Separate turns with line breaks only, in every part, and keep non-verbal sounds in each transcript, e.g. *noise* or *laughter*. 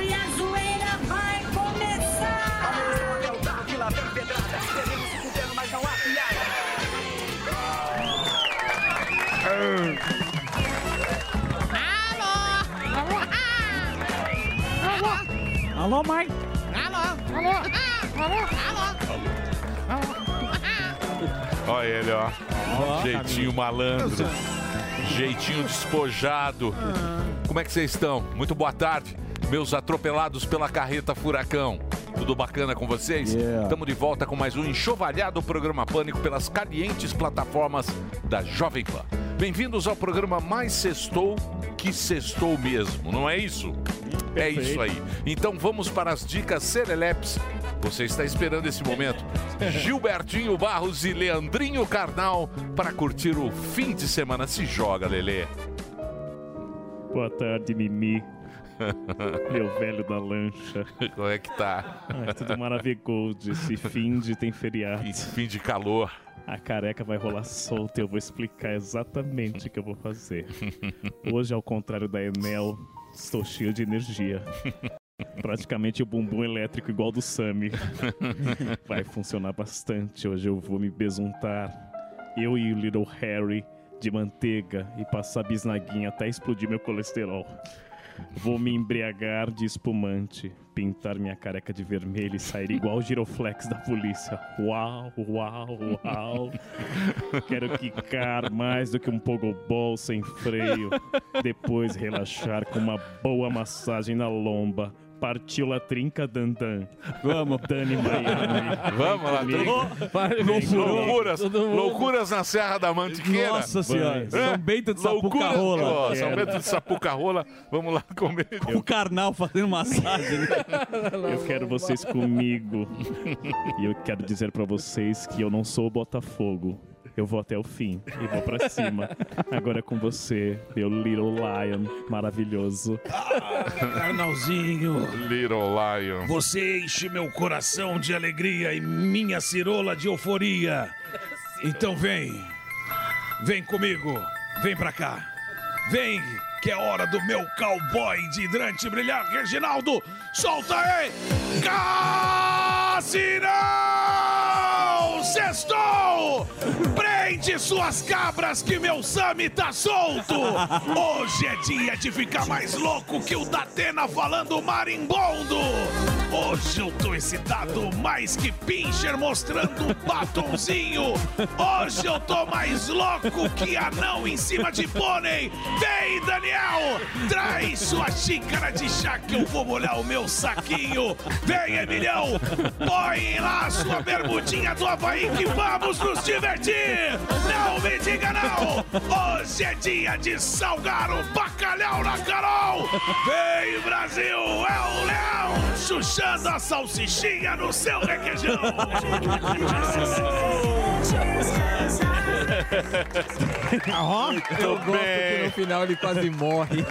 e a zoeira vai começar.
É o carro que lá vem pedrada. Devemos se fudendo, mas não há piada.
Alô, mãe?
Ah!
Olha ele, ó. Jeitinho malandro. Jeitinho despojado. Como é que vocês estão? Muito boa tarde, meus atropelados pela carreta Furacão. Tudo bacana com vocês? Estamos
Yeah.
de volta com mais um enxovalhado programa Pânico pelas calientes plataformas da Jovem Pan. Bem-vindos ao programa mais sextou que sextou mesmo, não é isso? É isso aí. Então vamos para as dicas Serelepes. Você está esperando esse
*laughs*
momento. Gilbertinho Barros e Leandrinho Carnal para curtir o fim de semana. Se joga, Lelê.
Boa
*laughs*
tarde, Mimi. Meu velho da lancha.
Como é que tá?
Ai, tudo maravilhoso. Esse fim de tem feriado.
Esse fim de calor.
A careca vai rolar solta e eu vou explicar exatamente o que eu vou fazer. Hoje, ao contrário da Enel, estou cheio de energia. Praticamente o bumbum elétrico igual
*laughs*
do Sammy. Vai funcionar bastante. Hoje eu vou me besuntar. Eu e o Little Harry de manteiga e passar bisnaguinha até explodir meu colesterol. Vou me embriagar de espumante, pintar minha careca de vermelho e sair igual o giroflex da polícia. Uau, uau, uau. Quero quicar mais do que um pogobol sem freio. Depois relaxar com uma boa massagem na lomba. Partiu la trinca, Dandan. Vamos, Dani Miami.
Vamos lá, tem... Loucuras, loucuras na Serra da Mantiqueira.
Nossa senhora,
É.
Vai.
São Bento de
Loucuras-
Sapucarola. É.
Ó, São Bento de Sapucarola. Vamos lá comer.
O carnal fazendo massagem. né?
Eu quero vocês comigo. E eu quero dizer pra vocês que eu não sou o Botafogo. Eu vou até o fim e vou pra cima. Agora é com você, meu Little Lion maravilhoso.
Carnalzinho,
Little Lion.
você enche meu coração de alegria e minha cirola de euforia. Então vem, vem comigo, vem pra cá, vem, que é hora do meu cowboy de hidrante brilhar. Reginaldo, solta aí! Cassinão! Sextou! Prende suas cabras que meu Sami tá solto! Hoje é dia de ficar mais louco que o Datena falando marimbondo! Hoje eu tô excitado mais que Pincher mostrando um batonzinho! Hoje eu tô mais louco que anão em cima de pônei! Vem, Daniel! Traz sua xícara de chá que eu vou molhar o meu saquinho! Vem, Emilhão! Põe lá sua bermudinha do Havaí que vamos nos divertir! Não me diga não! Hoje é dia de salgar o bacalhau na Carol! Vem, Brasil! É o Léo chuchando a salsichinha no seu requeijão!
Ah,
Muito bem.
final ele quase morre.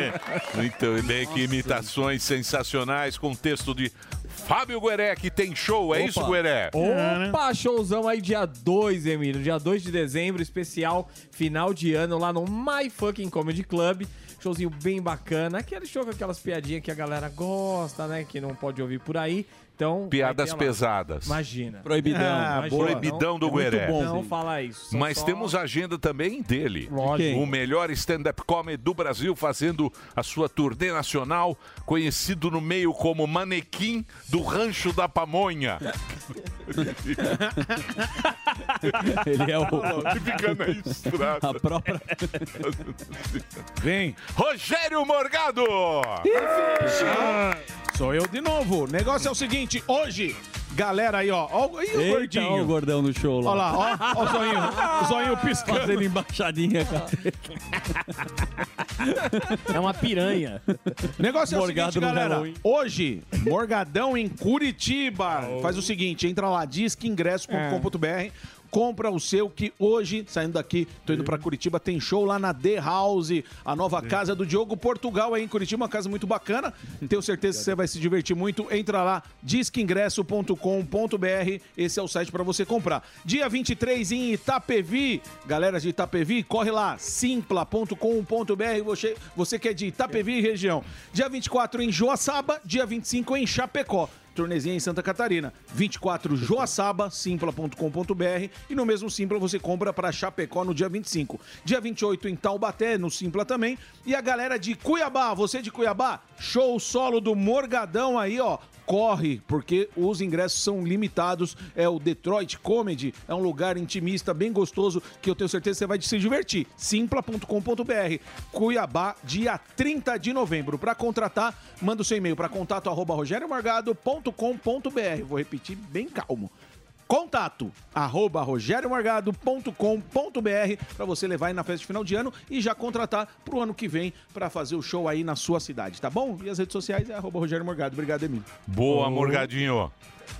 *laughs* Muito bem, que imitações sensacionais com texto de Fábio Gueré, que tem show, é isso, Gueré?
Opa, showzão aí dia 2, Emílio. Dia 2 de dezembro, especial final de ano lá no My Fucking Comedy Club. Showzinho bem bacana. Aquele show com aquelas piadinhas que a galera gosta, né? Que não pode ouvir por aí. Então.
Piadas
vai ter lá.
pesadas.
Imagina.
Proibidão. Ah,
Imagina.
proibidão
Não-
do
é muito
Gueré.
bom, Não fala isso. São
Mas um-
só-
temos a agenda também dele.
Lógico.
O melhor stand-up comedy do Brasil fazendo a sua turnê nacional, conhecido no meio como Manequim do Rancho da
*laughs*
Pamonha.
Ele é o-
Que fica na
*laughs*
estrada.
A própria-
Vem. Rogério Morgado!
Ah, Sou eu de novo. O negócio é o seguinte, hoje, galera aí, ó. ó e o
Eita,
gordinho?
ó o gordão no show lá.
Olha lá, ó, ó o zoinho.
*laughs*
O zoinho piscando.
Fazendo embaixadinha, cara.
É uma piranha. O negócio é o
Morgado
seguinte,
no
galera.
Halloween.
Hoje, Morgadão em Curitiba. Faz o seguinte, entra lá, disqueingresso.com.br. Compra o seu que hoje, saindo daqui, tô indo pra Curitiba, tem show lá na The House, a nova casa do Diogo Portugal aí em Curitiba, uma casa muito bacana. Tenho certeza que você vai se divertir muito. Entra lá, disqueingresso.com.br. Esse é o site pra você comprar. Dia 23 em Itapevi. Galera de Itapevi, corre lá, simpla.com.br. Você, você que é de Itapevi e região. Dia 24 em Joaçaba, dia 25 em Chapecó. Tornezinha em Santa Catarina. 24 Joaçaba, simpla.com.br. E no mesmo Simpla você compra para Chapecó no dia 25. Dia 28 em Taubaté, no Simpla também. E a galera de Cuiabá, você de Cuiabá, show solo do Morgadão aí, ó. Corre, porque os ingressos são limitados. É o Detroit Comedy, é um lugar intimista, bem gostoso, que eu tenho certeza que você vai se divertir. Simpla.com.br. Cuiabá, dia 30 de novembro. Para contratar, manda o seu e-mail para contato arroba rogeriomorgado.com.br. Vou repetir bem calmo. Contato arroba rogeriomorgado.com.br para você levar aí na festa de final de ano e já contratar pro ano que vem para fazer o show aí na sua cidade, tá bom? E as redes sociais é arroba Rogério Morgado. Obrigado, Emílio.
Boa, Morgadinho.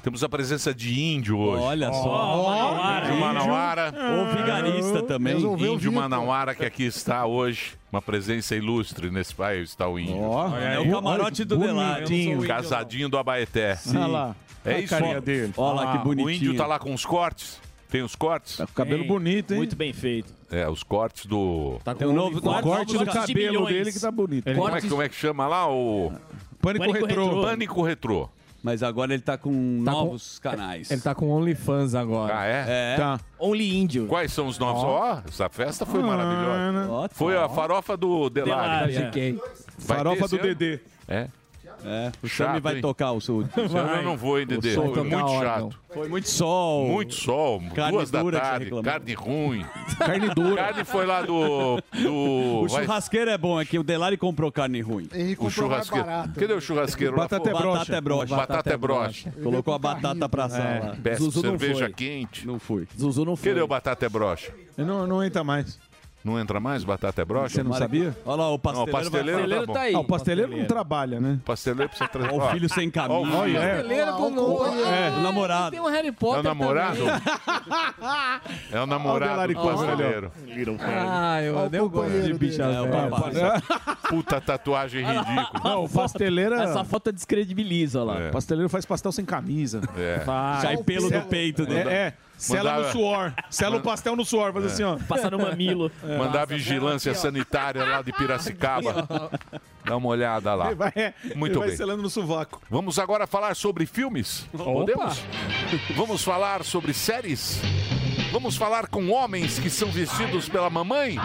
Temos a presença de índio hoje.
Olha Ah, só.
Ó,
Manauara.
Índio Manauara.
Ou vigarista também.
Índio Manauara que aqui está hoje. Uma presença ilustre nesse país está o índio.
É o camarote do Delário.
Casadinho do Abaeté.
Sim. Olha lá.
É
A
isso.
carinha dele. Ah, Olha lá, que
O
bonitinho.
índio tá lá com os cortes. Tem os cortes? Tá com
cabelo Tem.
bonito, hein? Muito bem feito.
É, os cortes do. Tá
Tem um novo- corte- corte do cortes de cabelo milhões. dele que tá bonito.
Como é,
Cortes-
como é que chama lá o.
Pânico Pânico Retrô. Retrô.
Pânico Retrô.
Mas agora ele tá com novos canais.
Ele tá com OnlyFans agora.
Ah, é?
É. Tá. Ah,
Only Índio.
Quais são os novos? Ó, essa festa foi maravilhosa.
Ótimo.
Foi a farofa do Delari.
Delari, né? é. Fiquei.
Vai
Farofa
ter esse
do
ano?
Dedê.
É.
É, o
Chato,
Chame vai
hein?
tocar o seu.
Eu não vou, hein, Dedê?
O som
Foi
tocar
muito
a hora, então.
chato.
Foi muito sol.
Muito sol,
Carne
duas da
dura que você
tarde,
reclamou.
carne ruim.
Carne dura.
Carne foi lá do. do
O
vai-
churrasqueiro é bom, é que o Delari comprou carne ruim.
o churrasqueiro. Cadê o churrasqueiro? lá?
Batata é
Pô,
broxa.
Batata é broxa. Batata é broxa.
Colocou a batata pra
É,
assar lá.
peço cerveja quente.
Não fui.
Zuzu não
Cadê o batata é broxa?
Não, não entra mais.
Não entra mais batata é broxa?
Você não sabia?
Olha lá, o
Não, o pasteleiro, tá, bom.
Ah, o pasteleiro não trabalha, né?
Pasteleiro precisa trazer.
Ó, o filho sem camisa.
ó, o filho.
Pasteleiro
do novo.
É, o namorado.
Tem um Harry
É o
Potter.
namorado?
também.
É o namorado
Delari
do
Costa.
pasteleiro.
Ah, eu dei o gosto de bicha
é,
velha.
Puta tatuagem ridícula.
Não, o pasteleiro.
é
Essa foto descredibiliza lá.
O pasteleiro faz pastel sem camisa.
É.
Faz.
Sai pelo do peito
É,
dele.
é. Sela no
Mandava-
suor. Sela o
Manda-
pastel no suor, faz
É.
assim, ó.
Passa no
*laughs*
mamilo.
É.
Mandar a vigilância sanitária lá de Piracicaba. Dá uma olhada lá.
Ele vai, é, ele
Muito
vai
bem.
selando no sovaco.
Vamos agora falar sobre filmes? Podemos? Vamos falar sobre séries? Vamos falar com homens que são vestidos pela mamãe?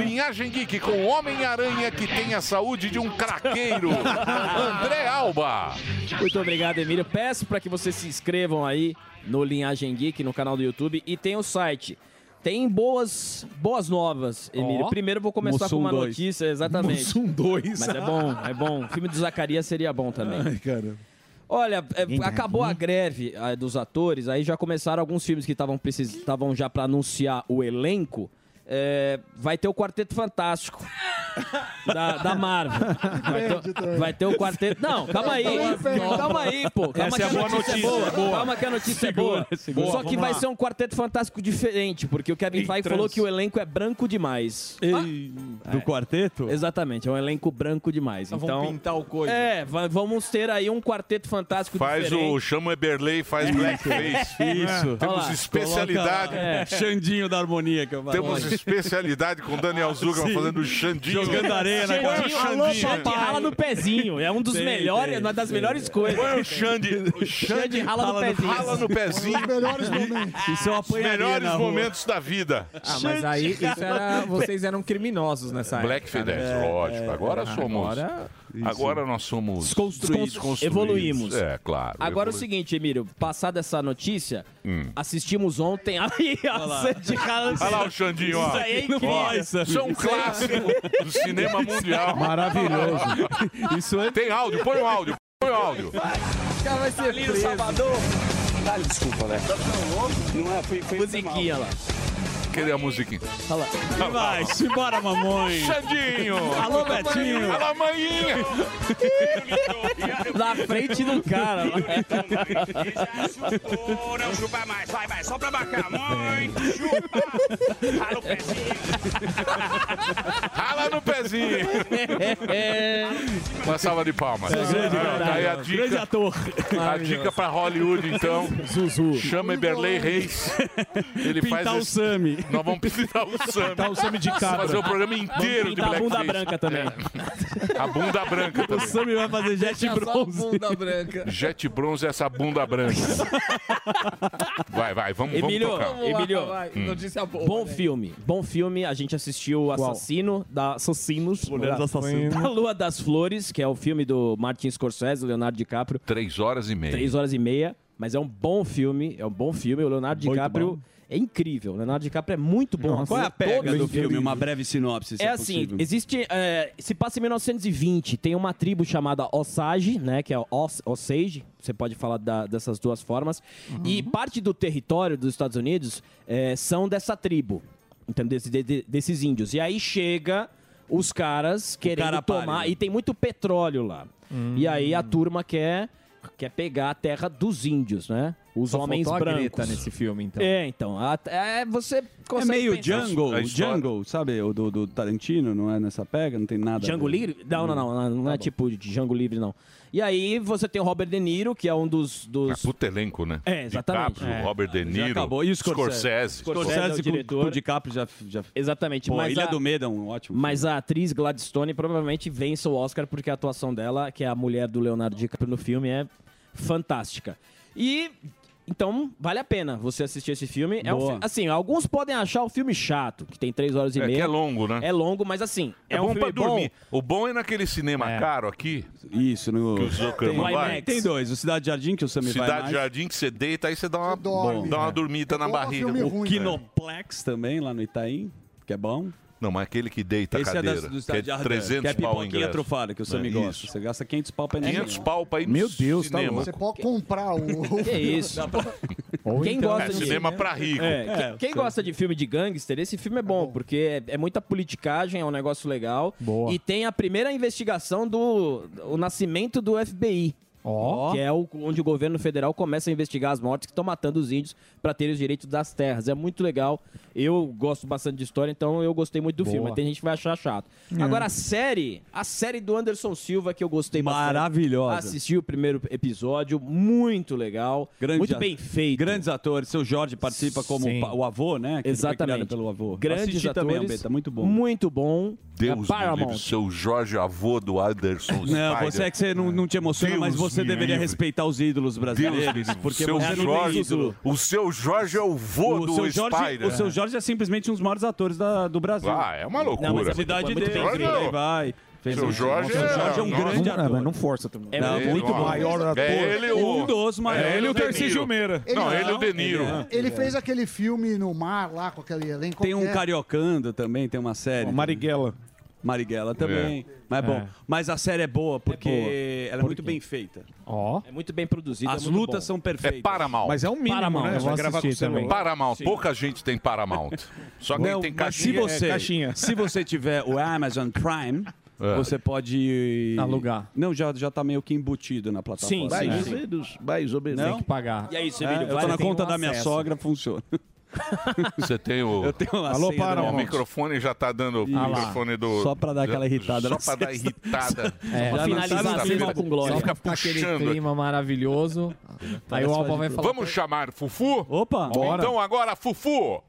Linhagem Geek com Homem-Aranha que tem a saúde de um craqueiro. André Alba.
Muito
obrigado, Emílio. Peço para que vocês se inscrevam aí no Linhagem Geek, no canal do YouTube. E tem o site. Tem boas, boas novas, Emílio.
Ó.
Primeiro vou começar
Mussum
com uma
dois.
notícia, exatamente.
Mussum dois.
Mas é bom, é bom. O filme do Zacarias seria bom
*laughs*
também.
Ai, caramba.
Olha, é, acabou a greve ah, dos atores, aí já começaram alguns filmes que estavam precis- estavam já pra anunciar o elenco. É, vai ter o Quarteto Fantástico *laughs* da, da Marvel. Vai ter, vai ter o Quarteto. Não, calma aí.
Também perde.
Calma aí, pô. Calma
Essa
que
é a boa notícia,
é
boa.
Calma que a notícia
Segura,
é boa.
segura.
Só que
Vamos
vai
lá.
ser um Quarteto Fantástico diferente, porque o Kevin
Em
Feige
trans.
falou que o elenco é branco demais. Ah.
Do quarteto?
Exatamente, é um elenco branco demais.
Então,
Então,
vamos pintar o coisa.
é, va- vamos ter aí um quarteto fantástico
Faz
diferente.
o chama Eberlei, faz blackface.
Isso.
Temos
Olha lá.
especialidade. é.
Coloca- É. Xandinho da harmonia que eu falo.
Temos especialidade com Daniel Zuckerman
Sim.
fazendo Xandinho.
Jogando areia na cara.
Põe o
Alô,
Xandinho.
papai.
Rala no pezinho. É um dos
Tem,
melhores,
tem,
uma das
tem.
melhores coisas.
Põe o Xande. O
Xande rala no pezinho.
Rala no pezinho. *laughs*
Isso é uma
Os melhores momentos da vida.
Ah, mas aí isso era, vocês eram criminosos nessa
Black
época. né?
Fidesz,
é.
lógico. Agora
Ah,
somos. Agora,
Agora-
nós somos.
Desconstruídos.
desconstruídos.
Evoluímos.
É, claro.
Agora é o
evolu-
seguinte, Emílio, passada essa notícia,
Hum.
assistimos ontem. *laughs* Aí,
Olha
ó,
lá.
Sandy Rala-
Olha lá o Xandinho, ó.
Isso aí é incrível.
Ó, Isso é um
Isso aí-
clássico do cinema mundial.
Maravilhoso.
Isso é... Tem áudio, põe o áudio, põe o áudio.
cara vai ser
Ali no Tá Salvador.
Dá-lhe desculpa, né?
Não é, foi, foi
Musiquinha lá.
Cadê a musiquinha?
Olha
lá.
Vai, se bora, mamãe.
Xandinho.
Alô, Betinho.
Alô, maninho.
Na frente do cara.
um Ô, não chupa mais, vai, vai, só pra marcar. Mãe, chupa. Rala o pezinho.
Rala no
*laughs*
pezinho. Uma salva de palmas.
É grande,
Tá aí a
grande
dica.
ator.
A dica pra Hollywood, então.
Zuzu.
Chama Eberlei Reis. Ele
Pintar
faz
tá o
esse-
Sami.
Nós vamos pintar o Sami.
Pintar Tá o Sami de cabra.
Fazer o programa inteiro de
Vamos pintar a
Blackface.
bunda branca também.
É. A bunda branca
O
também.
Sami vai fazer jet bronze.
Jet bronze é essa bunda branca. Vai, vai, vamos,
Emílio,
vamos tocar.
Emílio,
Hum.
bom filme, bom filme. A gente assistiu
Qual?
Assassino da Assassinos,
Mulheres
da,
Assassinas.
da Lua das Flores, que é o filme do Martin Scorsese, Leonardo DiCaprio.
Três horas e meia.
Três horas e meia, mas é um bom filme, é um bom filme. O Leonardo DiCaprio é incrível. O Leonardo DiCaprio é muito bom.
Qual é a pega
Todos
do
os
filme?
filmes.
Uma breve sinopse, se
É assim,
possível.
existe. é, se passa em 1920, tem uma tribo chamada Osage, né? Que é Os, Osage, você pode falar da- dessas duas formas.
Uhum.
E parte do território dos Estados Unidos é, são dessa tribo, então, desse- de- de- desses índios. E aí chega os caras querendo
cara né?
tomar.
pálido.
E tem muito petróleo lá. E aí a
Hum.
turma quer, quer pegar a terra dos índios, né? Os
Só
homens
faltou a
brancos.
Greta nesse filme, então.
É, então. a- é, você
É
consegue
meio
pensar-
Django, Django, sabe? O do, do Tarantino, não é nessa pega, não tem nada. a
Django
ver. Tá
Livre? Não, não, não. Não, não é tipo de Django Livre, não. E aí você tem o Robert De Niro, que é um dos.
Mas
dos...
puta elenco, né?
É, exatamente.
DiCaprio,
É.
Robert De
Já
Niro.
acabou. E o Scorsese?
Scorsese é o
com-
diretor.
com o DiCaprio já... já...
Exatamente.
Pô,
mas
Ilha
a-
do Medo é um ótimo
Mas a atriz Gladstone provavelmente vence o Oscar porque a atuação dela, que é a mulher do Leonardo DiCaprio no filme, é fantástica. E então vale a pena você assistir esse filme. É um
Boa.
fi- assim, alguns podem achar o filme chato, que tem três horas e
É,
meia.
que é longo, né?
É longo, mas assim, é,
É,
um
bom pra
filme
dormir.
bom.
O bom é naquele cinema caro aqui.
Isso, no.
Que o Zuckerman vai.
Tem dois, o Cidade Jardim, que o Sammy vai
Cidade
mais.
Jardim, que você deita, aí você dá uma,
dorme.
dá uma
É.
dormida na barriga.
o é Kinoplex também, lá no Itaim, que é bom.
Não, mas aquele que deita
Esse
a
é
cadeira.
das- do Cidade
que é
Jardim,
300
que
pau
é
o
pipoquinha
ingresso.
trofada, que o Sammy
É
gosta.
isso.
Você gasta 500 pau pra ir no
500
cinema.
pau pra ir no
Meu Deus, tá
cinema.
louco.
Você pode comprar o.
*laughs*
Que isso. Quem
então
gosta
é,
de É, que- quem gosta de filme de gangster, esse filme é bom, porque é, é muita politicagem, é um negócio legal.
Boa.
E tem a primeira investigação do o nascimento do FBI. Que é o- onde o governo federal começa a investigar as mortes que estão matando os índios para terem os direitos das terras. É muito legal. Eu gosto bastante de história, então eu gostei muito do
Boa.
filme. Mas tem gente que vai achar chato.
É.
Agora, a série, a série do Anderson Silva, que eu gostei bastante.
Maravilhosa.
Assisti o primeiro episódio, muito legal.
Grande
muito
a-
bem feito.
Grandes atores, seu Jorge participa como
Sim.
pa- o avô, né? Que ele foi criado
Exatamente.
pelo avô.
Grandes
Assisti
atores.
também, Ambeta, muito bom.
Muito bom.
Deus
É
do
Paramount.
livre, seu Jorge, avô do Anderson
Não,
Spider.
você é que você não, não te emociona,
Deus
mas você
me
deveria
livre.
respeitar os ídolos
Deus,
brasileiros,
livre,
porque
seu
você não tem
Jorge,
ídolo.
o seu Jorge é o vô
o
do
seu Jorge,
Spider.
o seu Jorge é simplesmente um dos maiores atores da- do Brasil.
Ah, é uma loucura.
Não, mas
Muito
idade
bom, muito
dele,
bem escrito.
aí vai. Fez
Seu
um-
Jorge
Seu
é-
Jorge é um
Nossa.
grande
Não,
Ah,
ator.
Mas não força também.
É
Não,
muito
ó.
bom. Maior ator.
É ele o...
Um dos maiores.
É ele e o
De
Terci
Niro.
Gilmeira.
Ele-
não,
é
ele e o De Niro.
Ele fez aquele filme no mar lá com aquele elenco. é?
Tem um
qualquer.
Cariocando também, tem uma série. Marighella. Marighella também.
É.
Mas é bom.
É.
Mas a série é boa porque
boa.
ela é
Por
muito
quê?
bem feita.
Ó.
É muito bem produzida.
As lutas são perfeitas.
É Paramount.
Mas é um mínimo, Paramount, né? eu vou Vai gravar com assistir o celular. também.
Paramount.
Sim.
Pouca gente tem Paramount. Só quem
Não,
tem
mas
caixinha.
se você, *laughs* se você tiver o Amazon Prime,
É.
você pode
Alugar.
Não, já já tá meio que embutido na plataforma.
Mais
né?
menos, mais ou menos.
Não?
Tem que pagar.
E aí,
É, eu tô na conta da minha sogra, funciona.
Você tem o.
Eu tenho uma senha do
O
Paramount.
microfone já tá dando o
Isso.
microfone do.
Só pra dar aquela irritada
Só
na
pra dar
sexta.
Tá
irritada.
É,
Só pra
já não
sexta-feira.
sabe
Sexta
com
glória.
Só
Fica
fica
tá aquele
puxando.
clima maravilhoso. Aí o Alba vai falar.
Então
Vamos chamar então Fufu?
Opa!
Bora.
Então agora, Fufu!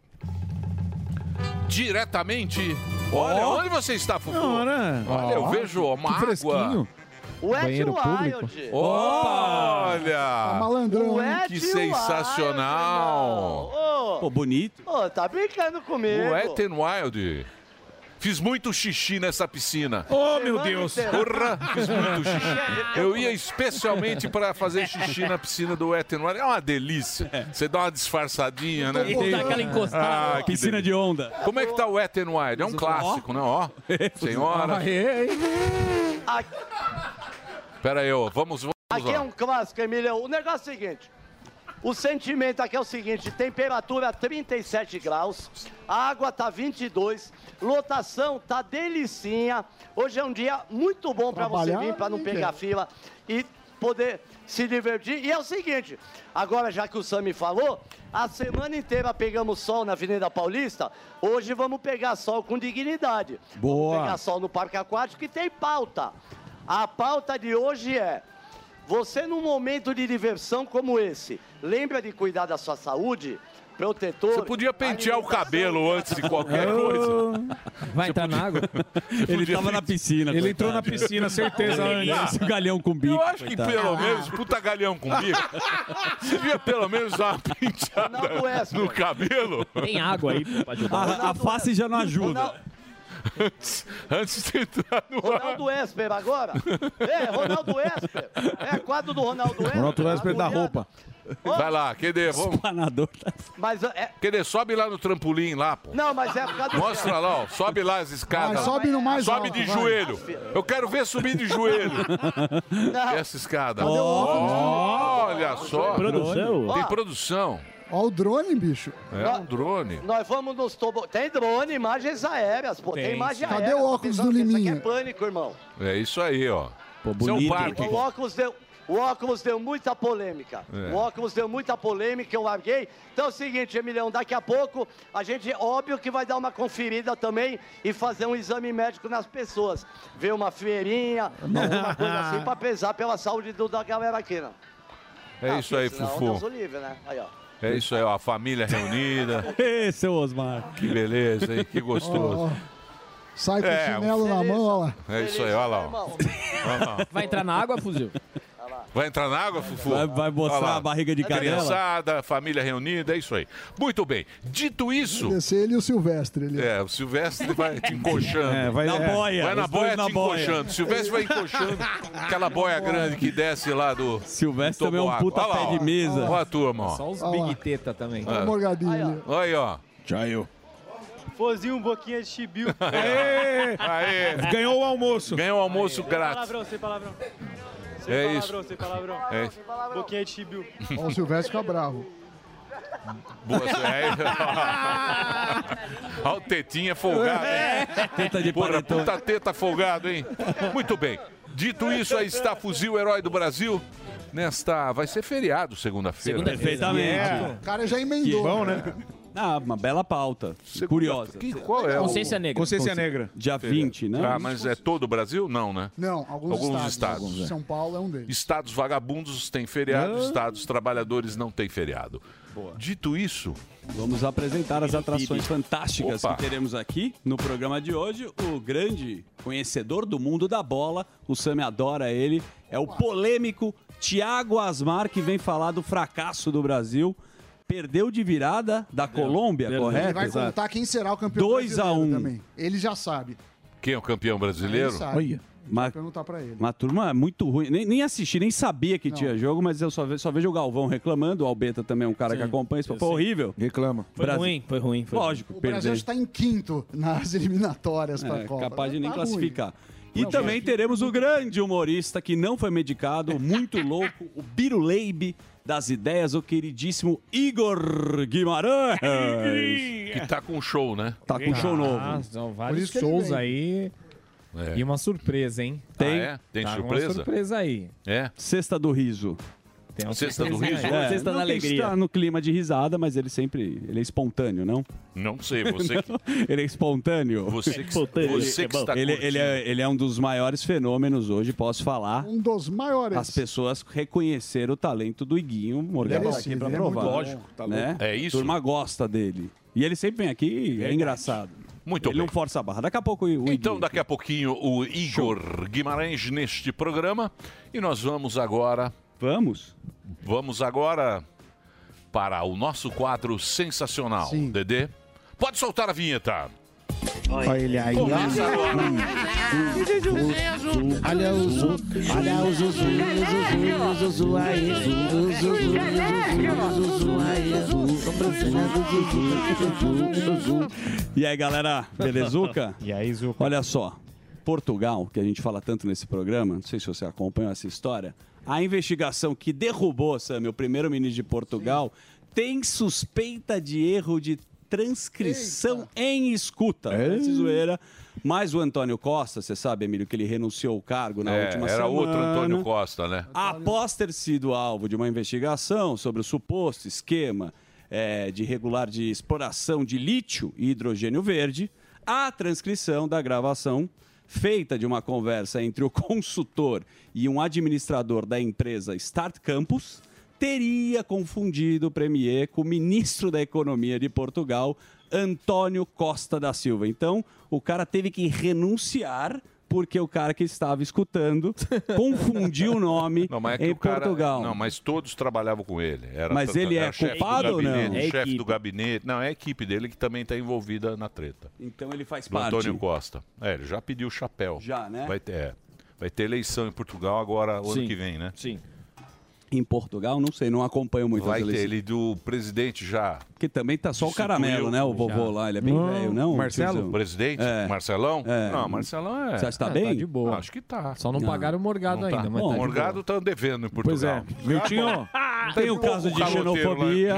diretamente. Olha, onde você está, Fufu?
Ora.
Olha, eu
Ó,
vejo uma
que
água.
Ah.
fresquinho. Wet Banheiro público. wild.
Olha!
Tá
malandrão,
hein?
Que sensacional!
Pô, bonito.
Ô, tá brincando comigo.
Wet and Wild. Fiz muito xixi nessa piscina.
Oh, meu Deus.
Porra, fiz muito
*laughs*
xixi. Eu ia especialmente para fazer xixi na piscina do Wet n Wild. É uma delícia. Você dá uma disfarçadinha, né? Ah,
E dá aquela
Ah,
encostada.
que
Piscina de onda. É,
Como é que tá o Wet n Wild? É um clássico, né?
*laughs*
Ó, senhora. Pera aí, ó. Vamos, vamos
Aqui é
lá.
um clássico, Emílio. O negócio é o seguinte. O sentimento aqui é o seguinte, temperatura 37 graus, a água tá 22, lotação tá delicinha. Hoje é um dia muito bom para você
Trabalhar,
vir, para não
né,
pegar
gente?
fila e poder se divertir. E é o seguinte, agora já que o Sami falou, a semana inteira pegamos sol na Avenida Paulista, hoje vamos pegar sol com dignidade.
Boa.
Vamos pegar sol no Parque Aquático e tem pauta. A pauta de hoje é: você num momento de diversão como esse, lembra de cuidar da sua saúde? Protetor.
Você podia pentear o cabelo antes de qualquer coisa.
Vai entrar tá na água?
Ah. tá. *laughs* Ele tava na piscina.
Ele entrou
coitado.
na piscina, certeza,
Ele
antes.
Esse galhão com bico.
Eu acho que
coitado.
pelo menos, puta galhão com bico, você devia pelo menos dar uma penteada no cabelo.
Tem água aí pra ajudar. A- a face já não ajuda.
Antes, antes de entrar no
Ronaldo Esper agora? É, Ronaldo Esper. É, quadro do Ronaldo Esper.
tá
Ronaldo Esper da
roupa.
Vai lá, Kedê, vamos.
tá-
Mas é...
Kedê, sobe lá no trampolim lá, pô.
Não, mas é por
Tá
causa do.
Mostra lá, ó. Sobe lá as escadas.
Vai,
lá.
sobe no mais
Sobe
alto,
de
vai.
joelho. Eu quero ver subir de joelho. Essa escada. Olha só.
Produção.
Tem produção.
Ó o drone, bicho.
É um drone.
Nós vamos nos tobo... Tem drone, imagens aéreas, pô. Tem,
Tem,
imagem
sim. Cadê
aérea. tá
o óculos
Pensando
do
que isso aqui
Liminha?
é pânico, irmão.
É isso aí, ó. Isso é um parque.
O óculos deu, o óculos deu muita polêmica.
É.
O óculos deu muita polêmica, eu larguei. Então é o seguinte, Emilhão, daqui a pouco a gente, óbvio que vai dar uma conferida também e fazer um exame médico nas pessoas. Ver uma
*laughs*
feirinha, alguma coisa assim, pra pesar pela saúde do, da galera aqui, né?
É isso aí,
um
Senão, Deus o
Fufu.
livre, né? Aí, ó.
É isso aí, ó. A família
*laughs*
reunida.
Ê, seu Osmar.
Que beleza, hein? Que gostoso.
Sai com
É,
o chinelo na mão, ó lá.
É isso aí, olha lá. ó. Olha lá.
Vai entrar na água, fuzil?
Vai entrar na água, Fufu?
Vai- vai mostrar
Olha lá.
a barriga de cadela?
Criançada, família reunida, é isso aí. Muito bem. Dito isso,
Descer ele e o Silvestre. Ele...
É, o Silvestre vai te encoxando.
É, vai- Na é. boia,
Vai na
os dois
boia
na
te
boia.
encoxando. Silvestre vai encoxando aquela boia grande que desce lá do.
Silvestre também é um
toboágua.
puta
Olha lá,
pé
ó.
de mesa.
Olha a turma, ó.
Só os
Olha lá.
big teta também.
É.
Morgadinho.
Olha aí, ó. Tchau.
Fozinho, um boquinha de chibiu.
*laughs* Aê, aê.
Ganhou o almoço.
Ganhou o almoço grátis.
Palavrão, sem palavrão. Sem
É
palavrão,
isso.
sem palavrão.
É.
Boquinha de chibiu.
Ó, o Silvestre fica bravo.
Boa
é.
*laughs*
sorte.
Ah!
Olha o tetinha folgado, hein?
Teta de
Porra, puta teta folgado, hein? Muito bem. Dito isso, aí está Fuzil, herói do Brasil. Nesta. Vai ser feriado segunda-feira.
Segunda-feira. Perfeitamente. É.
O cara já emendou.
Que bom, né? Ah, uma bela pauta. Curiosa.
Que- qual é o- Consciência Negra. Consciência
Consci-
Negra.
Dia 20, né?
Ah, mas é todo o Brasil? Não, né?
Não, alguns,
Alguns
estados.
estados, é.
São Paulo é um deles.
Estados vagabundos têm feriado,
Ah.
estados trabalhadores não têm feriado. Dito isso,
Vamos apresentar as atrações fantásticas
Opa.
que teremos aqui no programa de hoje. O grande conhecedor do mundo da bola, o Sami adora ele, é o polêmico Thiago Asmar, que vem falar do fracasso do Brasil. Perdeu de virada da Colômbia, correto?
Ele vai contar quem será o campeão
Dois a
brasileiro
um.
também. Ele já sabe.
quem é o campeão brasileiro?
Ele sabe. Olha.
Mas-
Vou perguntar pra ele.
Uma turma é muito ruim. Nem, nem assisti, nem sabia que tinha jogo, mas eu só, ve- só vejo o Galvão reclamando. O Albeta também é um cara que acompanha. Isso foi horrível. Reclama.
Foi ruim, foi ruim. Foi
Lógico,
O
perdeu.
Brasil está em quinto nas *laughs* eliminatórias para
É,
a Copa.
capaz de nem
Tá ruim.
classificar. E
Não,
também teremos o grande humorista que não foi medicado,
*laughs*
muito louco, o Biruleibe das ideias, o queridíssimo Igor Guimarães.
Que tá com show, né?
Tá com show novo.
Ah, são vários shows aí. E uma surpresa, hein?
Tem?
Ah, é?
É. Tem
Tá com
surpresa?
Uma surpresa aí.
É.
Cesta do riso. um
Tem uma
Cesta do
surpresa
riso?
aí.
É,
Não tem que estar no clima de risada, mas ele sempre ele é espontâneo, não?
Não sei, você que-
*laughs* Não, ele é espontâneo.
Você que- Espontâneo, você que é bom. está
ele,
curtindo.
ele é, ele é um dos maiores fenômenos hoje, posso falar.
Um dos maiores.
As pessoas reconheceram o talento do Iguinho Morgado
Merecido,
aqui pra
ele é
provar.
muito bom. Lógico, tá
né?
louco. É isso?
A turma gosta dele. E ele sempre vem aqui e é engraçado.
Muito
Ele não força a barra. Daqui a pouco o
Então, daqui a pouquinho, o Igor Guimarães neste programa. E nós vamos agora.
Vamos?
Vamos agora para o nosso quadro sensacional. Dedê, pode soltar a vinheta.
Olha ele aí.
Começa agora.
Olha o Zuzu, olha o Zuzu, o Zuzu, o Zuzu aí, Zuzu, Zuzu, Zuzu, Zuzu aí, Zuzu, Zuzu, Zuzu, Zuzu.
E aí, galera,
*laughs*
belezuca? *laughs* e aí, Zuca? Olha só, Portugal, que a gente fala tanto nesse programa, não sei se você acompanhou essa história, a investigação que derrubou, Sam, o primeiro-ministro de Portugal, tem suspeita de erro de transcrição em escuta. É. zoeira. Mas o Antônio Costa, você sabe, Emílio, que ele renunciou ao cargo na
É,
última
era
semana.
outro Antônio Costa, né?
Após ter sido alvo de uma investigação sobre o suposto esquema eh, de regular de exploração de lítio e hidrogênio verde, a transcrição da gravação feita de uma conversa entre o *laughs* consultor e um administrador da empresa Start Campus teria confundido o premier com o ministro da Economia de Portugal, Antônio Costa da Silva. Então, o cara teve que renunciar porque o cara que estava *laughs* escutando confundiu o nome
Não, mas é que
em
o cara-
Portugal.
Não, mas todos trabalhavam com ele. Era
Mas
tanto-
ele é
era chefe do
culpado ou não?
gabinete,
É
chefe
equipe.
do gabinete. Não, é a equipe dele que também está envolvida na treta.
Então ele faz
do
parte.
Antônio Costa. É, ele já pediu o chapéu.
Já, né?
Vai ter, é. Vai ter eleição em Portugal agora, ano
Sim,
que vem, né?
Sim.
Em Portugal, não sei, não acompanho muito
Vai
as
ter
eleições.
ele do presidente já.
Porque também tá só o
Substituiu.
caramelo, né? O vovô
Já.
lá, ele é bem velho, não? tiozão?
Presidente? Marcelão?
É.
Não, Marcelão é.
Você acha que tá bem?
de boa. Acho que tá.
Só não Não. pagaram o Morgado
Não
ainda, mas
Bom,
tá
o
de
Morgado tá devendo em Portugal.
Pois é.
Ah, *laughs*
Miltinho, Tem um caso de xenofobia.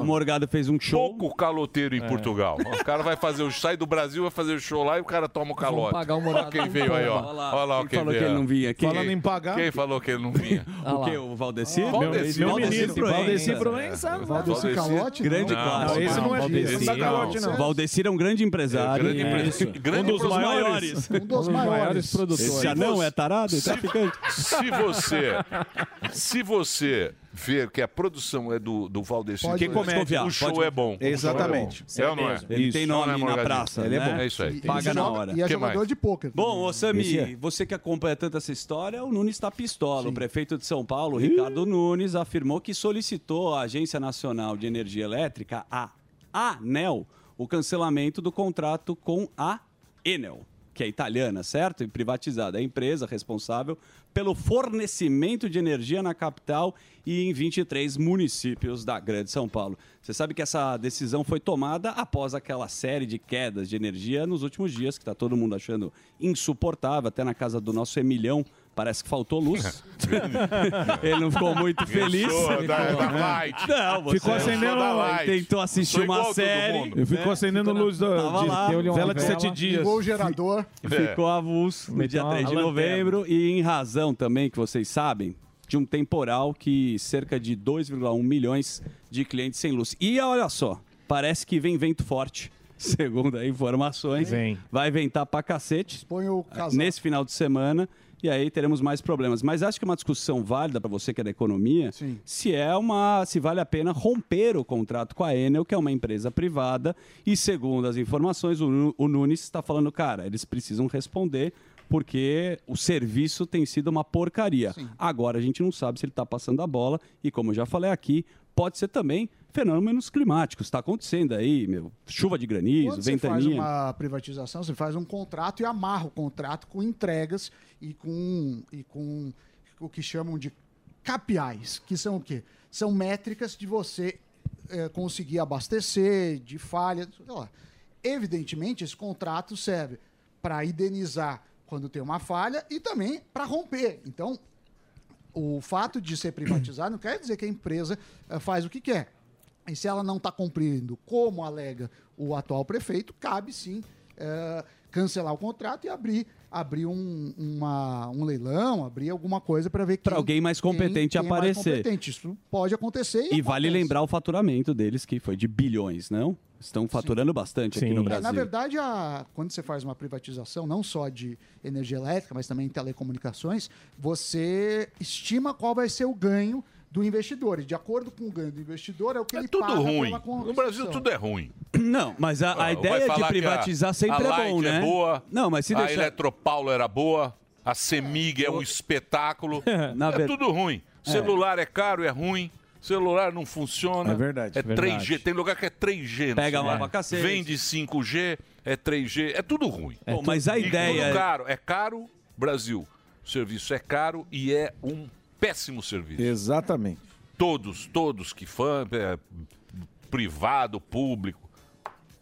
O Morgado fez um show.
Pouco caloteiro
É.
em Portugal. O cara vai fazer o sai do Brasil, vai fazer o show lá e o cara toma o calote.
pagar o
Olha
Morgado.
quem veio aí, ó.
Olha
Olha
lá.
lá,
Quem
ó quem
falou
veio.
que ele não vinha? Quem- Falando em pagar.
Quem falou que ele não vinha?
O quê? O Valdeci?
Ó, Valdeci,
Meu- meu
Valdeci
ministro,
Proença.
Valdeci
Proença,
É.
não. Valdeci Calote, não.
Grande
Não,
clássico.
esse não é disso, esse não é calote, não.
Valdeci era um grande empresário.
É, grande empre-
Isso.
grande
um dos
empresário.
maiores.
Um dos maiores produtores.
Esse anão
Se
é tarado?
você-
traficante?
Se você, se você ver que a produção é do, do Valdeci,
Pode
quem
comédia.
o show
Pode-
é bom. O show
Exatamente.
É, bom. é ou não é?
Isso. Ele tem
Não,
nome
né,
na
Morgadinho?
praça, Ele é né? bom.
É isso aí.
E Paga ele na joga- hora. e é
Que
jogador
mais?
de
pôquer.
Bom, ô
Esse
Sami,
é.
você que acompanha tanto essa história, o Nunes está pistola. O prefeito de São Paulo, Ricardo Nunes, afirmou que solicitou à Agência Nacional de Energia Elétrica, a ANEL, o cancelamento do contrato com a Enel, que é italiana, certo? E privatizada. É a empresa responsável pelo fornecimento de energia na capital e em 23 municípios da Grande São Paulo. Você sabe que essa decisão foi tomada após aquela série de quedas de energia nos últimos dias, que está todo mundo achando insuportável, até na casa do nosso Emilhão. Parece que faltou luz. *laughs* Ele não ficou muito feliz.
sou da- da Light.
Não, você
Ficou acendendo
Ele
a Light.
Tentou assistir
Sou igual
uma
todo
série. né?
mundo. Eu fico acendendo luz da- de- deu-lhe uma vela, ligou o gerador.
É.
Fi- Ficou avulso no
Meteu
Então,
dia
uma
3 de
lanterna.
novembro e em razão também, que vocês sabem, de um temporal que cerca de 2,1 milhões de clientes sem luz. E olha só, parece que vem vento forte. *laughs* Segundo as informações, vai ventar pra cacete eh, nesse final de semana e aí teremos mais problemas. Mas acho que é uma discussão válida para você que é da economia, se é uma, se vale a pena romper o contrato com a Enel, que é uma empresa privada, e segundo as informações, o, Nu- o Nunes está falando, cara, eles precisam responder porque o serviço tem sido uma porcaria. Agora a gente não sabe se ele está passando a bola e como eu já falei aqui, pode ser também fenômenos climáticos. Está acontecendo aí, meu, chuva de granizo,
Quando você faz
ventania.
uma privatização, você faz um contrato e amarra o contrato com entregas e com, e com o que chamam de KPIs, que são o quê? São métricas de você eh, conseguir abastecer, de falha, sei lá. Evidentemente, esse contrato serve para indenizar quando tem uma falha e também para romper. Então, o fato de ser privatizado não quer dizer que a empresa eh, faz o que quer. E se ela não está cumprindo, como alega o atual prefeito, cabe sim eh, cancelar o contrato e abrir, abrir um, uma- um leilão, abrir alguma coisa para ver quem
Pra alguém mais competente
quem- quem é mais
aparecer.
competente. Isso pode acontecer.
E vale lembrar o faturamento deles, que foi de bilhões, não? Estão faturando bastante aqui no
É,
Brasil.
na verdade, a- quando você faz uma privatização, não só de energia elétrica, mas também telecomunicações, você estima qual vai ser o ganho do investidor. E de acordo com o ganho do investidor, é o que ele
Tudo
paga
ruim.
pela construção.
No Brasil tudo é ruim.
Não, mas a, a
Ah, vai
ideia de
falar que
privatizar
a-
sempre
a
é bom,
Light
né?
É boa,
Não, mas se
A
deixar.
Eletropaulo era boa, a Semig é um espetáculo.
*laughs* Na
é
ver-
tudo ruim.
É.
Celular é caro, é ruim. Celular não funciona.
É verdade,
É
verdade.
3G. Tem lugar que é 3G. no
Pega
celular.
lá pra cacete.
Vende 5G, é 3G. É tudo ruim.
É Bom, tudo- mas a
E tudo
ideia é-
caro. É caro, Brasil. O serviço é caro e é um péssimo serviço.
Exatamente.
Todos, todos que fã, é, privado, público.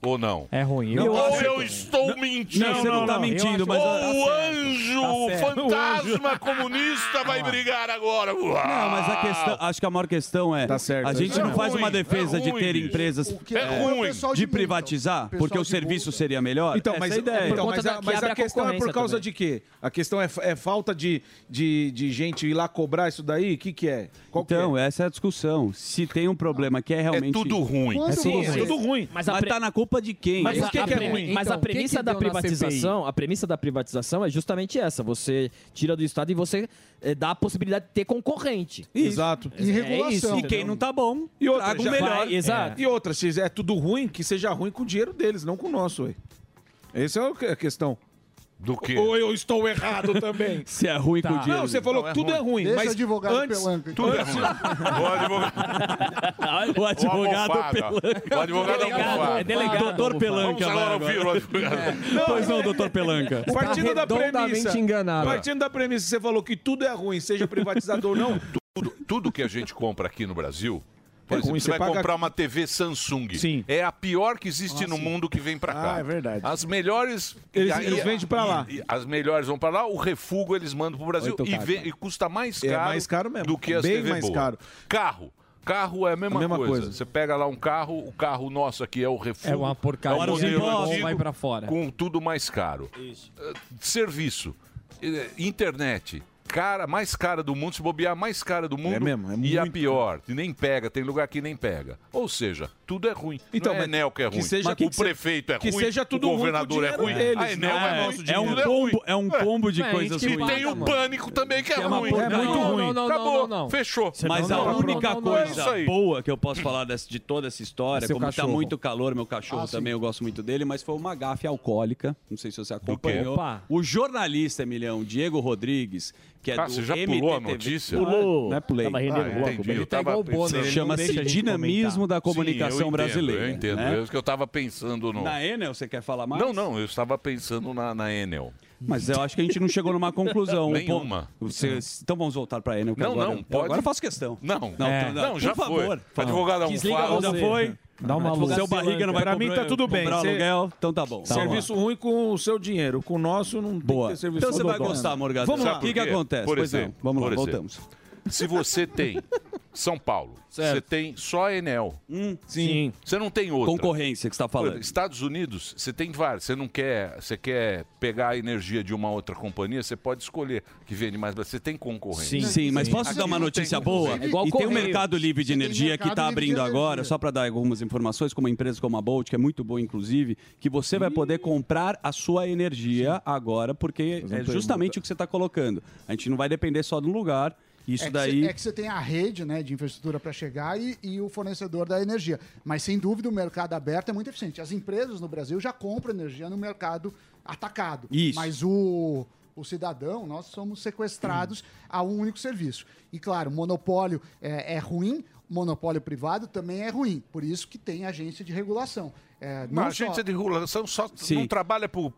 Ou não? É ruim.
Eu
ou
acho
eu
que-
estou
Não,
mentindo.
não, você não tá mentindo, mas-
Ou o
Tá certo,
anjo
tá certo.
fantasma comunista vai brigar agora. Uau!
Não, mas a questão, acho que a maior questão é, a gente
É
não faz
ruim,
uma defesa
é
de
ruim,
ter
bicho.
empresas
que é ruim é o pessoal de
de
multa.
privatizar, porque o serviço seria melhor.
Então,
Essa
mas,
é a ideia.
então, mas, a, mas a questão é por causa de quê? A questão é, fa- é falta de, de, de gente ir lá cobrar isso daí? O que, que é? Qual que
Então, essa é a discussão. Se tem um problema que é realmente.
tudo ruim.
É
Quando
tudo
você-
ruim.
Tudo ruim.
Mas,
Mas a pre-
tá na culpa de quem?
Mas
Por
a-
que
a
que é
pre-
ruim?
mas
Mas a premissa da privatização, a premissa da privatização é justamente essa: você tira do Estado e você eh, dá a possibilidade de ter concorrente.
Exato.
Então,
É isso,
E quem não
tá bom,
e outra,
traga o
já-
melhor.
vai,
Exato.
E outra, se é tudo ruim, que seja ruim com o dinheiro deles, não com o nosso, ué. Essa é o que- a questão.
Do que?
Ou eu estou errado também.
*laughs* Se é ruim
Tá. Não, você falou que tudo é ruim,
Deixa o
mas
advogado
antes,
pelanca.
tudo é
*laughs*
ruim.
O
advogado Pelanca.
O advogado almofada.
É delegado Doutor Pelanca,
Vamos agora
vai
ouvir o
agora.
É.
advogado.
Pois não, doutor Pelanca.
Partindo da
Tá Redondamente
premissa.
enganado.
Partindo da premissa, você falou que tudo é ruim, seja privatizado ou não.
Tudo, tudo que a gente compra aqui no Brasil. Por
É
exemplo,
ruim,
você
você
vai
paga-
comprar uma TV Samsung.
Sim.
É a pior que existe no mundo que vem pra cá.
assim? Ah, é verdade.
As melhores.
Eles-
e aí-
eles vendem pra lá.
e- e as melhores vão pra lá, o refugo eles mandam pro Brasil.
Muito
E,
caro,
vem-
cara.
e custa mais
É
caro,
mais caro mesmo,
do que as
bem
TV
mais
boa.
caro.
Carro. Carro é a mesma,
A mesma
coisa.
coisa.
Você pega lá um carro, o carro nosso aqui é o refugo.
É uma porcaria.
o
Fora os
modelo
impostos,
antigo,
vai pra fora.
Com tudo mais caro. Eh, Serviço. eh, Internet. Cara, mais cara do mundo, se bobear, mais cara do mundo.
mesmo, é
e a
muito
pior, e nem pega, tem lugar que nem pega. Ou seja, tudo é ruim.
Então,
não é
mas
Enel que é
que
ruim.
seja-
o
que se-
prefeito é
que
ruim.
seja tudo
o
ruim com o
governador é
dinheiro
ruim.
deles,
a Enel
não
é,
é?
nosso
É um
dinheiro.
combo- é um combo de
É,
coisas
E
ruins.
tem o
Mano.
pânico também, que é,
Que é uma
ruim.
porra, é muito ruim.
Acabou, fechou.
Mas
Não,
a
não,
única
não, não, é
coisa
isso aí.
boa que eu posso falar dessa- de toda essa história,
Seu
como
cachorro.
tá muito calor, meu cachorro
Ah, sim.
também, eu gosto muito dele, mas foi uma gafe alcoólica. Não sei se você acompanhou.
quê? Opa.
O jornalista, Emilhão, Diego Rodrigues, que é
Ah,
do
você já
MTTV.
pulou a notícia?
Pulou. Não é pulei.
Tava rendendo Ah, bloco, entendi, mas ele eu tá tava igual o Bono, pensando. ele não
Chama-se
deixa a gente
dinamismo da
Sim,
comunicação
eu entendo,
brasileira.
Eu entendo.
né?
É isso que eu estava pensando no.
Na Enel, você quer falar mais?
Não, não, eu estava pensando na, na Enel.
Mas eu acho que a gente não chegou numa conclusão.
*laughs* Nenhuma.
Pô, você- então vamos voltar para Enel. que
Não,
agora,
não,
eu-
pode.
Agora eu faço questão.
Não,
não,
É.
não,
Não, já
por
foi.
favor.
Advogado é um
Desliga
Almofada.
Já foi.
Dá uma
Advogado
luz.
Seu barriga não vai
Pra mim
comprar-
tá tudo bem.
comprar
Você-
aluguel, então tá bom.
serviço ruim com o seu dinheiro, com o nosso não
Boa.
tem que ter serviço
Então você vai
rododó.
gostar, Morgado.
Vamos
Sabe
lá.
por quê?
Por
é.
Pois não,
exemplo,
vamos lá,
por exemplo.
voltamos.
Se você tem São Paulo,
Certo. Hum,
você tem só a Enel.
sim.
Você não tem outra.
Concorrência que você está falando.
Por- Estados Unidos, você tem vários. Você não quer, você quer pegar a energia de uma outra companhia, você pode escolher que vende mais, mas você tem concorrência.
Sim, sim, mas posso dar uma notícia boa? e tem o Mercado Livre de Energia que está abrindo agora, só para dar algumas informações, como uma empresa como a Bolt, que é muito boa, inclusive, que você vai poder comprar a sua energia agora, porque
não
é
tem
justamente o que você está colocando. A gente não vai depender só de um lugar. Isso
é que
daí.
cê- é que você tem a rede né, de infraestrutura para chegar e, e o fornecedor da energia. Mas, sem dúvida, o mercado aberto é muito eficiente. As empresas no Brasil já compram energia no mercado atacado.
Isso.
Mas o, o cidadão, nós somos sequestrados a um único serviço. E, claro, monopólio é, é ruim, monopólio privado também é ruim. Por isso que tem agência de regulação. É,
Não,
não
a
só-
agência de regulação só
Sim.
não trabalha para o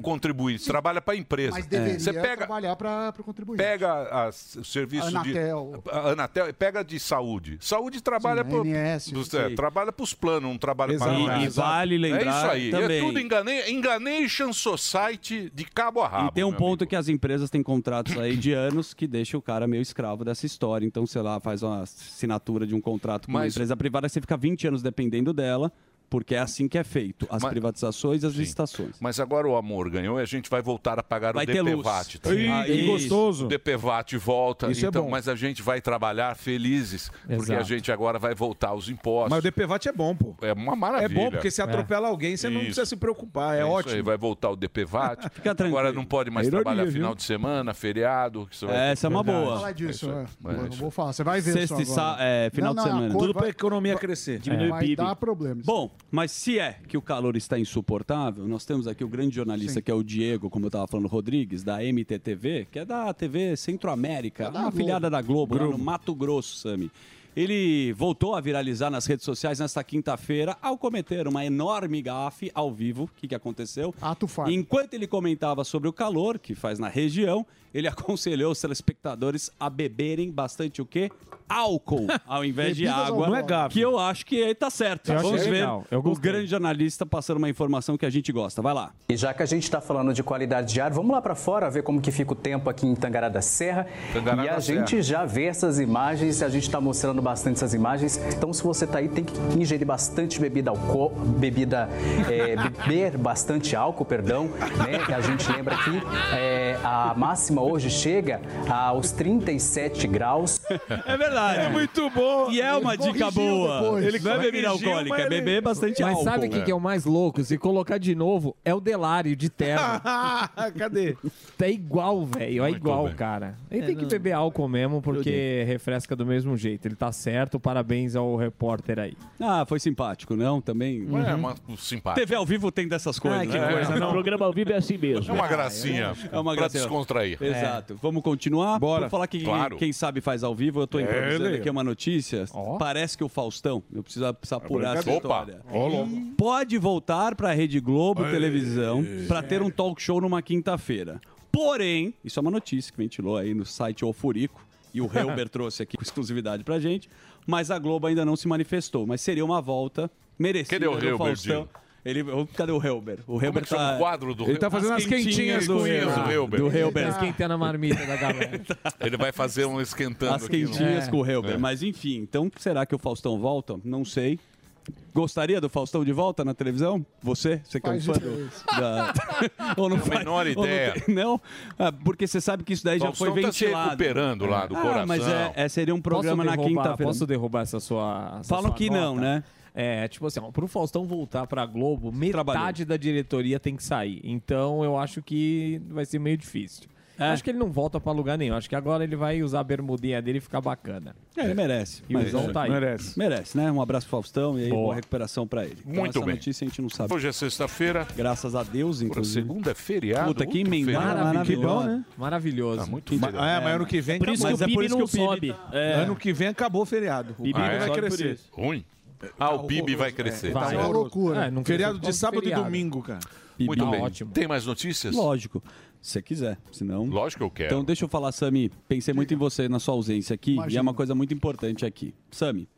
contribuinte, trabalha para a empresa.
É.
Mas deveria
Você pega,
trabalhar para o contribuinte.
pega as- o serviço
Anatel.
de a Anatel e pega de saúde. Saúde trabalha
Sim,
pro-
ANS,
dos-
sim.
é, trabalha para os planos, não trabalha para
Exato. E- e vale lembrar
É isso aí.
também-
É tudo engane- enganation society de cabo a rabo.
E tem um
meu
ponto que as empresas têm contratos aí de anos que deixa o cara meio escravo dessa história. Então, sei lá, faz uma assinatura de um contrato com uma
Mas-
empresa privada, você fica 20 anos dependendo dela porque é assim que é feito. As privatizações e as licitações.
Mas agora o amor ganhou e a gente vai voltar a pagar
Vai
o
ter luz.
DPVAT. tá?
Ih,
Ah,
que
isso.
gostoso.
O DPVAT volta.
Isso é
então,
bom.
Mas a gente vai trabalhar felizes, porque
Exato.
a gente agora vai voltar aos impostos.
Mas o DPVAT é bom, pô.
É uma maravilha.
É bom, porque se atropela alguém, você não
Isso.
precisa se preocupar. É,
isso
ótimo.
aí, vai voltar o
*laughs*
DPVAT. Agora não pode mais
É ironia,
trabalhar
viu?
final de semana, feriado. que você vai *laughs* ter
Essa é
que-
uma boa.
Vou falar disso,
É
né?
é.
isso aí.
Vou-
É isso
vou falar, você vai ver
Sexta
só
e sa-
agora.
é, final
Não,
de
não, a
semana.
cor vai-
economia crescer.
Diminui o Vai PIB. dar problemas.
Bom, mas se é que o calor está insuportável, nós temos aqui o grande jornalista que é o Diego, como eu estava falando, Rodrigues, da MTTV, que é da TV Centro-América, uma
Globo.
afiliada da Globo, lá no
Globo.
Mato Grosso, Sami. Ele voltou a viralizar nas redes sociais nesta quinta-feira ao cometer uma enorme gafe ao vivo. O que, que aconteceu?
Ato falho.
Enquanto ele comentava sobre o calor que faz na região, ele *laughs* aconselhou os telespectadores a beberem bastante o quê? Álcool, ao invés de
Bebidas
água.
alcoólicas. Não é gafe.
Que eu acho que aí tá certo.
Eu achei
é
Vamos ver
legal, eu
o grande jornalista passando uma informação que a gente gosta. Vai lá.
E já que a gente está falando de qualidade de ar, vamos lá para fora ver como que fica o tempo aqui em Tangará da Serra.
Tangará
e a
da
gente
Serra.
já vê essas imagens, a gente está mostrando bastante essas imagens. Então, se você está aí, tem que ingerir bastante bebida alcoó, bebida, é, beber bastante álcool, perdão, né? Que a gente lembra aqui, é, a máxima hoje chega aos 37 graus.
É verdade. É
muito bom.
E é uma
Ele
dica
corrigiu
boa.
depois.
Ele não é bebida alcoólica, é beber bastante
Mas
álcool.
sabe o que, que é o mais louco? Se colocar de novo, é o Delário de terra.
Cadê?
Tá igual, velho. É igual, cara. Ele
É,
tem que
não-
beber álcool mesmo, porque refresca do mesmo jeito. Ele tá certo. Parabéns ao repórter aí.
Ah, foi simpático, não? Também. Uhum.
Ué,
É, mas simpático.
TV ao vivo tem dessas coisas.
Ai, que
né?
coisa, não. O
programa ao vivo é assim mesmo.
É uma gracinha,
É uma
pra
gracinha.
descontrair.
É.
Exato. Vamos continuar?
Bora.
Vou falar que
Claro.
quem sabe faz ao vivo. Eu tô
É,
improvisando
Leandro.
aqui uma notícia. Parece que o Faustão, eu preciso precisar apurar essa
É brincadeira.
história.
Opa. Ó, louco.
Pode voltar pra Rede Globo
Ei.
Televisão pra ter um talk show numa quinta-feira. Porém, isso é uma notícia que ventilou aí no site Ofurico. E o
*laughs*
Helber trouxe aqui com exclusividade pra gente. Mas a Globo ainda não se manifestou. Mas seria uma volta merecida
Cadê o
do
Helber,
Faustão.
Diego?
Ele, cadê o Helber? O
Como é
Helber
que chama
tá...
o quadro do
Ele tá
Helber?
fazendo as quentinhas do Helber. Do Helber.
Esquentando a marmita da galera.
Ele vai fazer um esquentando
As
aqui no-
quentinhas com o Helber.
É.
Mas enfim, então será que o Faustão volta? Não sei. Gostaria do Faustão de volta na televisão? Você? Você que é um
Faz
fã do,
diferença. *laughs*
da... ou não faz-
menor
ou não
ideia.
tem- Não, Ah, porque você sabe que isso daí
Faustão
já foi
tá se
ventilado.
recuperando lá do
ah,
coração.
mas é, é- seria um programa
Posso
na
derrubar-
quinta-feira.
Posso derrubar essa sua. Essa
Falam
sua
que não,
nota?
né?
É, tipo assim, ó, pro Faustão voltar pra Globo, metade da diretoria tem que sair. Então eu acho que vai ser meio difícil.
É.
Eu Acho que ele não volta pra lugar nenhum. Acho que agora ele vai usar a bermudinha dele e ficar bacana.
É, ele merece.
E o Zão tá aí.
Merece. Merece, né? Um abraço pro Faustão e aí
Boa.
boa recuperação pra ele. Então,
Muito
essa
bem.
notícia a gente não sabe.
Hoje é sexta-feira.
Graças a Deus, inclusive.
segunda é feriado.
Puta, que
outro
emendada
feriado.
maravilhosa.
Maravilhoso.
Tá muito
Ma- é, mas ano que vem
Por isso que tá
mas
o
é
PIB não
que o PIB
sobe.
tá-
É.
Ano que vem acabou o feriado. O PIB
Ah, é?
vai
Sobe por
crescer.
isso. Ruim?
Tá
Ah, o PIB vai crescer.
né?
Vai.
Tá
Tá É uma
horroroso.
loucura. É, não cresceu Feriado por causa de do sábado e feriado. domingo, cara.
Muito
Tá
bem.
ótimo.
Tem mais notícias?
Lógico. Se você quiser, senão...
Lógico que eu quero.
Então deixa eu falar, Sami. Pensei muito em você na sua ausência aqui e é
Imagina.
uma coisa muito importante aqui. Sami,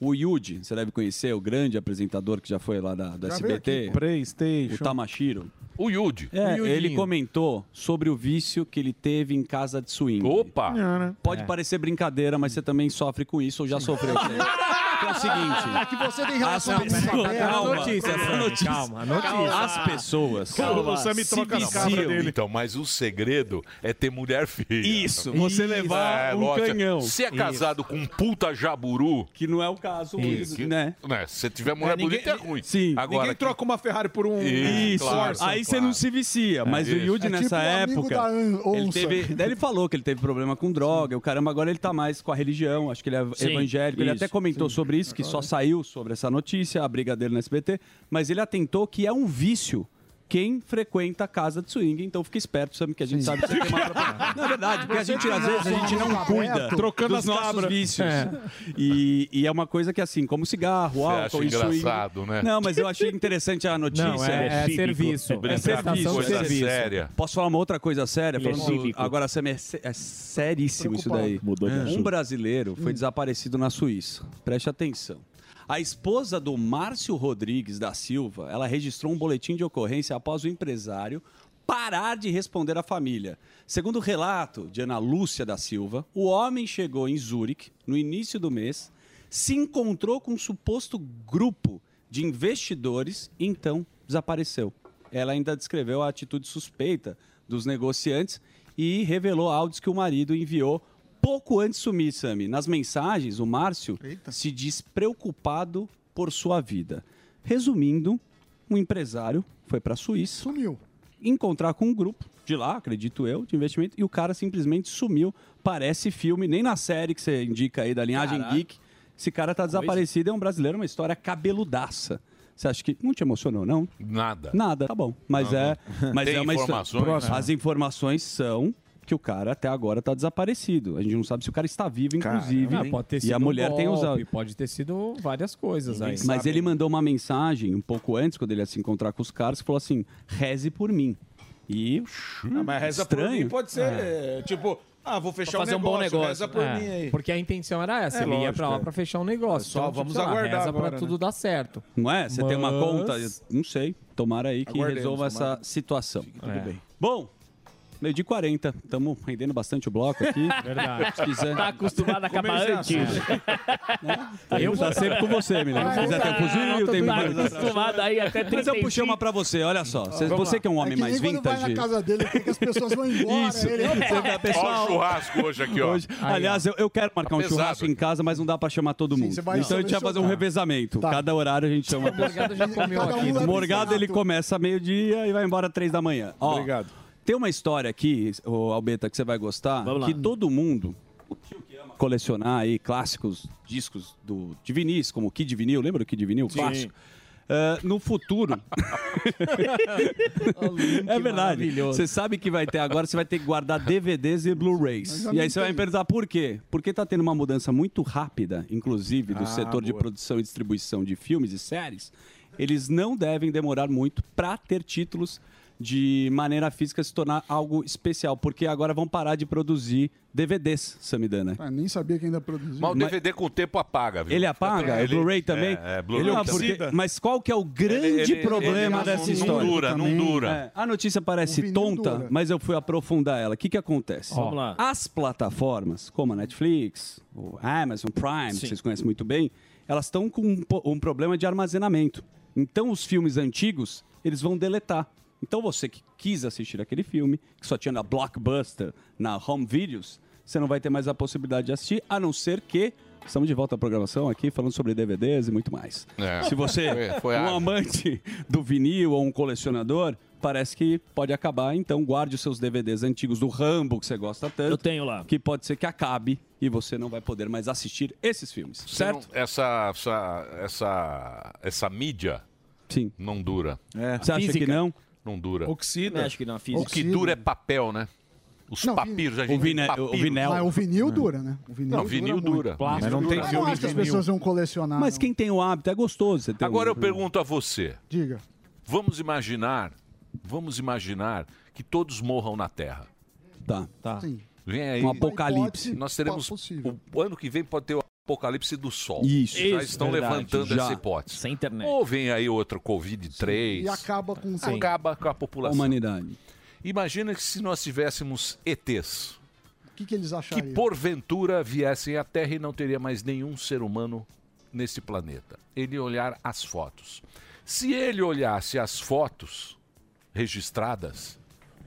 o Yuji, você deve conhecer, o grande apresentador que já foi lá da, do
Já veio
SBT.
aqui. PlayStation.
O Tamashiro.
O Yuji.
É,
O Yudinho.
ele *laughs* comentou sobre o vício que ele teve em casa de swing.
Opa!
né? É.
Pode parecer brincadeira, mas você também sofre com isso ou já sofreu com
*laughs*
isso. Que é o seguinte.
Ah,
É que você
Ah,
tem relação
As pessoas-
com a
É
terra.
Calma,
Notícia,
calma,
Sam,
notícia.
calma, notícia.
Calma.
Ah,
As pessoas
Calma,
se viciam.
Então, mas o segredo é ter mulher feia.
Isso, você levar um canhão.
Se é
Isso.
casado com um puta jaburu...
Que não é o caso,
Isso.
né?
né? Se você tiver mulher
É, ninguém-
bonita, é ruim.
Sim.
Agora,
Ninguém troca uma Ferrari por um...
Isso,
claro,
aí você
claro.
não se vicia. Mas
É
o
isso.
Yudi,
É tipo
nessa
o amigo
época.
da an-
ele
onça.
teve- daí ele falou que ele teve problema com droga. O caramba, agora ele tá mais com a religião. Acho que ele é
Sim,
evangélico. Ele
isso,
até comentou sobre isso, que só saiu sobre essa notícia, a briga dele no SBT. Mas ele atentou que é um vício. Quem frequenta a casa de swing, então fica esperto, sabe que a gente sabe que você tem uma
*laughs*
*laughs* propaganda. Não é verdade, porque a gente às vezes a gente não cuida
Trocando
dos
as
nossos
cabras.
vícios.
É.
E, e é uma coisa que assim, como cigarro,
Você
álcool,
acha
isso e-
engraçado, né?
Não, mas eu achei interessante a notícia.
Não, é- é
cívico.
serviço.
É
Prestação de
serviço.
Coisa serviço. séria.
Posso falar uma outra coisa séria?
Ele é
Falando do-
cívico.
agora, Sam, é, sé- é seríssimo isso daí.
Mudou de
É.
assunto.
um brasileiro foi
Hum.
desaparecido na Suíça. Preste atenção. A esposa do Márcio Rodrigues da Silva, ela registrou um boletim de ocorrência após o empresário parar de responder à família. Segundo o relato de Ana Lúcia da Silva, o homem chegou em Zurique no início do mês, se encontrou com um suposto grupo de investidores e então desapareceu. Ela ainda descreveu a atitude suspeita dos negociantes e revelou áudios que o marido enviou pouco antes de sumir, Sami. Nas mensagens, o Márcio se diz preocupado por sua vida. Resumindo, um empresário foi para a Suíça.
Sumiu.
Encontrar com um grupo de lá, acredito eu, de investimento, e o cara simplesmente sumiu. Parece filme, nem na série que você indica aí da linhagem
Caraca.
geek. Esse cara tá desaparecido, é um brasileiro, uma história cabeludaça. Você acha que não te emocionou, não?
Nada.
Nada, tá bom. Mas
Não,
é,
não.
mas
Tem
é uma histó-
informações?
Próximo. As informações são que o cara até agora tá desaparecido. A gente não sabe se o cara está vivo, inclusive.
né?
Ah, pode ter
e
sido
a
um
mulher tem os
golpe,
áudios.
Pode ter sido várias coisas aí.
Mas ele mandou uma mensagem um pouco antes, quando ele ia se encontrar com os caras, que falou assim: reze por mim. E.
Ah, mas reza por
Estranho.
mim pode ser, é, tipo, ah, vou
Tá
fechar o negócio, reza por
É,
mim aí.
Porque a intenção era essa,
É,
ele ia
lógico,
pra lá
é.
pra fechar um negócio.
Só vamos
sei lá,
aguardar
Reza
agora,
pra
né?
tudo dar certo.
Não é? Você tem uma
Mas-
conta? Eu Não sei. Tomara aí que
Aguardemos,
resolva
tomara.
essa situação.
tudo É. bem.
Bom. Meio de 40, estamos rendendo bastante o bloco aqui.
Verdade.
Se quiser-
Tá acostumado a acabar antes.
Tá, Eu vou estar
*laughs*
sempre com você, Milena. Se quiser ter um fuzil, tem
Tá
mais.
acostumado aí até
Mas eu puxei uma pra você, olha só. Você,
vamos
você que é um homem
que
mais
nem quando vai
vintage.
na casa dele, porque as pessoas vão embora.
*laughs* Isso.
Ele,
Você vai, é pessoal.
Olha o churrasco hoje aqui, ó.
Hoje- aliás, eu, eu quero marcar
Tá
um
pesado
churrasco
aqui.
em casa, mas não dá pra chamar todo mundo.
você vai
então a gente vai fazer um
selecionar.
revezamento. Cada horário a gente chama. a
O Morgado
pessoa.
já comeu Cada um aqui, leva
O
um
Morgado ele
prato.
começa meio-dia e vai embora três da manhã. Ó,
Obrigado.
Tem uma história aqui, ô, Albeta, que você vai gostar,
Vamos lá.
que todo mundo colecionar aí clássicos discos do, de vinis, como o Kid Vinil, lembra do Kid Vinil?
Sim.
Clássico. Ah, no futuro.
*laughs*
é verdade.
maravilhoso.
Você sabe que vai ter agora, você vai ter que guardar DVDs e Blu-rays.
Mas já
E
não
aí você vai me
tem.
perguntar por quê? Porque tá tendo uma mudança muito rápida, inclusive, do
Ah,
setor de
boa.
produção e distribuição de filmes e séries. Eles não devem demorar muito para ter títulos de maneira física se tornar algo especial, porque agora vão parar de produzir DVDs, Samidana.
Ah, nem sabia que ainda produziu.
Mas o DVD com o tempo apaga, viu?
Ele apaga? É
Ele-
Blu-ray também?
É, é
Ele
Blu-ray
não,
também.
porque- Mas qual que é o grande
Ele- ele- ele
problema
não-
dessa
não
história?
dura, não dura.
É, a notícia parece tonta,
dura.
mas eu fui aprofundar ela. O que que acontece?
Vamos lá.
As plataformas, como a Netflix, o Amazon Prime, que
Sim.
vocês conhecem muito bem, elas estão com um, po- um problema de armazenamento. Então, os filmes antigos, eles vão deletar. Então, você que quis assistir aquele filme, que só tinha na Blockbuster, na Home Videos, você não vai ter mais a possibilidade de assistir, a não ser que... Estamos de volta à programação aqui, falando sobre DVDs e muito mais.
É.
Se você
*laughs* Foi- foi
é um
ágil.
amante do vinil ou um colecionador, parece que pode acabar, então guarde os seus DVDs antigos do Rambo que você gosta tanto. Eu tenho lá. Que pode ser que acabe e você não vai poder mais assistir esses filmes, certo?
Não- Essa, essa, essa, essa mídia
Sim.
não dura.
É. Você acha que não?
Não dura.
Oxida. Eu acho que não, a física.
O que
Oxida.
dura é papel, né? Os
Não,
papiros, a gente
O vine-
papiro.
o vinel. É.
Mas o vinil dura, né? O vinil
Não, vinil
muito.
dura. Plástico Mas não dura tem muito.
Eu não
filme
acho que as
vinil.
pessoas vão colecionar.
Mas quem tem o hábito é gostoso. Você tem
Agora
um-
eu pergunto a você.
Diga.
Vamos imaginar, vamos imaginar que todos morram na Terra.
Tá.
Tá.
Sim.
Vem aí.
Um apocalipse.
Nós teremos o ano que vem pode ter o apocalipse do sol.
Isso.
Já
Isso,
estão
verdade,
levantando
já.
essa hipótese. Sem internet. Ou vem aí outro COVID 3.
E acaba com tudo.
Acaba com a população.
Humanidade.
Imagina que se nós tivéssemos ETs
O que, que eles
que
achariam?
porventura viessem à Terra e não teria mais nenhum ser humano nesse planeta. Ele ia olhar as fotos. Se ele olhasse as fotos registradas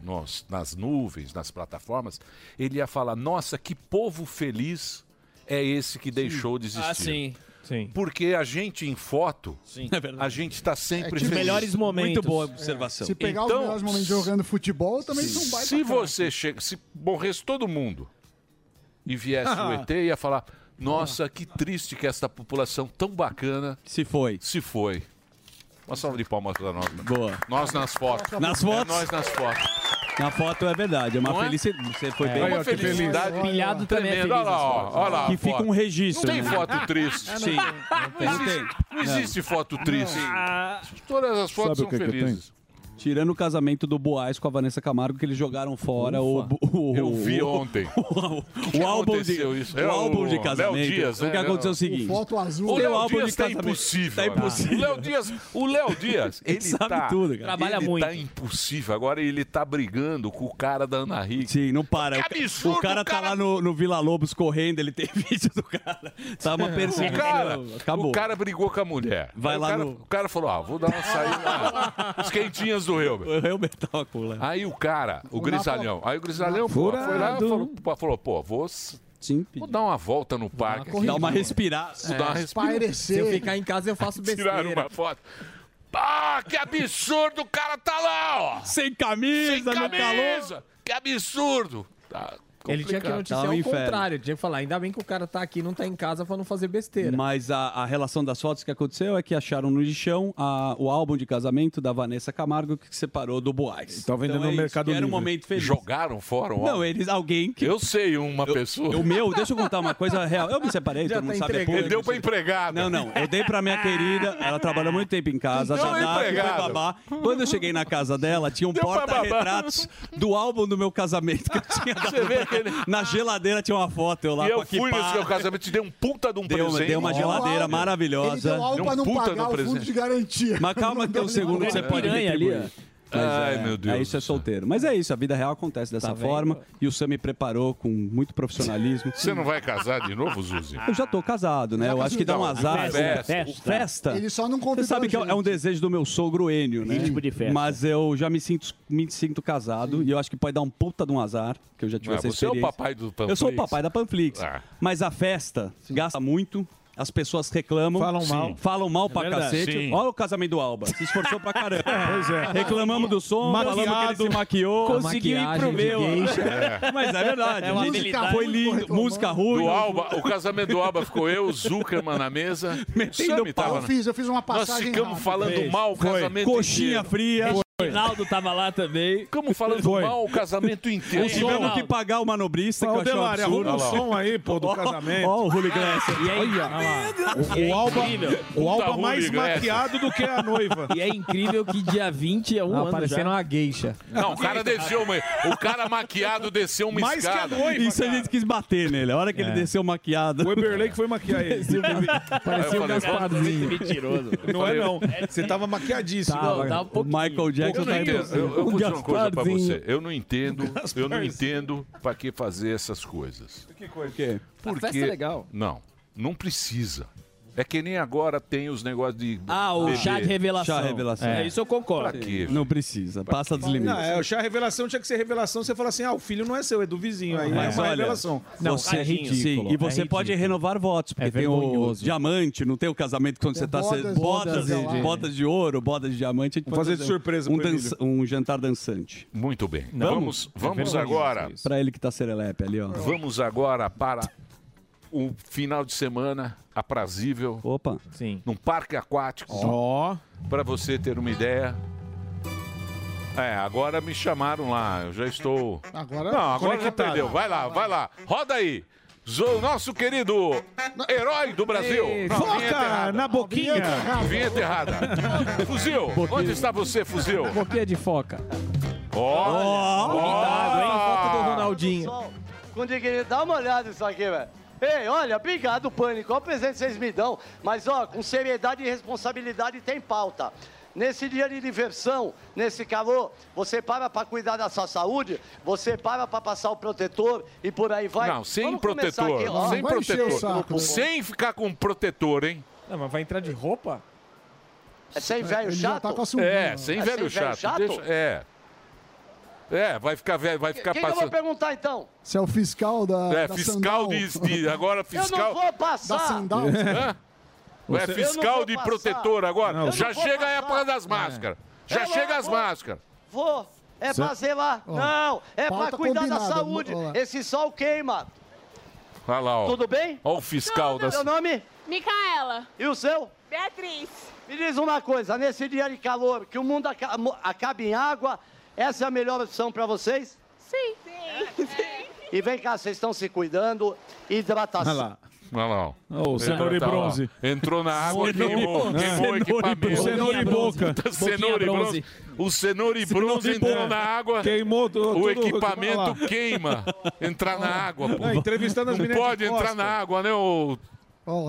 nos- nas nuvens, nas plataformas, ele ia falar: Nossa, que povo feliz é esse que deixou de existir.
Ah, sim.
Sim.
Porque a gente em foto,
É
a gente está sempre
tipo,
feliz. Então,
melhores momentos. Muito boa
observação.
Se pegar os melhores momentos jogando futebol, também são baita
Se
craque.
você chega, se morresse todo mundo e viesse o
*laughs* Ah.
ET, ia falar: Nossa, que triste que esta população tão bacana
se foi.
Se foi. Uma salva de palmas para nós. né?
Boa.
Nós nas fotos.
Nas
É
fotos?
nós nas fotos.
Na foto é verdade, é uma
Não é?
felicidade. Você foi
É
bem
uma felicidade.
Pilhado também é
Tremendo.
feliz
Olha lá,
nas
ó,
fotos.
olha lá. a
Que fica
foto.
um registro,
Não tem
né? *laughs*
foto triste.
É, não Sim. tem.
Não,
Não
existe
tem.
foto triste.
Não.
Todas as fotos
Sabe o
são
que que eu
felizes.
Tirando o casamento do Boaz com a Vanessa Camargo, que eles jogaram fora o, o-
Eu vi ontem.
*laughs* o álbum de,
aconteceu isso?
o
É o
álbum de
Léo
casamento.
Dias,
o que
né?
aconteceu é o seguinte.
Foto azul.
O
Tem um
Léo
álbum
Dias
de
tá
casamento.
impossível.
Tá
cara.
impossível.
O Léo Dias, o Léo
*laughs*
Dias,
*laughs*
ele,
Ele sabe
tá,
tudo, cara. Trabalha
ele
muito.
tá impossível. Agora ele tá brigando com o cara da Ana Hick.
Sim, não para.
Que absurdo,
o cara, tá lá no, no Vila Lobos correndo, ele tem *laughs* vídeo do cara. Tá uma
*laughs* o
perseguição.
cara,
Acabou.
o cara brigou com a mulher.
Vai
Aí o
lá
cara-
no-
O cara falou, ah, vou dar uma
*laughs*
saída. As quentinhas do Helber.
O Helber tava com lá.
Aí o cara, o, grisalhão. Aí o grisalhão pô,
Furado.
foi lá e falou, pô, falou, pô, vou... s- Vou dar uma volta no parque. aqui.
Dá uma respirada.
É.
é.
Vou dar uma respirada.
Se eu ficar em casa, eu
*laughs*
faço besteira.
Tiraram uma foto. Ah, que absurdo, o cara tá lá, ó.
Sem camisa,
Sem
no
camisa. Que absurdo. Tá
Ele tinha que
complicado.
noticiar o contrário. Tinha que falar, ainda bem que o cara tá aqui, não tá em casa pra não fazer besteira.
Mas a, a relação das fotos que aconteceu é que acharam no lixão a- o álbum de casamento da Vanessa Camargo que se separou do Boaz. Estão
Então vendendo no Mercado
Era um
Livre.
momento feliz.
Jogaram fora o álbum?
Não, eles, alguém que...
Eu sei uma pessoa.
O meu, deixa eu contar uma coisa real. Eu
*laughs*
me separei,
Já
todo mundo
tá
sabe. é
entregando.
público.
Deu pra empregada.
Não, não. Eu dei pra minha querida. Ela trabalhou muito tempo em casa.
Deu
já dá, foi
Então é um empregado.
babá. Quando eu cheguei na casa dela, tinha um
Deu pra babá.
porta-retratos do álbum do meu casamento que eu tinha dado.
Você vê
pra- Na geladeira tinha uma foto eu lá
E
com
eu
a
fui no
kipá.
seu casamento e te dei um puta de um
Deu,
presente. um
deu uma geladeira
Ó,
maravilhosa.
Algo pra não pagar o fundo de garantia.
Mas calma que é o segundo que você pode retribuir. Mas,
Ai,
é,
meu Deus
Aí você é solteiro. Mas é isso, a vida real acontece dessa
Tá vendo?
forma. E o Sam me preparou com muito profissionalismo.
Você não vai casar de novo, Zuzi?
Eu já tô casado, né? Eu acho que dá um
Não,
azar.
festa.
Festa. Festa.
Ele só não
Você
convidou
sabe que é
a
um-
gente.
é um desejo do meu sogro Enio, né?
Ritmo de festa.
Mas eu já me sinto, me sinto casado e eu acho que pode dar um puta de um azar, que eu já
Ah,
tive essa
você é o
experiência.
papai do
Eu sou
Panflix?
o
Ah.
papai da Panflix. Mas a festa gasta muito, as pessoas reclamam.
Falam mal.
Falam mal pra
verdade.
cacete.
Sim.
Olha o casamento do Alba. Se esforçou pra caramba. Pois é. Reclamamos do som, falamos que ele
Maquiado.
se maquiou.
Conseguiu ir pro meu.
É. Mas é verdade.
É uma
gente.
habilidade.
foi lindo. Música ruim.
Do Alba, o casamento do Alba ficou eu, Zuckerman na mesa.
Metendo
Sammy
pau.
tava
Eu
na-
fiz, eu fiz uma
Nós
passagem.
ficamos
rápida.
falando
Fez.
mal o
Foi.
casamento
Coxinha
inteiro.
fria. Foi.
Ronaldo tava lá também.
Ficamos falando
Foi.
mal o
*laughs*
casamento inteiro.
E tivemos que pagar o manobrista, que eu achei um
Aldelar,
absurdo.
arruma um som aí, pô, do
Ó,
casamento.
Ó, o
é
Hooligan.
E aí, Olha lá. O, o Alba, o Alba mais maquiado do que a noiva.
é E é incrível que dia 20 é um
Tá
ano
parecendo
já.
uma geisha.
Não, o cara desceu uma... O cara maquiado desceu uma
Mais que a
escada.
noiva, Isso a gente quis bater nele. A hora que ele
É.
desceu maquiado.
O Eberlei que foi maquiar ele.
*laughs*
Parecia um
É
Gasparzinho.
Mentiroso.
*laughs* Não é não. Você tava maquiadíssimo. tá
Tava, tava um
o Tá, Michael Jackson
Eu, não
tá
entendo.
impossível.
Eu- eu vou dizer uma coisa pra
Um Gasparzinho.
você. Eu não entendo, eu não entendo pra que fazer essas coisas.
Que coisa? Que?
Porque...
é
Não, não precisa. É que nem agora tem os negócios de.
Ah, o
bebê.
chá de revelação. É, isso eu concordo.
Pra quê?
Não precisa. Passa dos limites.
Não, é, o chá revelação tinha que ser revelação. Você fala assim, ah, o filho não é seu, é do vizinho. Aí é
Mas
uma
olha,
revelação.
você
é
Sim, e você pode renovar votos, porque
É
tem o
vergonhoso.
diamante, não tem o casamento quando você tá
bodas,
bodas,
bodas,
bodas, de,
né?
é.
bodas de ouro, bodas de diamante. a gente
Vamos
pode
fazer de surpresa
um,
pro Emílio.
dança- um jantar dançante.
Muito bem. Vamos, vamos agora.
Pra ele que tá serelepe ali, ó.
Vamos agora para o final de semana aprazível.
Opa.
Sim. Num parque aquático. Ó. Para você ter uma ideia. É, agora me chamaram lá, eu já estou.
Agora
Não, agora já
conectado.
perdeu. Vai lá, vai lá. Roda aí. Zo- nosso querido herói do Brasil. é
Ei,
Não,
foca
vinheta errada.
na boquinha.
Vinheta errada. Vinheta errada. Fuzil, onde está você, fuzil?
Boquinha de foca.
Ó,
Cuidado, hein? Foto do Ronaldinho.
Pessoal, com dignidade, dá uma olhada nisso aqui, velho. Ei, olha, obrigado, Pânico. Olha o presente que vocês me dão. Mas, ó, com seriedade e responsabilidade tem pauta. Nesse dia de diversão, nesse calor, você para para cuidar da sua saúde, você para para passar o protetor e por aí vai.
Não, sem
Vamos começar
protetor.
aqui, ó.
sem protetor. sem ficar com protetor, hein?
Não, mas vai entrar de roupa?
É sem velho chato?
É, sem
É
velho chato. Deixa- é. É, vai ficar velho, vai ficar
Quem que eu vou
passando.
perguntar, então?
Você é o fiscal da.
É,
da
fiscal
Sandal.
de, de- Agora fiscal.
Eu não vou passar.
Da sandal.
Hã?
Você-
É
Eu
não
fiscal
vou
de
passar.
protetor agora.
Não,
Já
eu não vou
chega a
passar. É
época das máscaras. Já
Eu não
chega as
vou.
máscaras.
Vou. É
Cê-
pra zelar.
Ó,
não, é pra
pauta
cuidar da
combinada,
saúde.
ó lá.
Esse sol queima.
Olha lá, ó.
Tudo bem?
Olha o fiscal das.
Seu nome?
Micaela.
E o seu?
Beatriz.
Me diz uma coisa, nesse dia de calor, que o mundo aca- mo- acaba em água, essa é a melhor opção pra vocês?
Sim. Sim.
E vem cá, vocês estão se cuidando, hidratação.
Olha lá. Olha lá, ó.
Ô, cenoura e
Tá, ó.
bronze.
Entrou na água,
Cenoura e
queimou,
bronze.
queimou o
Cenoura e
equipamento.
boca.
Cenoura e
Boquinha
bronze.
bronze.
o cenoura e
Cenoura
bronze
e
entrando
bronze.
na água.
Queimou tu-
O
tudo-
equipamento
tudo lá.
queima. Entrar na água, pô.
Não, entrevistando as
Não
meninas de
pode entrar
costa.
na água, né, ô...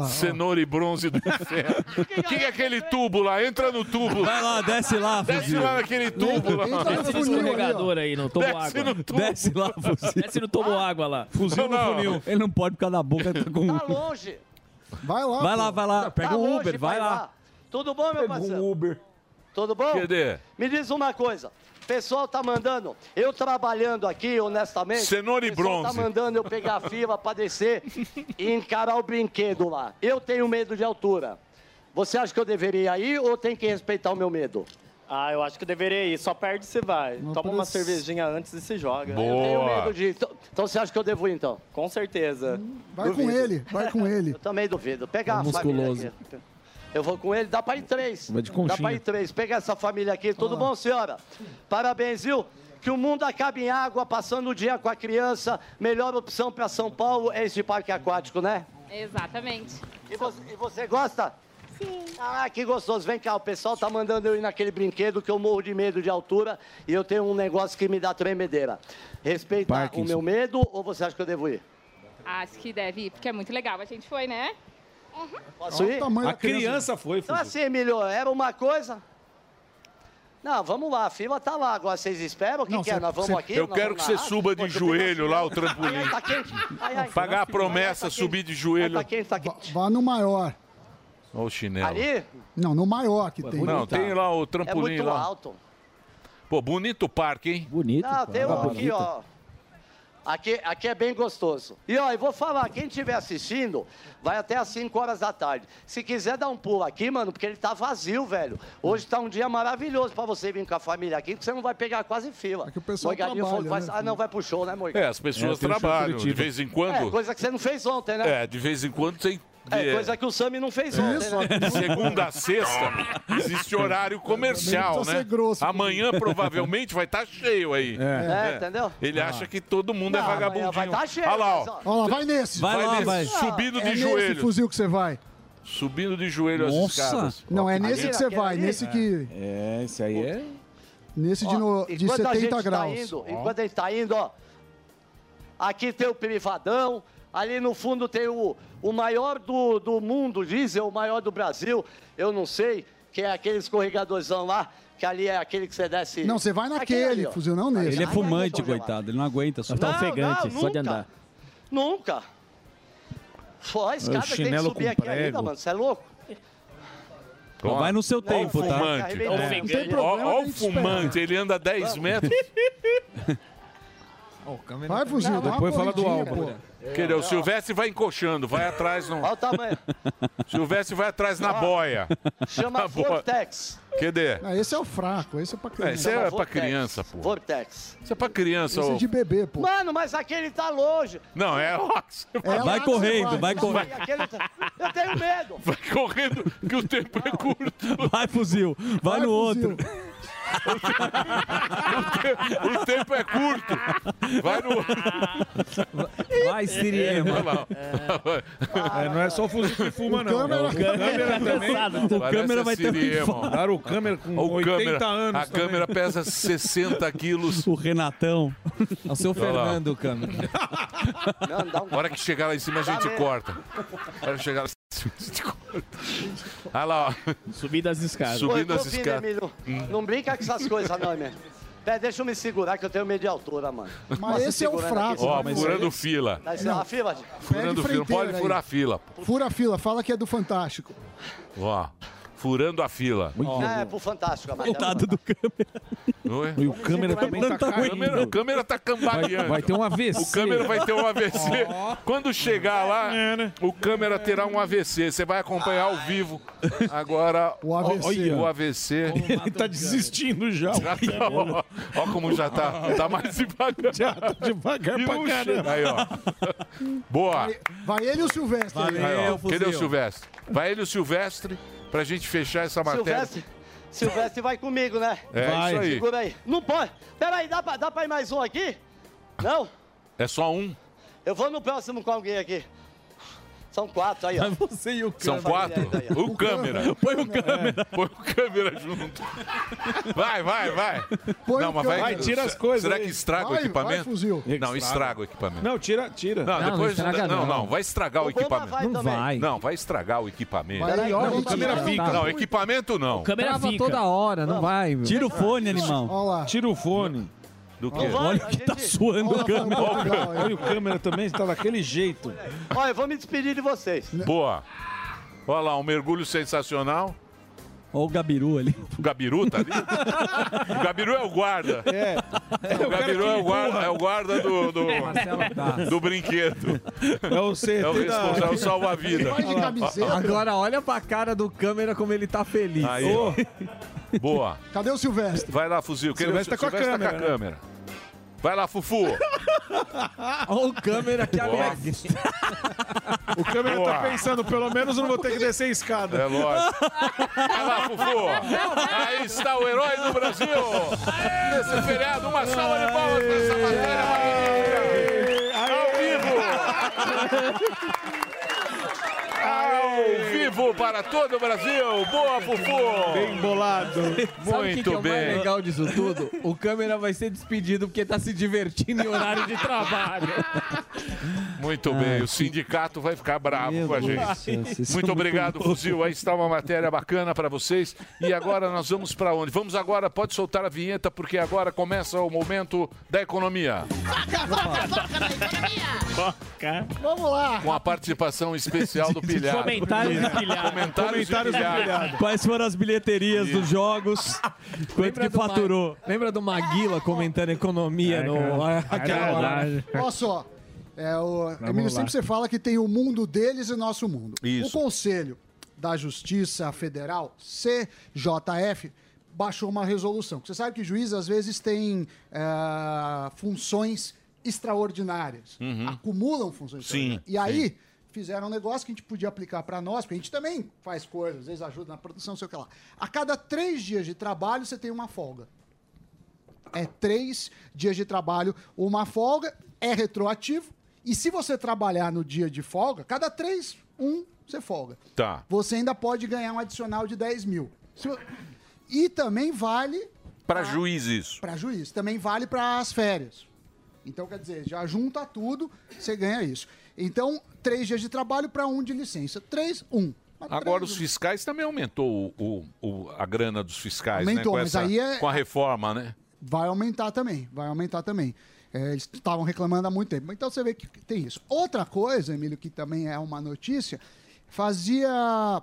Cenoura e bronze do inferno. O *laughs* que, que é aquele tubo lá? Entra no tubo.
Vai lá, desce lá,
Desce
fuzil.
lá naquele tubo lá.
Entra no Desce no funil ali, ó. escorregador aí, no tobo
Desce
água.
no tubo. *laughs*
Desce lá, fuzil. Desce no tobo água lá.
Fuzil no Não. funil.
Ele não pode ficar na boca tá com...
Tá longe.
Vai lá.
Vai lá, vai lá. um
Tá longe, Tudo bom, meu parceiro?
Uber.
Tudo bom?
Cadê?
Me diz uma coisa. O pessoal tá mandando, eu trabalhando aqui, honestamente.
Cenoura e
o pessoal
bronze.
tá mandando eu pegar a fila pra descer e encarar o brinquedo lá. Eu tenho medo de altura. Você acha que eu deveria ir ou tem que respeitar o meu medo?
Ah, eu acho que eu deveria ir. Só perde e você vai. Toma uma
parece-
cervejinha antes e se joga.
Eu tenho medo de. Então então você acha que eu devo ir, então?
Com certeza.
Hum, Vai com ele, *laughs* vai com ele.
Eu também duvido.
Tá
Pega a família aqui. Eu vou com ele, dá pra ir três.
Vai de
dá
conchinha.
pra ir três. Pega essa família aqui.
Ah.
Tudo bom, senhora? Parabéns, viu? Que o mundo acabe em água, passando o dia com a criança. Melhor opção pra São Paulo é esse parque aquático, né?
Exatamente.
E você, e você gosta? Sim. Ah, que gostoso. Vem cá, o pessoal tá mandando eu ir naquele brinquedo que eu morro de medo de altura e eu tenho um negócio que me dá tremedeira. Respeita o
Parkinson.
meu medo ou você acha que eu devo ir?
Acho que deve ir, porque é muito legal. A gente foi, né?
Posso ir?
foi,
Então assim, Emílio, era uma coisa... Não, vamos lá, a fila tá lá. Agora vocês esperam? O que,
Não,
que é?
cê-
Nós vamos
cê-
aqui?
Eu
Nós
quero
vamos
que
na
você
água?
suba de joelho lá, o
Ai, ai,
trampolim.
tá quente. Ai, ai.
Pagar a promessa, subir de joelho.
Tá quente, tá quente.
Vá no maior.
Olha o chinelo.
Ali?
Não, no maior
é
que tem.
Não,
tá.
tem lá o trampolim
É muito
lá.
alto.
Pô, bonito o parque, hein?
Bonito.
Não,
Tá
tem um aqui, ó. Aqui, aqui é bem gostoso. E ó, eu vou falar, quem estiver assistindo, vai até às 5 horas da tarde. Se quiser dar um pulo aqui, mano, porque ele tá vazio, velho. Hoje tá um dia maravilhoso pra você vir com a família aqui, que você não vai pegar quase fila. que o
pessoal trabalha,
vai,
né,
Ah, não, vai pro show, né, Morgan?
É, as pessoas É, tem show trabalham, de vez em quando.
É, coisa que você não fez ontem, né?
É, de vez em quando tem. é,
É, coisa que o Sami não fez ontem, né?
De segunda a sexta existe horário comercial,
Também não precisa
né?
ser grosso,
Amanhã
porque-
provavelmente vai estar cheio aí. Né?
É. É, entendeu?
Ele
Ah.
acha que todo mundo é
Não, amanhã
vagabundinho.
vai tá cheio,
Olha lá,
mas, ó.
ó.
Olha lá, vai nesse.
Vai Vai lá, nesse, vai. subido de
é Nesse
joelho.
fuzil que você vai.
Subindo de joelho as
Nossa.
escadas.
Não, é
Ó,
nesse que você
aquele-
vai,
aquele
nesse
ali.
que.
né?
É, esse aí é.
Nesse de, no, de
enquanto a
70
gente
graus.
Tá indo,
Ó.
enquanto a gente tá indo, ó. Aqui tem o privadão. Ali no fundo tem o, o maior do, do mundo, dizem, o maior do Brasil. Eu não sei, que é aquele escorregadorzão lá, que ali é aquele que você desce.
Não, você vai naquele,
ali, ó.
fuzil, não nesse.
Ele é fumante, coitado. Ele não aguenta.
Tá
Só
Não, não, nunca. Nunca. Só a escada tem que
chinelo
subir
com
aqui
prego.
ainda, mano. Você é louco?
Então vai no seu
Não,
tempo, tá?
Fumante.
É Não tem
Olha
problema,
é, o
tem que
fumante, ele anda 10 metros.
Vai, fuzil, dá uma
Depois fala do
corridinha,
álbum.
pô.
Quer dizer, o Silvestre vai encoxando, vai atrás no. Olha
É, o tamanho.
*laughs* Silvestre vai atrás na
Ó,
boia.
chama
Na boia.
Vortex.
Cadê?
Ah, esse é o fraco, esse é pra
É,
criança.
isso é pra criança, pô.
Vortex.
Isso é pra criança,
Esse
ô.
é de bebê, pô.
Mano, mas aquele tá longe.
Não, é Rox.
É Vai Rox, correndo, vai. vai correndo.
Aquele tá- Eu tenho medo.
Vai correndo, que o tempo é curto.
Vai, fuzil. Vai, no outro.
O tempo é curto. Vai no.
Vai, Siriema.
Olha lá, ó.
É, não é só o fuzil que fuma,
é O
não.
câmera- É
O câmera também.
O Parece câmera vai ter um Siriema. infarto.
Cara, o câmera com
Ó, o
80
câmera-
anos.
a câmera pesa
*laughs*
60 quilos.
O Renatão. É
O seu
Olha lá.
Fernando, câmera.
um
A hora que chegar lá em cima, a gente
*laughs*
corta. A hora que chegar lá em cima, a gente corta. Olha lá, ó.
Subindo as escadas.
Subindo
Ô, eu
as
tô vindo,
escadas.
Emílio.
Hum.
Não brinca com essas coisas, não, meu. Pé, deixa eu me segurar que eu tenho medo de altura, mano. Nossa,
esse é o
segurando
fraco,
aqui.
Ó,
mas
furando
aí-
fila.
Mas é uma fila, gente.
Furando fila. Não pode
fronteira aí.
furar a fila. pô.
Fura a fila, fala que é do Fantástico.
Ó, furando a fila.
Ah, é pro Fantástico. a matéria.
do
câmera.
E o câmera
também
tá
tá
caindo.
caindo.
O câmera tá cambaleando.
Vai- vai ter um AVC.
O câmera vai ter um AVC. Quando chegar lá,
É, né?
o câmera terá um AVC. Você vai acompanhar ao vivo.
*laughs*
Agora,
o AVC.
o AVC.
Ele tá desistindo já.
Já tá, ó, ó como já tá. Tá mais devagar.
Já tá devagar pra caramba.
Aí, ó. Boa.
Vai ele e o Silvestre.
Aí, ó. Cadê o Silvestre? Vai ele e o Silvestre pra gente fechar essa matéria.
Silvestre, Silvestre vai comigo, né?
É, Vai. isso aí.
Segura aí. Não pode. Peraí, dá pra, dá pra ir mais um aqui? Não?
É só um?
Eu vou no próximo com alguém aqui. São quatro, aí, ó.
Mas
você e o
São quatro? O câmera. Põe o câmera. Põe o câmera junto. *laughs* Vai, vai, vai.
Põe o câmera. Vai, tira as coisas
Será
aí.
que estraga o
Vai, vai,
equipamento?
fuzil.
Não, estraga o equipamento.
Não, tira, tira.
Não, depois. Não, não,
não.
vai estragar o,
O Obama
equipamento.
vai Não também. vai.
Não, vai estragar o equipamento.
Vai, olha,
não,
o câmera fica.
Não, equipamento não.
Trava toda hora, não vai. meu.
Tira o fone, animal.
Olha lá. Tira o fone.
Do
quê?
Olha que tá suando o câmera. Olha o câmera também, tá daquele jeito.
Olha, eu vou me despedir de vocês.
Boa. Olha lá, um mergulho sensacional.
Olha o Gabiru ali.
O Gabiru tá ali? o Gabiru é o guarda. É. o Gabiru é o guarda, é o guarda do, do, do brinquedo.
É o
É o responsável, é o salva-vida.
Agora olha pra cara do câmera como ele tá feliz.
Aí, ó. Boa.
Cadê o Silvestre?
Vai lá, fuzil. Quero
Silvestre
ver-
tá com a
Silvestre tá
câmera,
câmera. Vai lá, Fufu.
*laughs* Olha o câmera que
Boa.
alegre.
O câmera
Boa.
tá pensando, pelo menos eu não vou ter que descer a escada.
É lógico. Vai lá, Fufu. Aí está o herói do Brasil. Nesse feriado, uma salva de palmas pra essa matéria magnífica. Ao vivo. Ao vivo para todo o Brasil. Boa, Fufu.
Bem
bolado.
Sabe o que, que é
Muito
o mais
bem.
legal disso tudo? O câmera vai ser despedido porque tá se divertindo em horário de trabalho.
Muito bem, o sindicato vai ficar bravo com a
Ah, Deus do
gente.
céu, vocês são
Muito
muito
obrigado, Fuzil. Aí está uma matéria bacana para vocês. E agora nós vamos para onde? Vamos agora, pode soltar a vinheta, porque agora começa o momento da economia.
Vamos lá.
Com a participação especial do Pilhado.
*laughs* Comentários do Pilhado.
Comentários do
Comentários do
Pilhado.
Quais foram as bilheterias
*laughs*
dos jogos? Quanto que
do Ma-
faturou?
Lembra do Maguila comentando economia no.
É
aquela hora?
Olha só. É, o Emílio,
lá.
sempre você fala que tem o mundo deles e nosso mundo.
Isso.
O Conselho da Justiça Federal, CJF, baixou uma resolução. Você sabe que juiz às vezes tem ah, funções extraordinárias.
Uhum.
Acumulam funções
Sim,
extraordinárias. E aí
sim.
fizeram um negócio que a gente podia aplicar para nós, porque a gente também faz coisas, às vezes ajuda na produção, sei o que lá. A cada três dias de trabalho, você tem uma folga é três dias de trabalho, uma folga, é retroativo. E se você trabalhar no dia de folga, cada três, um, você folga.
Tá.
Você ainda pode ganhar um adicional de 10 mil. Se vo- E também vale
Para juiz isso.
para juiz, também vale para as férias. Então, quer dizer, já junta tudo, você ganha isso. Então, três dias de trabalho para um de licença. Três, um. Mas
Agora os fiscais também aumentou o, o- o- a grana dos fiscais, né?
Aumentou,
Com,
mas aí é-
com a reforma, né?
Vai aumentar também, vai aumentar também. É, eles estavam reclamando há muito tempo. Então você vê que tem isso. Outra coisa, Emílio, que também é uma notícia, fazia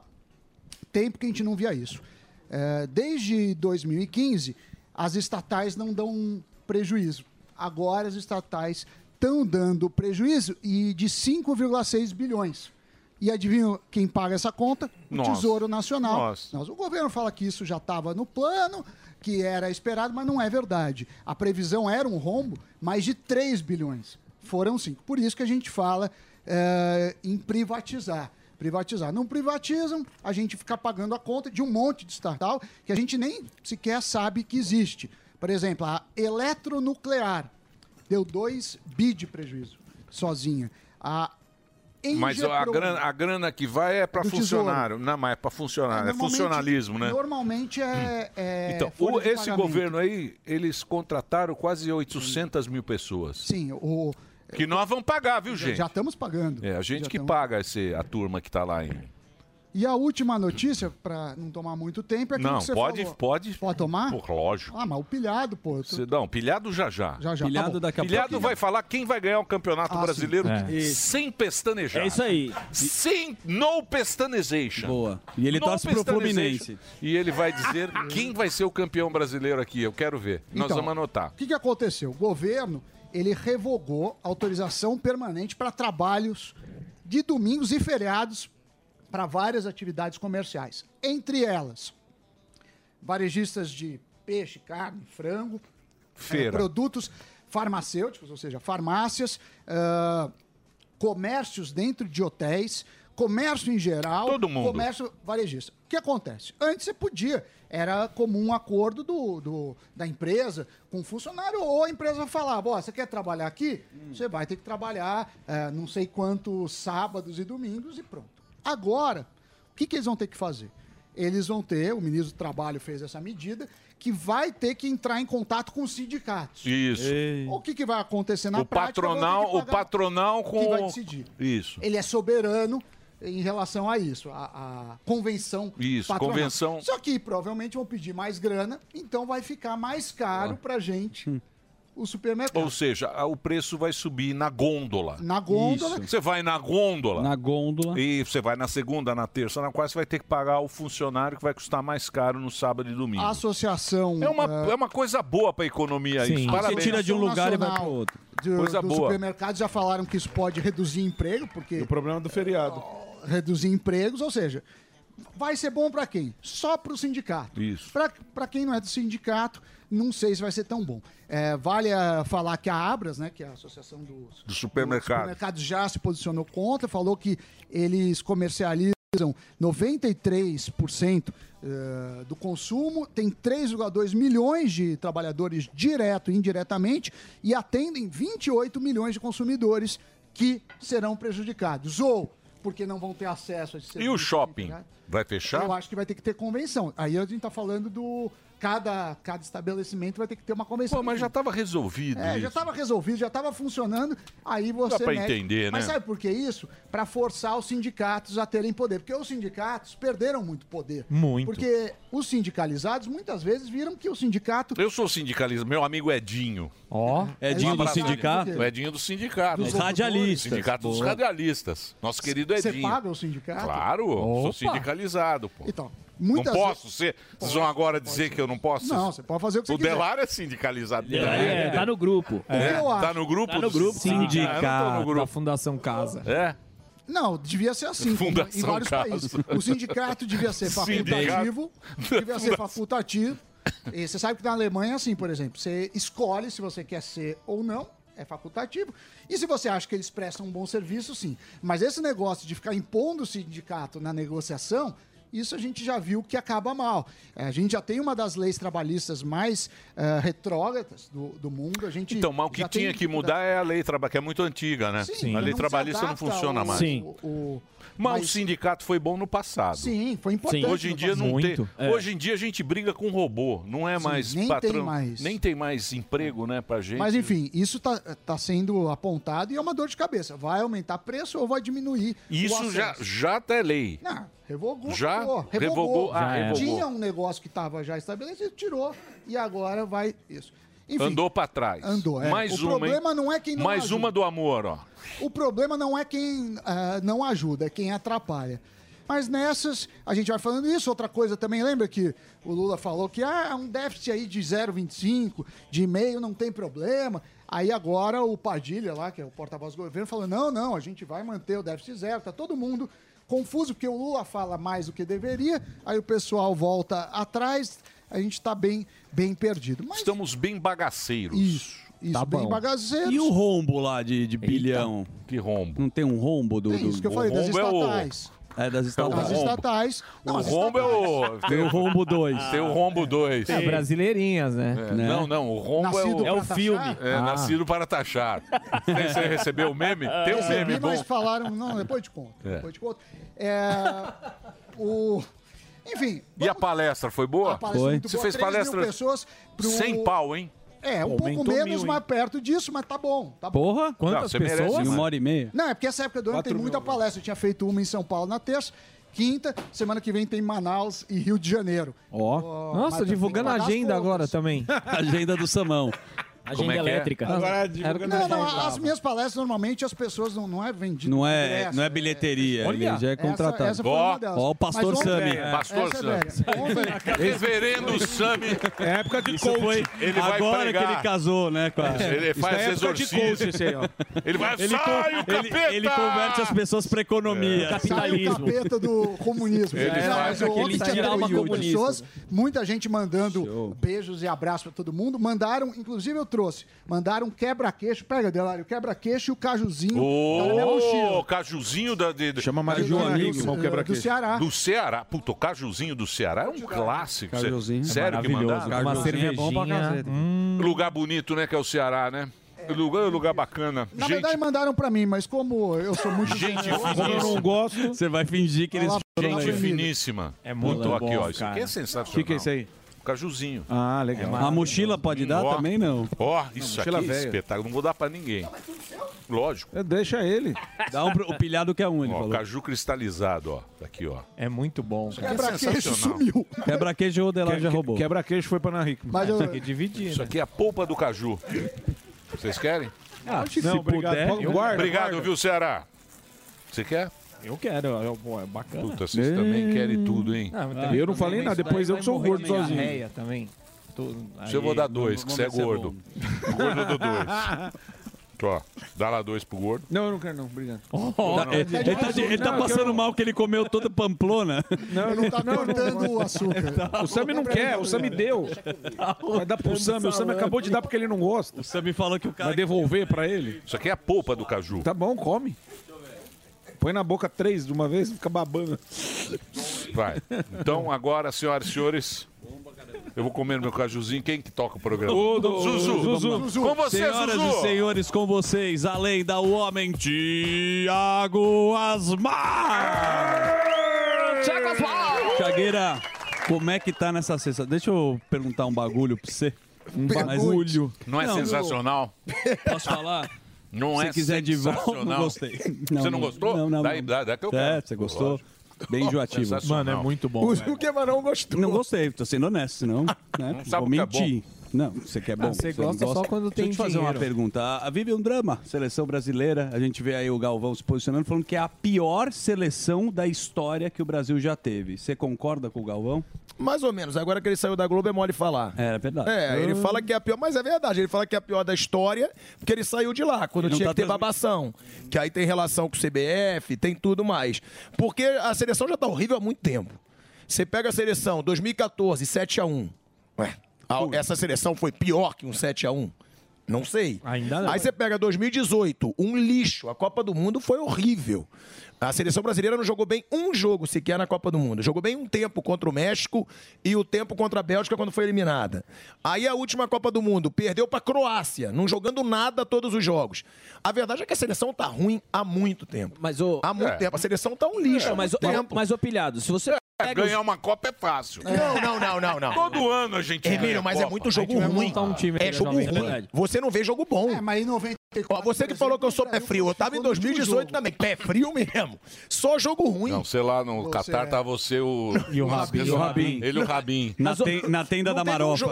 tempo que a gente não via isso. É, desde 2015, as estatais não dão um prejuízo. Agora as estatais estão dando prejuízo e de 5,6 bilhões. E adivinha quem paga essa conta? O
Nós.
Tesouro Nacional.
Nós.
Nós. O governo fala que isso já estava no plano, que era esperado, mas não é verdade. A previsão era um rombo, mas de 3 bilhões. Foram 5. Por isso que a gente fala eh, em privatizar. Privatizar. Não privatizam, a gente fica pagando a conta de um monte de estatal que a gente nem sequer sabe que existe. Por exemplo, a eletronuclear deu 2 bi de prejuízo sozinha. A
Mas a
Engepro-
grana, a grana que vai é para
é Do tesouro. Ah,
funcionário. Não, mas é para funcionário. É
Normalmente-
funcionalismo, né?
Normalmente é. é
Então,
folha
o-
de
esse
pagamento.
governo aí, eles contrataram quase 800 mil pessoas.
Sim, o.
Que nós vamos pagar, viu, gente?
Já estamos pagando.
É, a gente
Já um- É
que
tamo-
paga esse, a turma que está lá em.
E a última notícia, para não tomar muito tempo, é aquilo
Não,
que você
pode,
falou.
pode.
Pode tomar?
Pô, lógico.
Ah, mas o pilhado, pô. eu tô-
Você, não, pilhado já já.
Já, já, Pilhado tá bom. daqui a
Pilhado
pouquinho.
vai falar quem vai ganhar o campeonato
Ah,
brasileiro
sim. É. Isso.
sem pestanejar.
É isso aí.
Sem no pestanejation. Boa.
E ele
no
torce pro
pestanejation.
Fluminense. Ah.
E ele vai dizer quem vai ser o campeão brasileiro aqui. Eu quero ver. Nós
Então,
vamos anotar.
O que, que aconteceu? O governo ele revogou a autorização permanente para trabalhos de domingos e feriados para várias atividades comerciais. Entre elas, varejistas de peixe, carne, frango,
Feira.
eh, produtos farmacêuticos, ou seja, farmácias, ah, comércios dentro de hotéis, comércio em geral,
Todo mundo.
comércio varejista. O que acontece? Antes você podia, era comum um acordo do, do- da empresa com o funcionário ou a empresa falava, ó, você quer trabalhar aqui? Você vai ter que trabalhar eh, não sei quantos sábados e domingos e pronto. Agora, o que, que eles vão ter que fazer? Eles vão ter, o ministro do Trabalho fez essa medida, que vai ter que entrar em contato com os sindicatos.
Isso.
O que, que vai acontecer na
O
prática? vão ter que
patronal, o
pagar-
patronal com
que vai
o-
decidir.
Isso.
Ele é soberano em relação a isso, a, a convenção.
Isso,
patronal.
convenção.
Só que provavelmente vão pedir mais grana, então vai ficar mais caro pra gente o supermercado.
Ah. Hum. Ou seja, a- o preço vai subir na gôndola.
Na gôndola. Isso.
Você vai na gôndola.
Na gôndola.
E você vai na segunda, na terça, na quarta, você vai ter que pagar o funcionário que vai custar mais caro no sábado e domingo.
A associação.
É uma,
ah,
é uma coisa boa para a economia
Sim.
isso.
Você
Parabéns.
tira de um lugar e vai pro
outro.
do-
coisa
dos
boa.
supermercados já falaram que isso pode reduzir emprego, porque. É,
O problema do feriado.
Reduzir empregos, ou seja, vai ser bom pra quem? Só pro sindicato.
Isso.
Pra, pra quem não é do sindicato, não sei se vai ser tão bom. É, vale ah, falar que a Abras, né, que é a Associação dos
Do
o
supermercado.
supermercado já se posicionou contra, falou que eles comercializam 93% eh, do consumo, tem 3,2 milhões de trabalhadores direto e indiretamente e atendem 28 milhões de consumidores que serão prejudicados. Ou porque não vão ter acesso a esse
E o
serviço.
shopping? Vai fechar?
Eu acho que vai ter que ter convenção. Aí a gente está falando do. Cada, cada estabelecimento vai ter que ter uma convenção.
Pô, mas já estava resolvido
É, já
isso.
estava resolvido, já estava funcionando. Aí você.
pra
mete.
entender,
Mas
né?
sabe por que isso? Para forçar os sindicatos a terem poder. Porque os sindicatos perderam muito poder.
Muito.
Porque os sindicalizados muitas vezes viram que o sindicato.
Eu sou sindicalista, meu amigo Edinho.
Ó,
Edinho do sindicato?
O Edinho do sindicato.
Dos Dos radialistas.
Sindicato dos
Boa.
radialistas. Nosso querido
Você
Edinho.
paga o sindicato?
Claro,
Opa.
sou sindicalizado, pô.
Então, muitas
não
vezes-
posso ser. Vocês vão agora dizer que eu não posso?
Não, você pode fazer o que você
O
quiser.
Delário é sindicalizado.
É, tá no
grupo.
O que eu
tá
acho?
no grupo?
Tá no
dos
grupo.
sindicatos. Eu não tô no
da
grupo.
Fundação Casa.
É?
Não, devia ser assim. como em
Fundação
vários
Caso.
países. O sindicato devia
*laughs*
ser facultativo. Devia ser facultativo. E você sabe que na Alemanha é assim, por exemplo. Você escolhe se você quer ser ou não. É facultativo. E se você acha que eles prestam um bom serviço, sim. Mas esse negócio de ficar impondo o sindicato na negociação. Isso a gente já viu que acaba mal. É, A gente já tem uma das leis trabalhistas mais eh, retrógradas do, do mundo. A gente
Então, mas o que
já tem
tinha que mudar é a lei trabalhista, que é muito antiga, né?
Sim,
a lei
não se
trabalhista não
adapta
funciona
ao-
mais.
o-
Mas, o sindicato foi bom no passado.
Sim, é. foi importante.
Hoje em
no
dia não
passado.
tem. Hoje em dia a gente briga com robô, não é
Sim,
mais
nem tem
patrão,
mais.
nem tem mais emprego, né, pra gente.
Mas enfim, isso tá, tá sendo apontado e é uma dor de cabeça. Vai aumentar preço ou vai diminuir? o
isso já
acesso?
já até é lei.
Não, revogou.
Já?
Revogou.
Revogou? Ah, Já era. revogou.
Tinha um negócio que estava já estabelecido, tirou e agora vai isso. Enfim,
Andou pra trás.
Andou, é.
Mais
O
uma, hein?
problema não é quem não
Mais
ajuda.
uma do amor, ó.
O problema não é quem ah, não ajuda, é quem atrapalha. Mas nessas, a gente vai falando isso. Outra coisa também, lembra que o Lula falou que ah, um déficit aí de 0,25, de meio, não tem problema. Aí agora o Padilha lá, que é o porta-voz do governo, falou: não, não, a gente vai manter o déficit zero, tá todo mundo confuso, porque o Lula fala mais do que deveria, aí o pessoal volta atrás, a gente tá bem, bem perdido. Mas
Estamos bem bagaceiros.
Isso, isso
Tá
bem
bom.
bagaceiros.
E o rombo lá de, de bilhão?
Que rombo?
Não tem um rombo do.
Tem isso
do-
que eu falei, das
O rombo é o-
estatais.
É, das estatais.
As estatais. Não,
o
as
rombo é o.
Tem o rombo dois.
Tem o rombo 2.
É, brasileirinhas, né?
Não, não, o rombo
Nascido
é o.
pra É o taxar? filme.
É,
Ah.
Nascido para taxar. Não sei se Você recebeu o meme? Tem
É,
um
Recebi,
meme bom.
É. mas falaram, não, depois te conto.
É.
Depois te conto. É, o, enfim,
E a palestra foi boa?
a palestra é muito
Você
boa,
fez
3 mil
palestra
pessoas pro-
sem pau, hein?
é, um
Aumentou
pouco menos,
mil, hein?
mais perto disso, mas tá bom. Tá bom.
Porra,
Não, você merece, mano.
Uma hora e meia.
Não, é porque essa época do ano
Quatro
tem muita
né?
palestra. Eu tinha feito uma em São Paulo na terça, quinta, semana que vem tem Manaus e Rio de Janeiro.
Ó.
Nossa, Mas eu divulgando tenho que a pagar agenda as
agora
também.
agenda do Samão.
Como é que é? elétrica. Agora
Não, não, as minhas palestras normalmente as pessoas não, não é vendido.
Não é,
ingresso,
não é bilheteria, ele já é
essa-
contratado.
essa foi uma delas.
Ó, o pastor
Mas ontem-
Sami.
É,
Pastor
essa é
Sami.
velha. Ontem-
*laughs* Reverendo Sami.
É época de
Isso
coach.
foi
Ele vai
agora que
pregar.
ele casou, né? Com a...
Ele faz
Isso é época de
exorcismo.
coach, esse aí, ó.
Ele vai,
Ele
sai
com-
o capeta!
Ele, ele converte as pessoas pra economia.
Sai o capeta do comunismo.
Ele
Não,
faz
mas tá
aquele
ontem tinha
tirar uma
3.000
comunista.
pessoas, muita gente mandando beijos e abraços pra todo mundo. Mandaram, inclusive eu trouxe. Mandaram um quebra-queixo. Pega, Delário, o quebra-queixo e o cajuzinho. tá na minha mochila.
Ô, cajuzinho da. De, de, Chama
mais de um amigo, irmão, quebra-queixo.
Do Ceará. Do Ceará. Puta, o cajuzinho do Ceará é um clássico. Cê-
Cajuzinho.
Sério que
Maravilhoso.
mandaram? Hum.
Uma Cajuzinho é bom pra cervejinha. caceta.
Lugar bonito, né? Que é o Ceará, né? Lugar, lugar bacana.
Na
Gente,
verdade, é mandaram pra mim, mas como eu sou muito então,
Gente,
generoso,
como eu um não
gosto.
Você vai fingir que eles foram
gente
aí.
finíssima.
É
muito
muito
aqui,
bom,
ó. Isso aqui
cara.
é sensacional.
O que que é isso aí?
O cajuzinho.
Ah,
É
legal.
maravilhoso.
a mochila pode dar
Ó.
também, não?
Ó, isso
mochila
aqui é
velha.
espetáculo. Não vou dar pra ninguém. Lógico.
Deixa ele.
Dá um pro- o pilhado que é um, ele
Ó,
falou.
caju cristalizado, ó. Tá Aqui, ó.
É muito bom.
Isso aqui é sensacional.
Quebra-queijo o Delari
Que-
já
que-
roubou.
Quebra-queijo foi pra Narrico.
Mas eu-
eu...
né?
Isso aqui é a polpa do caju. Vocês querem?
Ah, Acho que não, se obrigado. puder, Pode- eu- guarda,
obrigado,
guarda.
viu, Ceará? Você quer?
Eu quero, é, pô, é bacana.
Puta, vocês
É.
também querem tudo, hein?
Ah, mas também-
eu não falei
também
nada,
isso
depois
daí
eu
vai
que sou
morrer
gordo
de minha
sozinho.
arreia Também. Tô-
Isso eu vou
aí,
dar
não-
dois, que
vamos
você é
ver se
gordo.
bom.
*laughs* gordo do dois. Ó, dá lá dois pro gordo.
Não, eu não quero não, obrigado.
Tá- é- ele tá, de- ele tá passando mal que ele comeu toda Pamplona.
Não, não tá cortando
o açúcar.
O Sami não quer, o Sami deu. Vai dar pro Sami, o Sami acabou de dar porque ele não gosta. O
Sami falou que o cara...
Vai devolver pra ele?
Isso aqui é a polpa do caju.
Tá bom, come. Põe na boca três de uma vez, fica babando.
Vai. Então, agora, senhoras e senhores, eu vou comer meu cajuzinho. Quem que toca o programa?
O do-
Zuzu. Com você,
Senhoras
Zuzu.
e senhores, com vocês, a lenda, o homem, Tiago Asmar!
Tiago Asmar!
Tiagueira, como é que tá nessa sexta? Deixa eu perguntar um bagulho pra você. Um
bagulho. Não é sensacional?
Posso falar?
Não
Se
é
quiser de volta, não
sensacional.
gostei.
*laughs* Você não gostou?
Não, não.
Dá aí, dá- dá que eu
É,
quero.
você gostou?
Lógico.
Bem
Oh,
enjoativo.
sensacional. Mano, é muito bom,
O-
velho.
O que mas não gostou? Não gostei, tô sendo honesto,
*laughs*
senão. Né? Não
sabe
Vou
o que é
mentir. Não, você quer bom.
Ah, você
não
gosta só quando tem
Deixa eu te fazer uma
dinheiro.
pergunta. A- A vive um drama, seleção brasileira. A gente vê aí o Galvão se posicionando, falando que é a pior seleção da história que o Brasil já teve. Você concorda com o Galvão?
Mais ou menos. Agora que ele saiu da Globo é mole falar.
É, é verdade.
É, ele
Ah.
fala que é a pior, mas é verdade, ele fala que é a pior da história, porque ele saiu de lá, quando
Ele não
tinha
tá
que ter
transmitindo.
babação. Que aí tem relação com o CBF, tem tudo mais. Porque a seleção já tá horrível há muito tempo. Você pega a seleção 2014, 7x1. Ué, a- essa seleção foi pior que um 7x1. Não sei. Ainda
não.
Aí você pega 2018, um lixo. A Copa do Mundo foi horrível. A seleção brasileira não jogou bem um jogo sequer na Copa do Mundo. Jogou bem um tempo contra o México e o tempo contra a Bélgica quando foi eliminada. Aí a última Copa do Mundo perdeu para Croácia, não jogando nada todos os jogos. A verdade é que a seleção tá ruim há muito tempo.
Mas o
há muito
É.
tempo a seleção tá um lixo.
Não,
há
mas,
muito
mas,
tempo.
mas, ô pilhado, se você
É,
pega os-
ganhar uma Copa é fácil.
Não, não, não, não, não.
Todo ano a gente ganha
Hermínio,
a
mas é
Copa.
muito jogo ruim.
um
é jogo ruim.
né?
Você não vê jogo bom. É,
mas em 94,
Ó, você que falou que eu sou pé frio. Eu tava em 2018 também. Pé frio mesmo. Só jogo ruim.
Não, sei lá, no
Você
Catar
é-
tá você o...
E o Rabin.
Ele
E o Rabin.
Ele e o Rabin.
Na, ten- na tenda
um
da Marofa.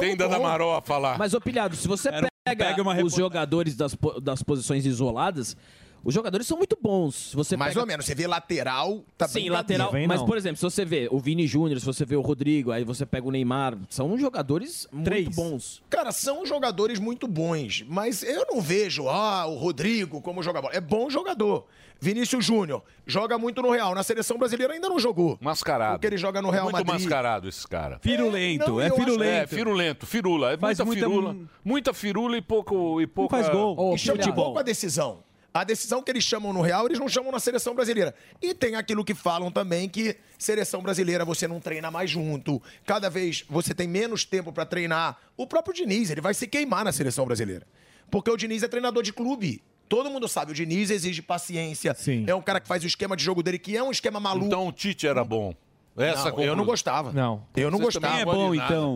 Tenda da Marofa lá.
Mas, ô pilhado, se você pega, os jogadores das, po- das posições isoladas, os jogadores são muito bons. Se Você
Mais
pega-
ou menos. Você vê lateral, tá
Sim,
bem
lateral.
cabido.
mas, por exemplo, se você vê o Vini Júnior, se você vê o Rodrigo, aí você pega o Neymar, são jogadores muito bons.
Cara, são jogadores muito bons, mas eu não vejo, ah, o Rodrigo como jogador. É bom jogador. Vinícius Júnior joga muito no Real. Na seleção brasileira ainda não jogou.
Mascarado. É
Porque ele joga no Real
muito
Madrid.
mascarado esse cara.
Firulento, é firulento.
É, firulento, firula. É
Faz
muita,
muita-
firula. Muita firula e pouco. E pouca...
e chama de pouco a decisão. A decisão que eles chamam no Real, eles não chamam na seleção brasileira. E tem aquilo que falam também que seleção brasileira você não treina mais junto. Cada vez você tem menos tempo pra treinar. O próprio Diniz, ele vai se queimar na seleção brasileira. Porque o Diniz é treinador de clube. Todo mundo sabe, o Diniz exige paciência. É um cara que faz o esquema de jogo dele, que é um esquema maluco.
Então o Tite era bom. Essa
Não, eu não gostava.
Não.
Eu não É então. gostava.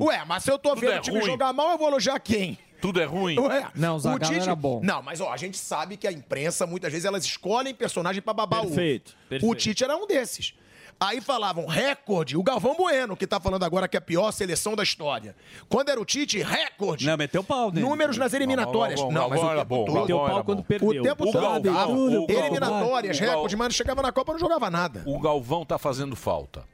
Ué, mas se eu tô vendo o time jogar mal, eu vou elogiar quem?
é Tudo é ruim.
Ué,
Não, o Zagallo
Tite-
era bom.
Não, mas ó, a gente sabe que a imprensa, muitas vezes, elas escolhem personagem pra babar
Perfeito,
o ovo.
perfeito.
O Tite era um desses. Aí falavam recorde, o Galvão Bueno, que tá falando agora que é a pior seleção da história. Quando era o Tite, recorde.
Não, meteu pau nele.
Números nas eliminatórias.
Galvão,
Não, mas
Galvão
o
era
tempo
bom,
todo.
Galvão era bom.
O tempo
O
todo.
Galvão, o Galvão.
Eliminatórias,
O Gal-
recorde, mas chegava na Copa não jogava nada.
O Galvão tá fazendo falta.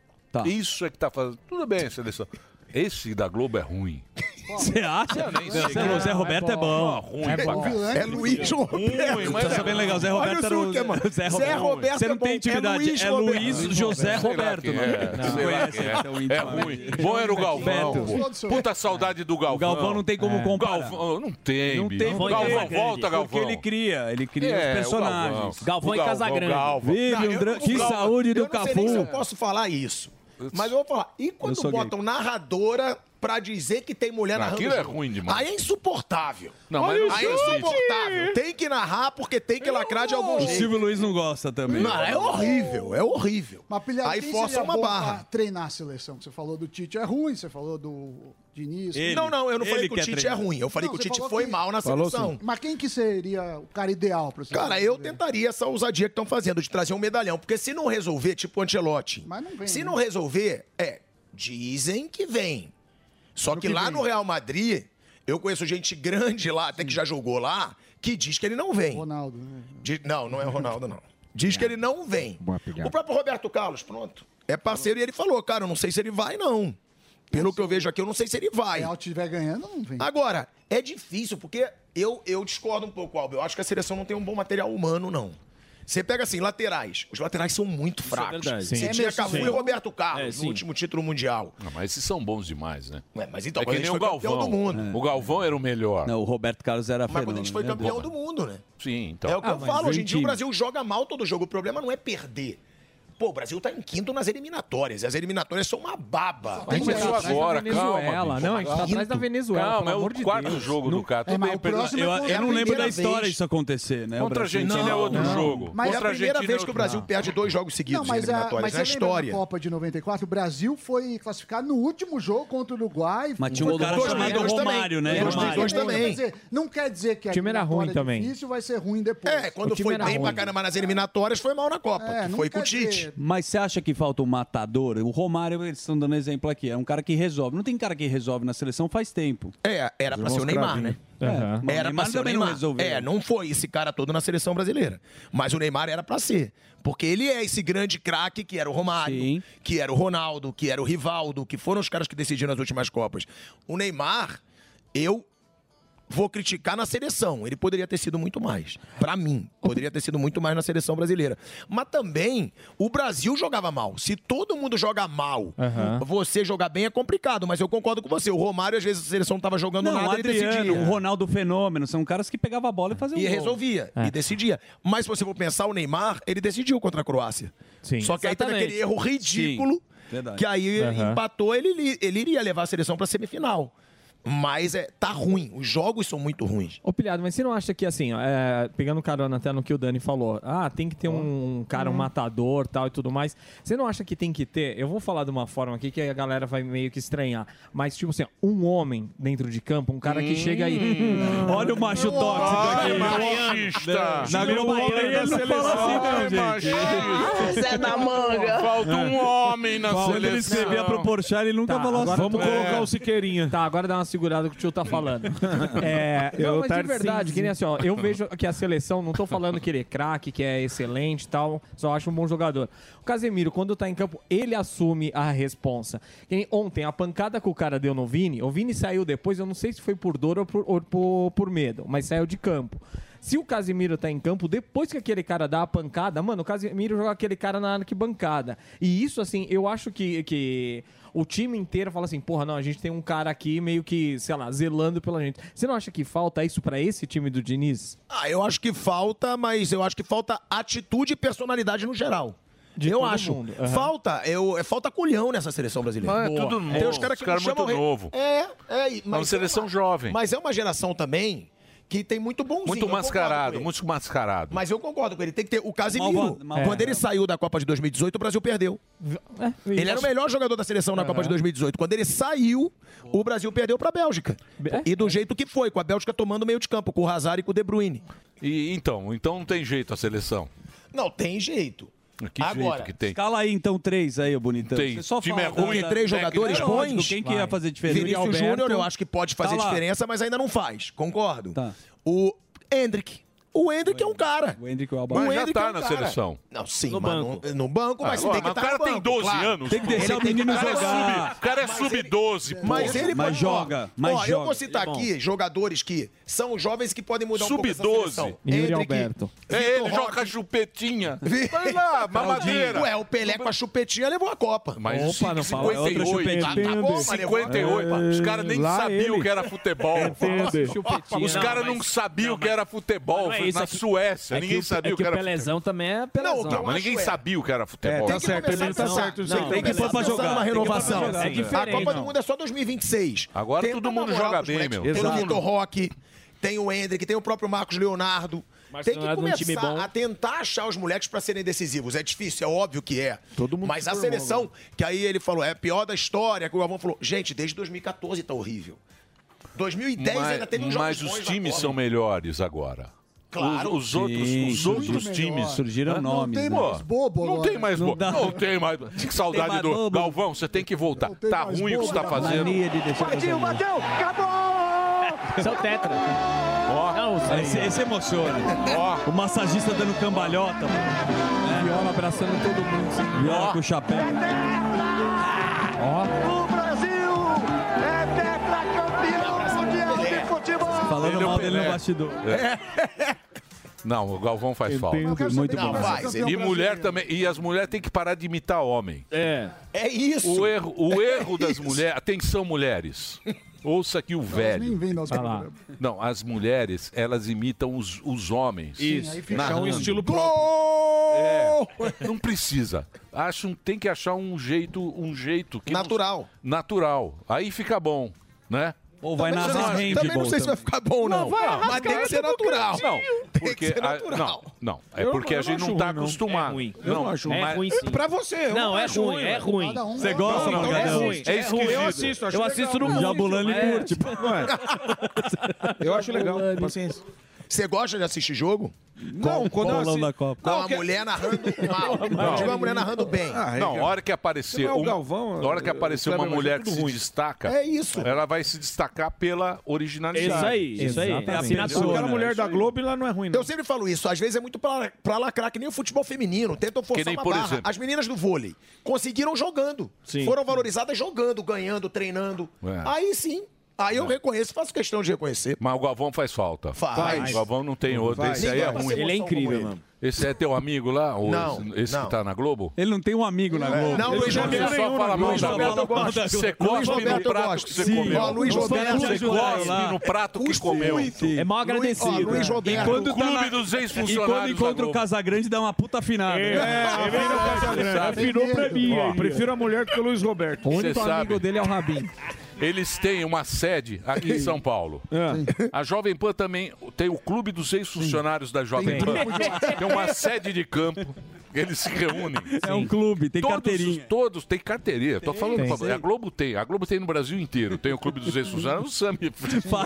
Isso é que tá fazendo. Tudo bem, seleção. Esse da Globo é ruim.
Você acha?
nem sei.
Você é louco, Zé Roberto é bom.
É bom.
caralho.
É Luiz Roberto.
Ruim, mas
Tá
é
sabendo
bom.
legal, Zé
Olha
Roberto
o
era o-
Zuckerman.
Zé
Zé
Roberto
Roberto
é
Você não
bom. É
tem intimidade.
Luiz
É
Roberto.
Luiz
Luiz
José
Roberto.
Roberto,
Sei lá
mano.
quem é.
Não
Sei lá
conhece,
quem é.
então,
É
então.
ruim. Bom era o Galvão.
Beto.
pô. Puta saudade do Galvão. É.
Galvão não tem como comparar.
Galvão, não tem,
Não
bicho.
tem porque-
Galvão, volta,
porque
Galvão.
ele cria, ele cria
É,
os
o
personagens.
Galvão. O Galvão, o Galvão.
Vive
Não,
um
eu
dra-
não-
Que
o Galvão-
saúde do
eu não sei nem
Cafu.
se
Eu posso falar isso. Mas eu vou falar. E quando
sou
botam narradora pra dizer que tem mulher
Não,
narrando?
aquilo é
junto?
ruim demais.
Aí é insuportável.
Não, mas não
aí é
existe.
insuportável. Tem que narrar porque tem que lacrar de algum
O
jeito.
Silvio Luiz não gosta também.
Não, é horrível, é horrível.
Mas, Pilhar,
Aí
quem
força
seria
uma
bom
barra.
pra treinar a seleção. Que você falou do Tite é ruim, você falou do Diniz.
Ele. Não, não, eu não Ele falei que o quer Tite treinar. é ruim, eu falei que o
você
Tite
falou
foi mal na Falou seleção. sim.
Mas quem que seria o cara ideal pra você?
Cara, eu tentaria essa ousadia que estão fazendo de trazer um medalhão, porque se não resolver, tipo o Ancelotti. se
né?
não resolver, é, dizem que vem. Só que,
que
lá
vem.
no Real Madrid, eu conheço gente grande lá, até que já jogou lá, que diz que ele não vem.
Ronaldo, né?
Di- não, não é Ronaldo não. Diz que ele não vem. O próprio Roberto Carlos, pronto. É parceiro e ele falou, cara, eu não sei se ele vai não. Pelo que eu vejo aqui, eu não sei se ele vai.
Se o Real estiver ganhando, não vem.
Agora, é difícil, porque eu, eu discordo um pouco, Alba. Eu acho que a seleção não tem um bom material humano, não. Você pega assim, laterais. Os laterais são muito fracos.
é verdade.
Você
Sim.
tinha
Emerson,
Cafu
sim.
e Roberto
É,
Carlos
sim.
no último título mundial.
Não, mas esses são bons demais, né?
mas então,
é
quando
que
a
nem
gente
o
foi campeão
Galvão.
do mundo.
O Galvão era o melhor.
Não, o Roberto Carlos era
Mas quando a gente foi campeão do mundo, né?
Sim, então.
É o que eu falo. Hoje em dia o Brasil joga mal todo jogo. O problema não é perder. Pô, o Brasil tá em quinto nas eliminatórias. E as eliminatórias são uma baba.
Tem começou
Começou
agora, calma.
um Venezuela.
bicho.
Não, a gente tá atrás da Venezuela,
Calma,
pelo
é o
amor de
quarto
Deus.
jogo do cara.
É,
Tudo
mas
bem,
o próximo
perdão.
é contra- Eu não lembro da história isso acontecer, né? O
Contra a
Brasil-
Argentina é
Não,
outro
não.
jogo. Contra
Mas é a primeira
Argentina é
vez que
outro-
o Brasil
Não.
perde dois jogos seguidos
Não, mas,
nas
a,
eliminatórias.
É
mas
Na
você lembra
história.
da Copa de 94, o Brasil foi classificado no último jogo contra o Uruguai.
Mas tinha um
Foi
cara
dois
chamado
goleiros também.
Romário, né?
Dois
Romário.
goleiros
Dois também.
Quer dizer, não quer dizer que a
O time era
eliminatória
ruim também.
difícil vai ser ruim depois.
É, quando foi bem pra caramba nas eliminatórias, foi mal na Copa.
É,
que
não
foi com o
quer
Tite.
Mas você acha que falta um matador? O Romário, eles estão dando exemplo aqui, é um cara que resolve. Não tem cara que resolve na seleção faz tempo.
É, era pra ser o Neymar, né?
É.
É, Mas o
Era pra
Neymar
ser o
também não
Neymar.
resolveu.
É, não foi esse cara todo na seleção brasileira. Mas o Neymar era pra ser. Porque ele é esse grande craque que era o Romário, que era o Ronaldo, que era o Rivaldo, que foram os caras que decidiram as últimas Copas. O Neymar, eu vou criticar na seleção. Ele poderia ter sido muito mais. Pra mim, poderia ter sido muito mais na seleção brasileira. Mas também, o Brasil jogava mal. Se todo mundo joga mal,
Aham.
você jogar bem é complicado. Mas eu concordo com você. O Romário, às vezes, a seleção não tava jogando
Não,
nada,
o
ele
Adriano,
decidia
o Ronaldo Fenômeno, são caras que pegavam a bola e faziam
e
um gol. É.
resolvia, e decidia. Mas se você for pensar, o Neymar, ele decidiu contra a Croácia. Só que aí
Exatamente.
teve aquele erro ridículo,
Sim. Verdade.
que aí
Aham.
empatou, ele, li- ele iria levar a seleção pra semifinal. Mas é, tá ruim, os jogos são muito ruins.
Ô, Pilhado, mas você não acha que, assim, ó, é, pegando carona até no que o Dani falou, ah, tem que ter um, cara, um
Uhum.
matador tal e tudo mais. Você não acha que tem que ter? Eu vou falar de uma forma aqui que a galera vai meio que estranhar, mas, tipo assim, ó, um homem dentro de campo, um cara que chega aí.
Hum.
*laughs*
Olha o macho tóxico aqui. Na Globo Play ele não fala assim, não, gente.
Zé da manga.
Falta
É.
um homem na
Quando
seleção.
ele escrevia pro Porchat, ele
Tá,
nunca falou assim.
Vamos colocar o
Siqueirinha.
Tá, agora dá uma segurada que o tio tá falando. É,
Eu,
não, mas de
Tarcísio.
verdade, que nem assim, ó, eu vejo que a seleção, não tô falando que ele é craque, que é excelente e tal, só acho um bom jogador. O Casemiro, quando tá em campo, ele assume a responsa. Que nem Ontem, a pancada que o cara deu no Vini, o Vini saiu depois, eu não sei se foi por dor ou por, ou por- por medo, mas saiu de campo. Se o Casimiro tá em campo, depois que aquele cara dá a pancada, mano, o Casimiro joga aquele cara na arquibancada. E isso, assim, eu acho que, que o time inteiro fala assim, porra, não, a gente tem um cara aqui meio que, sei lá, zelando pela gente. Você não acha que falta isso pra esse time do Diniz?
Ah, eu acho que falta, mas eu acho que falta atitude e personalidade no geral. eu
todo
acho.
mundo, aham.
Falta, eu, é falta culhão nessa seleção brasileira.
Mas é tudo novo,
Tem os caras que
os caras
não chamam
muito
re-
novo.
É, é, e-
uma seleção
é uma-
jovem.
Mas é uma geração também que tem muito bonzinho. eu
Muito
concordo com
mascarado,
ele.
muito mascarado.
Mas eu concordo com ele, tem que ter o Casimiro.
Malvado- malvado.
Quando ele saiu da Copa de 2018, o Brasil perdeu. ele era o melhor jogador da seleção na Copa de 2018. Quando ele saiu, o Brasil perdeu pra Bélgica. E do jeito que foi, com a Bélgica tomando meio de campo, com o Hazard e com o De Bruyne.
E, então, então não tem jeito a seleção.
Não, tem jeito.
Que jeito que tem.
Escala aí então três aí, ô bonitão.
Tem.
Você só
Time
fala
é ruim,
da-
três
da-
jogadores
É lógico,
bons.
Quem que ia fazer diferença? Tá
Vinícius Júnior, eu acho que pode fazer diferença, mas ainda não faz. Concordo. O Hendrick. O Hendrick é um cara.
O Hendrick é o
O
Mas já
Hendrick
tá
é um
na
cara.
seleção.
Não, sim,
No
no mas
banco.
banco. No, no banco,
Ah,
mas você
agora,
tem que
mas
estar
o cara
no
tem
banco,
12
claro.
anos, Tem que pô. deixar
Ele
o
é
menino
que tá estar-
jogar.
Mas
O cara é
ele-
sub-12, pô.
Mas ele
Mas
pode-
joga,
ó,
mas
ó, eu
joga.
vou citar
Ele é bom.
aqui jogadores que são jovens que podem mudar um pouco essa
Sub-12.
seleção. Hendrick,
É
Vitor
ele, joga com a chupetinha. Vai lá, mamadeira.
Ué, o Pelé com a chupetinha levou a Copa.
Mas
Opa,
Opa,
não
não
fala, é outra
58,
chupetinha.
tá, tá bom, mas 58,
É,
os caras nem
lá
sabiam
ele.
o que era futebol.
Entende.
Os
Chupetinha,
caras
não,
não sabiam o que era futebol.
mas não é
Foi
isso,
na
é que-
Suécia,
é que
ninguém
o-
sabia
é
o que
que o
era
Pelezão
também é
Não,
Pelezão.
não, mas ninguém
acho é.
sabia o que era futebol.
Tá tem que começar a pensar. Não, é tem que começar a pensar numa renovação. a Copa do Mundo é só 2026.
É Agora
Tenta
todo mundo
namorar
joga
os
bem,
moleques.
meu.
Tem o
Exato.
Vitor Roque, tem o Hendrick, tem o próprio Marcos Leonardo.
Marcos
tem que
Leonardo é um
começar
time bom.
a tentar achar os moleques pra serem decisivos. É difícil, é óbvio que é.
Todo mundo
Mas
se
a
formou,
seleção,
né?
que aí ele falou, é a pior da história, que o Galvão falou, gente, desde 2014 tá horrível. 2010 ainda teve um
Mas,
jogo
mas os times são melhores agora.
Claro.
Os, os outros,
Sim,
os
surgiu
outros
melhor.
times.
Surgiram
Não
nomes,
tem
né?
mais-
Os bobo
Não
agora.
tem mais
Não
bobo.
dá.
Não tem mais. Que saudade
mais
do.
bobo.
Galvão, você tem que voltar.
tem
Tá
mais
ruim o que
bobo,
você tá
né?
fazendo.
Mania de deixar
Bateu, bateu! Acabou!
Seu tetra.
É
esse, esse emociona. O massagista dando cambalhota. Viola abraçando todo mundo. Viola com o chapéu. Ó.
O Brasil é tetracampeão mundial de futebol!
Falando
Ele é o
mal dele no
Pelé.
bastidor.
É. Não, o Galvão faz falta.
Eu quero saber Muito qual bom. vai ser
E
campeão
mulher também. E as mulheres têm que parar de imitar homem.
É.
É isso.
O erro, o
É
erro das
isso.
mulheres. Atenção, mulheres. Ouça aqui o velho.
nem vêm nosso
Vai lá.
programa.
Não, as mulheres, elas imitam os, os homens.
Sim, Isso. aí fica
Narrando.
um estilo
É. Não precisa. Acho, um- tem que achar um jeito, um jeito que
natural.
natural. Aí fica bom, né?
Ou
vai Também nadar não- handball também não sei se também. vai ficar bom, não. Mas tem que ser natural.
Não,
Tem que
porque
ser
a-
natural.
não, não, é
Eu
porque
não-
a
eu não
gente não
acho
está
ruim, não.
acostumado.
É ruim. Eu não acho ruim.
É ruim, sim.
Pra você, eu
Não,
não
é
acho
ruim,
ruim,
é
velho.
ruim.
Cada um-
Você gosta,
Não,
então
Magalhães?
eu assisto,
É
eu assisto.
esquisito.
Eu assisto, acho
Eu
legal.
assisto no
Não,
Jabulani
é.
curte.
Eu acho legal,
paciência.
Você gosta de assistir jogo?
Não, quando
assim,
eu
Paulão
assi-
da Copa. Com a mulher *laughs* narrando
*laughs*
mal. Quando
tipo,
tiver uma mulher narrando bem.
não, a hora que aparecer,
Ah, Não é o
um-
Galvão,
a hora que
é-
aparecer
o
uma
Kleber,
mulher
mas é
que
tudo
se
ruim.
destaca,
É isso.
ela vai se destacar pela originalidade.
Isso aí, isso aí. É assinatura, Aquela
né?
mulher isso da aí.
Globo lá não é ruim,
Eu sempre falo isso, às vezes é muito pra, pra lacrar, que nem o futebol feminino, tentam forçar
Que nem,
uma
por
barra.
exemplo-
As meninas do vôlei conseguiram jogando,
Sim.
foram valorizadas jogando, ganhando, treinando.
É.
Aí sim, aí eu reconheço, faço questão de reconhecer.
Mas o Galvão faz falta.
Faz.
O Galvão não tem outro.
Faz.
Esse aí é
Ninguém vai
ruim.
ser Ele é emoção incrível, como ele. mano.
Esse é teu amigo lá? Ou
Não,
esse- Esse
não.
que tá na Globo?
Ele não tem um amigo na Globo.
É. Não, Luiz Roberto nenhum, não. Luiz Roberto eu gosto. Você cospe no prato que você comeu.
Ó, Luiz
Você
Roberto,
cospe
ajuda ela
no
lá.
prato que comeu.
Sim.
É mal
agradecido.
Luiz- ó, Luiz
É.
Roberto.
E quando
O
tá na-
clube dos
*laughs* E quando
ex-funcionários da
encontra
Globo.
o Casagrande, dá uma puta afinada.
É, é, vem no Casagrande. Afinou pra mim aí, ó.
Prefiro a mulher do que o Luiz Roberto.
O único Cê amigo sabe.
dele é o Rabin.
Eles têm uma sede aqui em São
*laughs*
Paulo.
É.
A Jovem Pan também tem o clube dos ex-funcionários da Jovem Pan. Tem uma sede de campo. Eles se reúnem.
É um clube, tem
todos,
carteirinha.
os- Todos têm carteirinha. Tô falando,
tem,
pra-
sim.
a Globo tem. A Globo tem no Brasil inteiro. Tem o Clube dos Ex-Funcionários, o Sami.
Participa,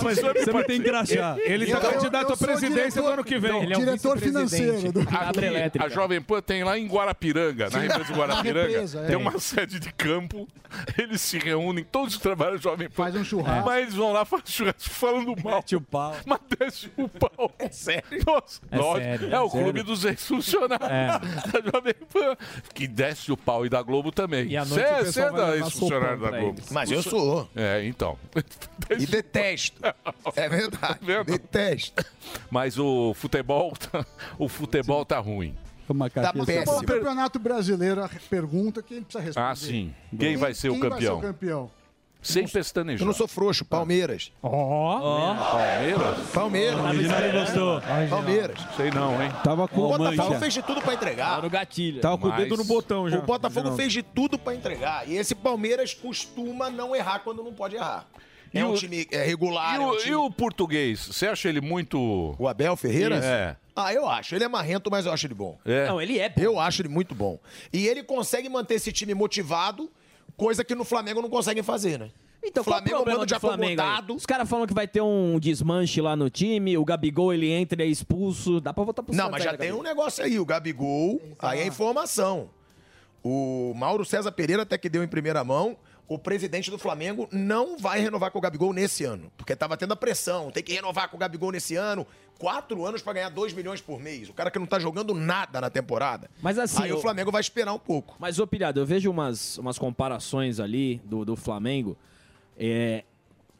O
mas
Sami
Sami tem crachá.
Ele
Eu-
está
eu-
candidato
eu
à
sou
presidência do
é diretor-
ano que vem.
Não, Ele é um diretor vice-presidente. financeiro do- da
Aqui,
Elétrica.
a Jovem Pan tem lá em Guarapiranga, na
Sim.
represa de Guarapiranga.
Na represa, é.
Tem
Tem.
uma sede de campo. Eles se reúnem, todos que trabalham na Jovem Pan. Faz um
churrasco.
Mas eles vão lá, fazem churrasco falando mal. Mete
o pau.
Mas desce o pau. É sério? Nossa,
É
lógico.
sério,
é,
é
o
sério.
clube
*laughs*
dos ex-funcionários
É.
da Jovem Pan. Que desce o pau e da Globo também.
E à
Você
noite o
é,
pessoal
cê é
vai
da
levar
ex-funcionário
sopão
da
pra
Globo.
eles. Mas eu sou.
É, então.
E detesto. É
*laughs*
verdade. Detesto.
Mas o futebol, tá- o futebol tá ruim.
Tá O Campeonato Brasileiro, a pergunta que ele precisa responder.
Ah, sim. Quem vai ser o
Quem vai ser
campeão?
o campeão?
é
Sem pestanejar.
Eu não sou frouxo, Palmeiras.
Ó.
Palmeiras?
Palmeiras. Palmeiras.
Sei não, hein?
Tava
*laughs*
com
O Botafogo
Mancha.
fez de tudo pra entregar.
Tá no gatilho.
Tava com o dedo no botão já.
O Botafogo
Não.
fez de tudo pra entregar. E esse Palmeiras costuma não errar quando não pode errar. é um time é, regular.
E
é um
o,
time-
e o português? Você acha ele muito.
O Abel Ferreira?
É.
Ah, eu acho. Ele é marrento, mas eu acho ele bom.
É.
Não,
ele é
Eu acho ele muito bom. E ele consegue manter esse time motivado, coisa que no Flamengo não conseguem fazer, né?
Então, qual o
Flamengo
problema
manda de
do Flamengo aí?
acomodado.
Os caras falam que vai ter um desmanche lá no time, o Gabigol ele entra e é expulso. Dá pra votar pro
Não,
Santos
mas já
ainda,
tem um
Gabigol.
negócio aí. O Gabigol, aí é informação. O Mauro César Pereira até que deu em primeira mão. o presidente do Flamengo não vai renovar com o Gabigol nesse ano. Porque tava tendo a pressão, tem que renovar com o Gabigol nesse ano. Quatro anos para ganhar 2 milhões por mês. O cara que não tá jogando nada na temporada.
Mas assim,
Aí
eu-
o Flamengo vai esperar um pouco.
Mas, ô Pilhado, eu vejo umas, umas comparações ali do, do Flamengo. É,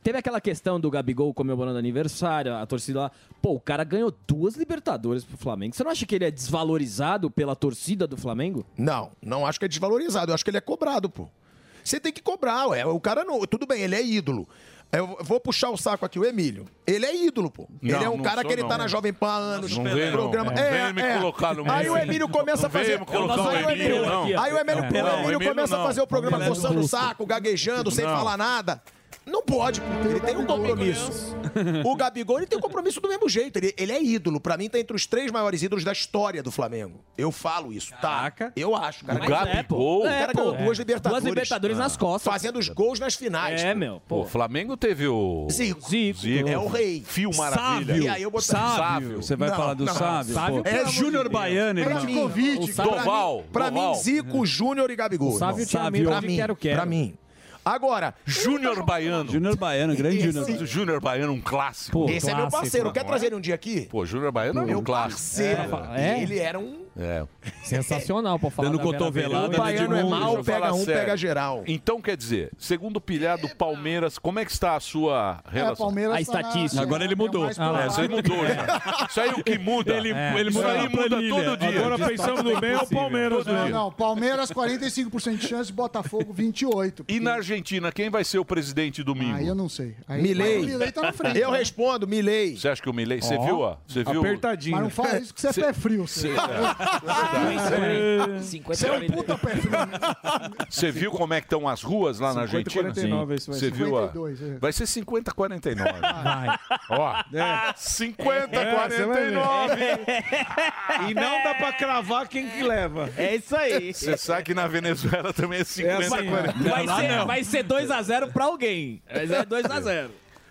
teve aquela questão do Gabigol comemorando aniversário, a torcida lá. Pô, o cara ganhou duas Libertadores pro Flamengo. Você não acha que ele é desvalorizado pela torcida do Flamengo?
Não, não acho que é desvalorizado. Eu acho que ele é cobrado, pô. Você tem que cobrar, ué. O cara não. Tudo bem, ele é ídolo. Eu vou puxar o saco aqui, o Emílio. Ele é ídolo, pô.
Não,
ele é um
não
cara
sou,
que ele
não. né?
tá na Jovem Pan há anos.
Não vem, não.
programa.
Não
É,
vem me
é.
colocar no
Aí
meio.
o Emílio começa a
Não vem
fazer.
me colocar
Nossa,
no
aí o
Emílio,
Emílio-
não.
Aí
Não,
o Emílio, o Emílio
Emílio
começa
não.
a fazer o programa
Emílio é
coçando o
justo.
saco, gaguejando, sem
Não.
falar nada. Não pode, pô. ele tem um compromisso. O Gabigol ele tem um compromisso do mesmo jeito. Ele, ele é ídolo. Pra mim, tá entre os três maiores ídolos da história do Flamengo. Eu falo isso, tá? Eu acho, cara.
O Gabigol?
O cara
É, pô.
ganhou duas
É.
Libertadores.
Duas Libertadores nas costas.
Fazendo os gols nas finais.
É, meu.
Pô, o Flamengo teve o.
Zico.
Zico.
É o rei.
Fio Maravilha.
Sávio. E aí eu boto-
Sávio. Você vai falar do Sávio? Pô,
pelo
é
amor de
Júnior
Deus.
Baiano,
Pra
irmão.
mim,
Covid,
pra mim-
Doval,
Pra mim,
Doval.
Zico, Júnior e Gabigol.
O Sávio
irmão.
tinha medo
pra
de
mim,
quero, quero.
Pra mim. Agora,
Júnior Baiano.
Júnior Baiano, grande
Esse-
Júnior.
Júnior Baiano, um clássico.
Pô, Esse é meu clássico, parceiro. Quer não é? trazer ele um dia aqui?
Pô, Júnior Baiano é
Meu
um clássico.
parceiro.
É.
Ele era um.
É.
Sensacional pra falar
Dando
da Vera
cotovelada
Verão.
no Edmundo. Deixa eu falar sério.
geral.
Então, quer dizer, segundo o pilhar do Palmeiras, como é que está a sua relação?
Palmeiras A tá na- estatística.
Agora ele mudou.
mais pra
é,
lá.
isso aí mudou já. Isso aí é o que muda.
Ele-
ele
isso
muda
aí
na
muda
planilha.
todo dia.
Agora pensando no bem, é o Palmeiras,
Todo
Não,
dia.
não. Palmeiras, 45% de chance, Botafogo,
*laughs*
28%.
E na Argentina, quem vai ser o presidente domingo?
Aí eu não sei. Aí,
Milei.
Mas o Milei tá na frente.
Eu
né?
respondo, Milei.
Você acha que o Milei... Você
Ó,
viu, ó? Você viu?
Apertadinho.
né?
Mas não fala isso que você é pé frio. Você
é
Você é um puta Você viu como é que estão as ruas lá na
50,
Argentina?
49, isso vai
Você
ser.
viu? ó?
52, é.
Vai ser 50 49.
*laughs*
Ah.
Vai. Ó. 50
É, você vai ver.
49.
É,
E não dá pra cravar quem que leva.
É isso aí. Você sabe que na Venezuela também é 50
Vai
49.
ser-
vai
ser 2x0 pra alguém. Mas é 2x0.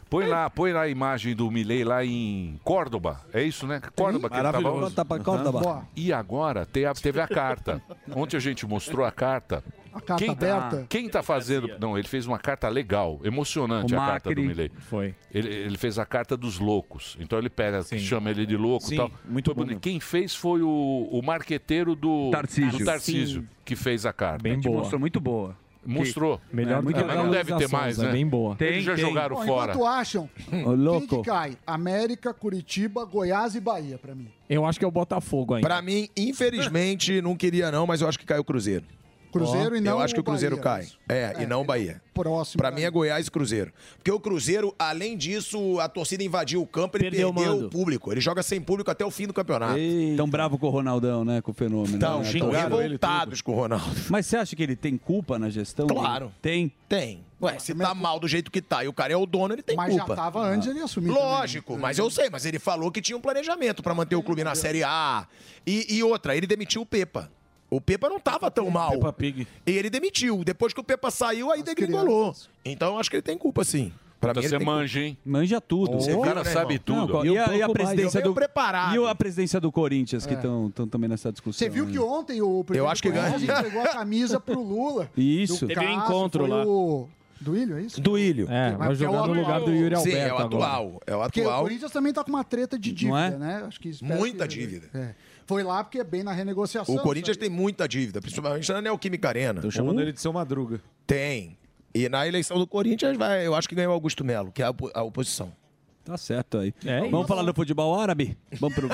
Põe lá, põe lá a imagem do Milei lá em Córdoba. É isso, né? Córdoba que ele tava
Maravilhoso. Tá pra Córdoba.
Aham. E agora te- teve a carta. Ontem a gente mostrou a carta.
A carta
quem
aberta.
Tá, quem tá fazendo. Não, ele fez uma carta legal, emocionante
O
a carta do
Macri
Milei.
foi.
Ele, ele fez a carta dos loucos. Então ele pega, chama ele de louco
Sim,
e tal. Muito bonito. um Quem fez foi o, o marqueteiro do
Tarcísio.
do Tarcísio,
Sim.
que fez a carta.
Bem boa. Mostrou muito boa.
Mostrou.
Que- Melhor
É,
do que
mas não
a
deve ter
valorização,
mais,
é
né?
bem boa.
Eles
Tem,
já
tem.
jogaram
Bom,
fora.
enquanto acham,
Ô,
quem que
louco.
cai? América, Curitiba, Goiás e Bahia, pra mim.
Eu acho que é o Botafogo ainda.
Pra mim,
*laughs*
infelizmente, não queria não, mas eu acho que cai o Cruzeiro.
Cruzeiro e não
Eu acho que o
o
Cruzeiro
Bahia,
cai. É, e não o Bahia.
Próximo.
Pra mim é Goiás e Cruzeiro. Porque o Cruzeiro, além disso, a torcida invadiu o campo, ele
Perdeu
perdeu,
o mando.
o público. Ele joga sem público até o fim do campeonato.
Tão bravo com o Ronaldão, né? Com o fenômeno.
Tão,
né?
xingando ele tudo. Revoltados com o Ronaldo.
Mas você acha que ele tem culpa na gestão?
Claro.
Tem?
Tem. Ué, se tá mal do jeito que tá e o cara é o dono, ele tem
Mas já tá
culpa.
tava antes ele assumir
Lógico,
também, né?
mas eu sei, mas ele falou que tinha um planejamento pra manter o clube na Série A. E, e outra, ele demitiu o Pepa. O Pepa não tava tão mal. Pepa
Pig.
E ele demitiu. Depois que o Pepa saiu, aí degringolou. Então eu acho que ele tem culpa, sim. Pra mim, ele
Você
tem
manja, hein?
Manja tudo.
Você O viu, cara né, sabe irmão? tudo.
Não,
E
e, a,
um
e a
pouco
presidência
mais. Eu
do
venho preparado.
E a presidência do Corinthians, que
É.
estão também nessa discussão.
Você viu que
né?
ontem o
Eu acho que ganha.
Corinthians entregou a camisa pro Lula.
*laughs* Isso.
Do
Teve um
Cássio,
encontro
foi
lá.
O... Do Ilho, é isso?
Do Ilho.
É,
vai jogar no lugar do Yuri
Sim, é o
Alberto
atual. É o
Porque o
atual.
Corinthians também tá com uma treta de
Não é?
dívida, né? Acho que espero
Muita
que-
dívida.
Foi lá porque é bem na renegociação.
O Corinthians
sabe?
tem muita dívida, principalmente na Neoquímica Arena. Estão
chamando ele
de seu Madruga. Tem. E na eleição do Corinthians, vai, eu acho que ganhou Augusto Melo, que é a, opo- a oposição.
Tá certo aí.
É
Vamos
isso.
falar do futebol árabe? Vamos pro.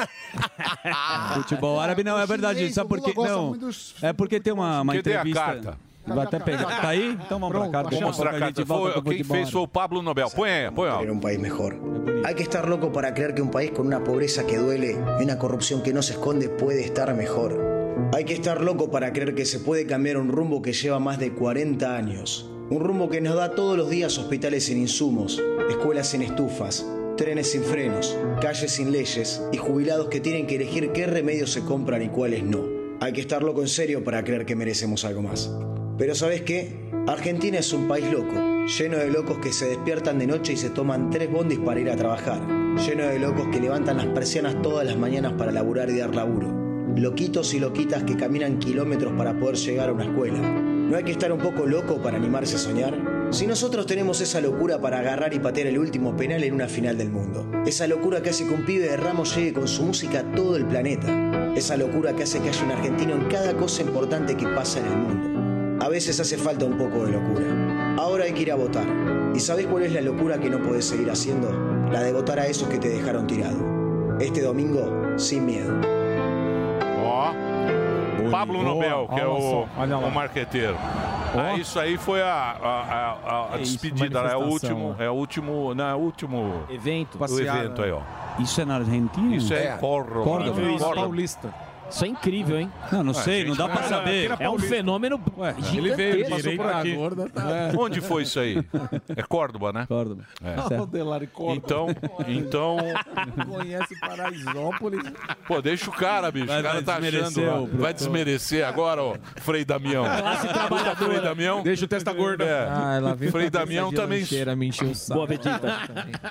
futebol árabe não, é verdade.
chinês,
Sabe por
o Lula
quê?
gosta
Não.
muito dos-
É porque tem uma, uma
Cadê a
entrevista.
carta?
Vai até pegar. Tá aí? Então vamos pra carta.
Vou
Daqui a
mostrar a
pouco gente
carta.
volta
Foi-
pro
quem
futebol
fez
árabe.
foi o Pablo Nobel. Põe aí, põe aí.
un país mejor. Hay que estar loco para creer que un país con una pobreza que duele y una corrupción que no se esconde puede estar mejor. Hay que estar loco para creer que se puede cambiar un rumbo que lleva más de 40 años. Un rumbo que nos da todos los días hospitales sin insumos, escuelas sin estufas, trenes sin frenos, calles sin leyes y jubilados que tienen que elegir qué remedios se compran y cuáles no. Hay que estar loco en serio para creer que merecemos algo más. Pero ¿sabes qué? Argentina es un país loco, lleno de locos que se despiertan de noche y se toman tres bondis para ir a trabajar, lleno de locos que levantan las persianas todas las mañanas para laburar y dar laburo, loquitos y loquitas que caminan kilómetros para poder llegar a una escuela, ¿No hay que estar un poco loco para animarse a soñar? Si nosotros tenemos esa locura para agarrar y patear el último penal en una final del mundo, esa locura que hace que un pibe de Ramos llegue con su música a todo el planeta, esa locura que hace que haya un argentino en cada cosa importante que pasa en el mundo. A veces hace falta un poco de locura. Ahora hay que ir a votar. ¿Y sabes cuál es la locura que no podés seguir haciendo? La de votar a esos que te dejaron tirado. Este domingo, sin miedo.
Ó. Pablo
Boa.
Nobel, que é
Olha
o,
só, olha lá.
o marqueteiro. Ah, isso aí foi a, a- a- a- a
É isso,
despedida, né? é o
manifestação,
último, é o último, não, é o último evento, o
Passeada.
evento aí, ó.
Isso é na Argentina?
Isso é em Córdoba.
Córdoba.
Não, Córdoba.
Paulista.
Isso é incrível, hein? É um
Não, não
Ué,
sei,
Ah, gente,
não dá pra
mas
saber. É um
aqui na Paulista. É.
fenômeno
Ele veio
gigantesco.
direito aqui. *laughs* Onde foi isso aí? É Córdoba, né?
Córdoba. Tá
É. Então, *laughs* então,
Conhece Paraisópolis.
pô, deixa o cara, bicho.
Vai-
o cara
vai
tá achando.
desmerecer
ó.
o
Vai
produtor.
desmerecer agora, ó. Frei Damião.
Classe trabalhadora.
Puta Frei Damião.
Deixa o testa gorda.
É.
Ah, ela veio
Frei
com a testa
Damião
de
também.
lancheira, me encheu o saco. Boa *laughs*
bendita.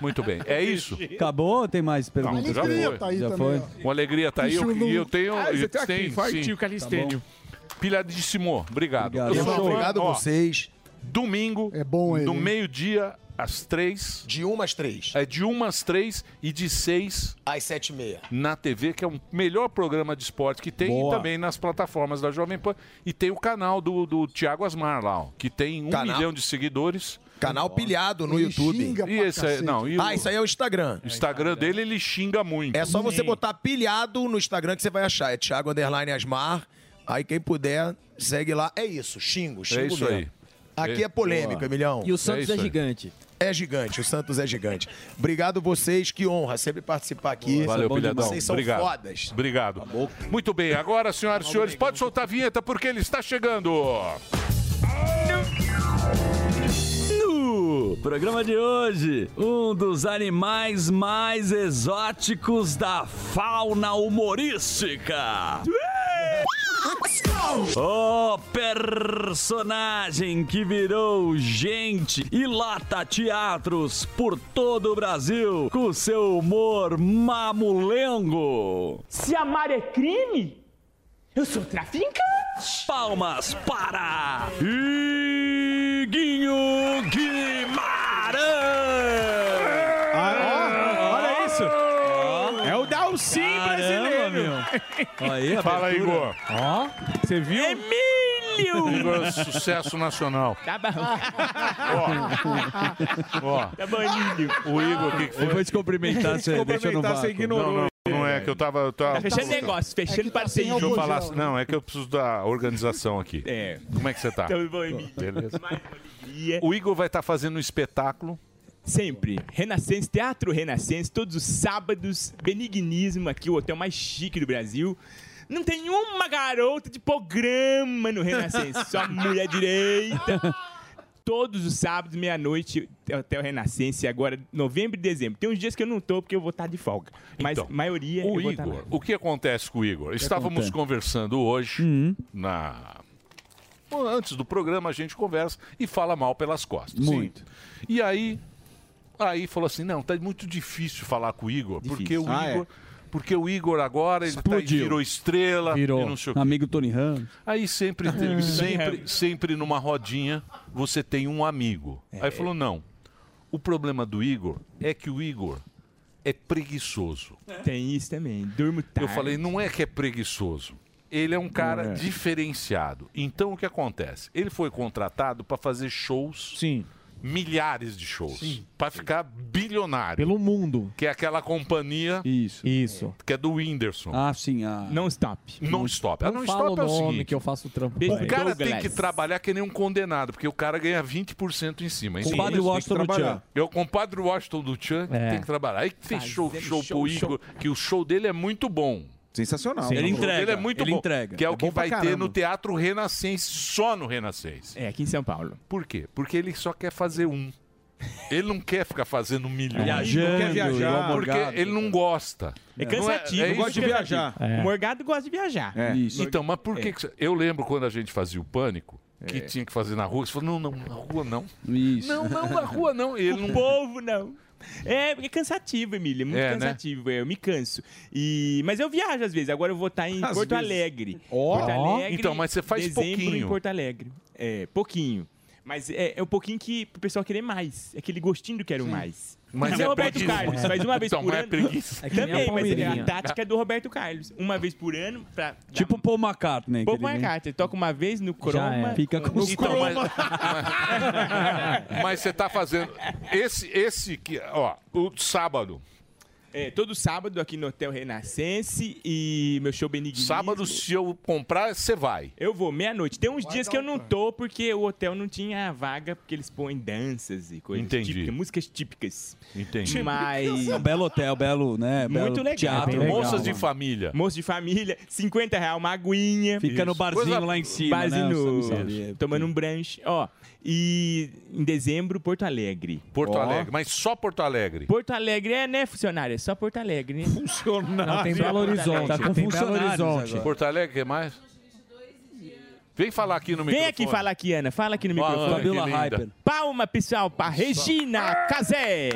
Muito bem. É isso?
Acabou ou tem mais perguntas?
Não, já tá foi.
Já foi.
O Alegria tá aí. eu- E eu tenho.
Ah, você tá aqui,
tem,
forte,
sim.
o Calistênio.
Tá bom. Pilhadíssimo. Obrigado.
Obrigado.
Eu sou fã,
Obrigado a
ó,
vocês.
Domingo. É bom Do meio-dia às três.
De uma às três.
É de uma às três e de seis
Às sete e meia.
na TV, que é o melhor programa de esporte que tem,
Boa.
e também nas plataformas da Jovem Pan. E tem o canal do, do Tiago Asmar lá, ó, que tem um
Canal-
milhão de seguidores.
Canal pilhado no YouTube.
E esse aí, não, e
Ah, isso aí é o Instagram.
O Instagram dele, ele xinga muito.
É só você botar pilhado no Instagram que você vai achar. É Thiago Underline Asmar. Aí quem puder, segue lá. É isso, xingo, xingo
É isso
mesmo.
aí.
Aqui
É-
é polêmico,
Boa.
Emilhão.
E o Santos É isso é aí.
gigante. É gigante, o Santos é gigante. Obrigado vocês, que honra sempre participar aqui.
é
Valeu, pilhadão.
Vocês são
Obrigado.
fodas. Tá
Obrigado. Muito bem, agora, senhoras e senhores, pode soltar a vinheta porque ele está chegando.
No programa de hoje, um dos animais mais exóticos da fauna humorística. O personagem que virou gente e lota teatros por todo o Brasil com seu humor mamulengo.
Se amar é crime, eu sou traficante.
Palmas para Iguinho Guimarães!
Ah, Olha isso. É o Dalsim brasileiro.
Aí, a
Fala,
abertura.
Tá, Igor. Ó, você viu?
Emílio!
Igor, sucesso nacional.
Tá bom.
Ó, o Igor, o que, que foi?
Eu vou te cumprimentar, você deixa no vácuo.
Não, não, não é que eu tava... Eu tava É
fechando parceiro.
tá Deixa eu falar. Não, é que eu preciso da organização aqui. É. Como é que você tá?
Então,
Tamo bom, Emílio.
Beleza. O Igor vai estar fazendo um espetáculo.
Sempre. Renascença, Teatro Renascença, todos os sábados. Benignismo aqui, o hotel mais chique do Brasil. Não tem uma garota de programa no Renascença, só mulher direita. Todos os sábados, meia-noite, Hotel Renascença, agora novembro e dezembro. Tem uns dias que eu não tô porque eu vou estar de folga. Mas a maioria
Então,
eu
O
vou tá estar
Igor, o que acontece com o Igor? Estávamos
acontece?
conversando hoje na Bom, antes do programa a gente conversa e fala mal pelas costas.
Muito.
E aí aí falou assim: "Não, tá muito difícil falar com o Igor, porque o
Ah, é.
Igor porque o Igor agora ele tá,
Explodiu.
virou estrela, e
Virou.
não sei o quê.
Amigo Tony Ramos.
Aí sempre,
Ah.
sempre, sempre numa rodinha você tem um amigo. Aí falou: não. O problema do Igor é que o Igor é preguiçoso.
Tem isso também. Durmo tarde.
Eu falei: não é que é preguiçoso. Ele é um cara diferenciado. Então o que acontece? Ele foi contratado para fazer shows. Sim. Milhares de shows. Para ficar bilionário. Pelo mundo. Que é aquela companhia. Isso. Isso. Que é do Whindersson.
Ah, sim. Ah.
Não stop.
Não stop. Ah,
Não
não
fala
stop é
o
o
nome
seguinte.
que eu faço o trampo. pra
O
ele.
cara
Douglas.
tem que trabalhar que nem um condenado, porque o cara ganha 20% em cima. Em
Compadre
cima,
Washington
tem que
do
trabalhar.
Tchan.
É o compadre Washington do Chan que
É.
tem que trabalhar. Aí fechou o
Fazendo
show,
show,
pro
show.
Igor, que o show dele é muito bom.
Sensacional.
O show dele é muito bom. Que é, o que vai ter no
tempo.
Teatro Renascense, só no Renascense.
É, aqui em São Paulo.
Por quê? Porque ele só quer fazer um. Ele não quer ficar fazendo milhões.
Viajando,
Ele não quer
igual
viajar,
o
porque
Morgado.
ele não gosta.
É
Não
cansativo.
isso que é ele-
O Morgado gosta de viajar.
Isso. Então, mas por que,
É.
que você- Eu lembro quando a gente fazia o pânico, que
É.
tinha que fazer na rua, você falou, não, não, na rua não.
Não, não, na
rua não. Ele
o povo não. É, porque é cansativo, Emília. É muito
É, né?
cansativo. é, eu me canso. E... Mas eu viajo às vezes. Agora eu vou estar em
Às
Porto
vezes.
Alegre.
Ó.
Porto Alegre.
Então, mas você faz
dezembro
pouquinho.
em Porto Alegre. é, pouquinho. Mas é, é um pouquinho que o pessoal querer mais. É aquele gostinho do quero mais.
Mas
Não
é
o Roberto
preguiça.
Carlos, faz uma vez
Então,
por
mas é
ano.
preguiça. É que nem a
Também, mas é a
Palmeirinha.
tática do Roberto Carlos. Uma vez por ano, pra
Tipo Paul McCartney.
Pouco
que ele
mais
vem.
carta. Ele toca uma vez no croma.
é. Fica com os
Então, mas-
*laughs* Mas você tá fazendo. *laughs* Esse, esse que. Ó, o sábado.
É, todo sábado aqui no Hotel Renascense e meu show Benignismo. Sábado,
se eu comprar, você vai?
Eu vou, meia-noite. Tem uns dias que eu não tô porque o hotel não tinha vaga, porque eles põem danças e coisas
Entendi.
típicas, músicas típicas.
Entendi.
Mas...
É um belo hotel, belo, né? belo
Muito legal.
É
Teatro.
Moças de família. Moços de família, 50 reais uma aguinha.
Fica no barzinho Coisa- lá em cima,
Barzinho,
né?
no-
Você não sabia.
tomando um brunch. Ó, e em dezembro, Porto Alegre.
Porto
Ó.
Alegre, mas só Porto Alegre.
Porto Alegre é, né, funcionário? É só Porto Alegre, né? Funcionário.
Não, tem Belo Horizonte, Tá com tem Belo funcionários Horizonte. agora. Porto Alegre, o que mais? Vem falar aqui no
Vem
microfone.
aqui falar aqui, Ana. Fala aqui no
Olha,
microfone.
que Fabiola linda. Hyper.
Palma, pessoal, pra Regina Casé.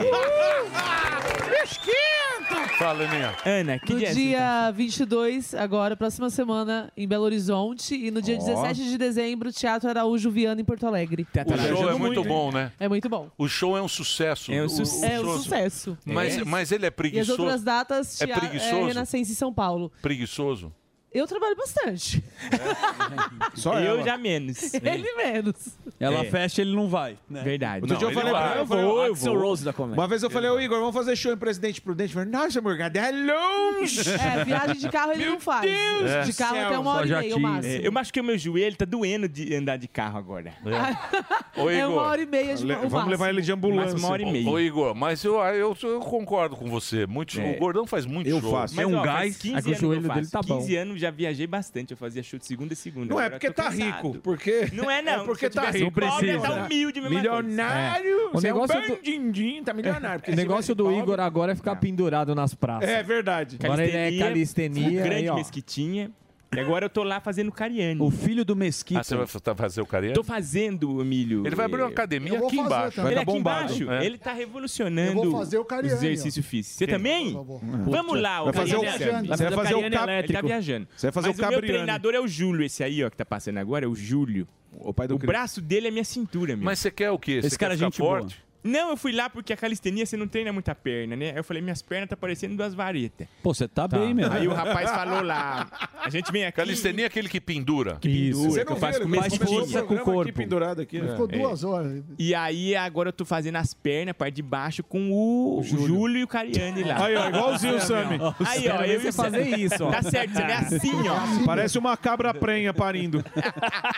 Esquenta!
Fala, Aninha.
Ana, que
No
dia é esse?
dia 22, agora, próxima semana, em Belo Horizonte. E no dia
Ó.
17 de dezembro, Teatro Araújo Viana, em Porto Alegre.
O show é muito bom, né?
É muito bom.
O show é um sucesso.
É um
O-
suce-
o
É um
show-
sucesso.
Mas,
É.
mas ele é
E as
preguiçoso.
outras datas,
É
tea-
preguiçoso?
Renascença em São Paulo.
Preguiçoso.
Eu trabalho bastante.
Só
Eu
ela.
já
*laughs*
menos.
né?
Ele menos.
Ela
É.
fecha, ele não vai. Né?
Verdade.
Outro dia eu falei pra ele, eu falei, eu vou. Uma vez eu falei, ô
o
Igor, vamos fazer show em Presidente Prudente. Eu falei, nossa, Morgada, é longe.
É, viagem de carro ele não faz.
Deus
de
do
carro
céu.
até uma hora e meia, o máximo.
É. Eu acho que o meu joelho tá doendo de andar de carro agora.
É.
Ah.
Ô,
É
Igor.
uma hora e meia de o máximo.
Mas assim. uma hora e meia.
Ô, Igor, mas eu, ah, eu, eu concordo com você. Muito,
É.
O Gordão faz muito show.
Mas,
um
ó, faz
é
15 anos que eu faço.
tá
tá bom.
15 anos já viajei bastante. Eu fazia show de segunda e segunda.
Não é
Agora
porque
eu tô
tá
cansado.
rico, porque...
Não é, não.
É porque
Se eu
tá
tivesse
rico.
pobre,
Não
eu ia
precisa.
tá humilde, mesma
Milionário,
coisa.
O
Você é um
negócio
bandido.
do... din-din, tá milionário. porque
O
se
negócio do Igor agora é ficar pendurado nas praças.
É verdade.
Agora ele é calistenia.
um grande
aí, ó.
mesquitinha. E agora eu tô lá fazendo cariano.
O filho do mesquita.
Ah, você vai fa- fazer o carinha?
Tô fazendo, Emílio.
Ele vai abrir uma
eh,
academia
eu vou
aqui
fazer
embaixo.
também.
Vai
Ele
tá
aqui
bombado.
embaixo.
É.
Ele tá revolucionando
Eu vou fazer o cariane,
os exercícios
ó.
físicos. Você
Sim.
também?
Vou, vou.
Vamos lá.
Vai fazer o-
cariane.
Você vai fazer o
cariane
cab-
elétrico. Ele tá viajando.
Você vai fazer
Mas
o
o meu
cabriane.
treinador é o Júlio, esse aí, ó, que tá passando agora. É o Júlio. O,
Cris.
braço dele é minha cintura, meu.
Mas você quer o quê? Esse Você cara quer é ficar gente boa. forte?
Não, eu fui lá porque a calistenia você não treina muita perna, né? Aí eu falei, minhas pernas tá parecendo duas varetas.
Pô, você tá, bem, meu.
Aí o rapaz
*laughs*
*laughs*
falou lá, a gente vem aqui...
Calistenia é aquele que pendura.
Que pendura,
é
Isso. Você que não eu faço vê, com ele mesmo faz força com o corpo.
pendurado aqui.
Ele
né?
ficou duas
horas.
É. E aí agora eu tô fazendo as pernas, a parte de baixo, com o, o Júlio. e o Cariani lá. é
Aí, ó, igualzinho o Sammy.
Aí, ó, eu e o Sammy. Tá certo, você é assim, ó.
Parece uma cabra prenha parindo.
Um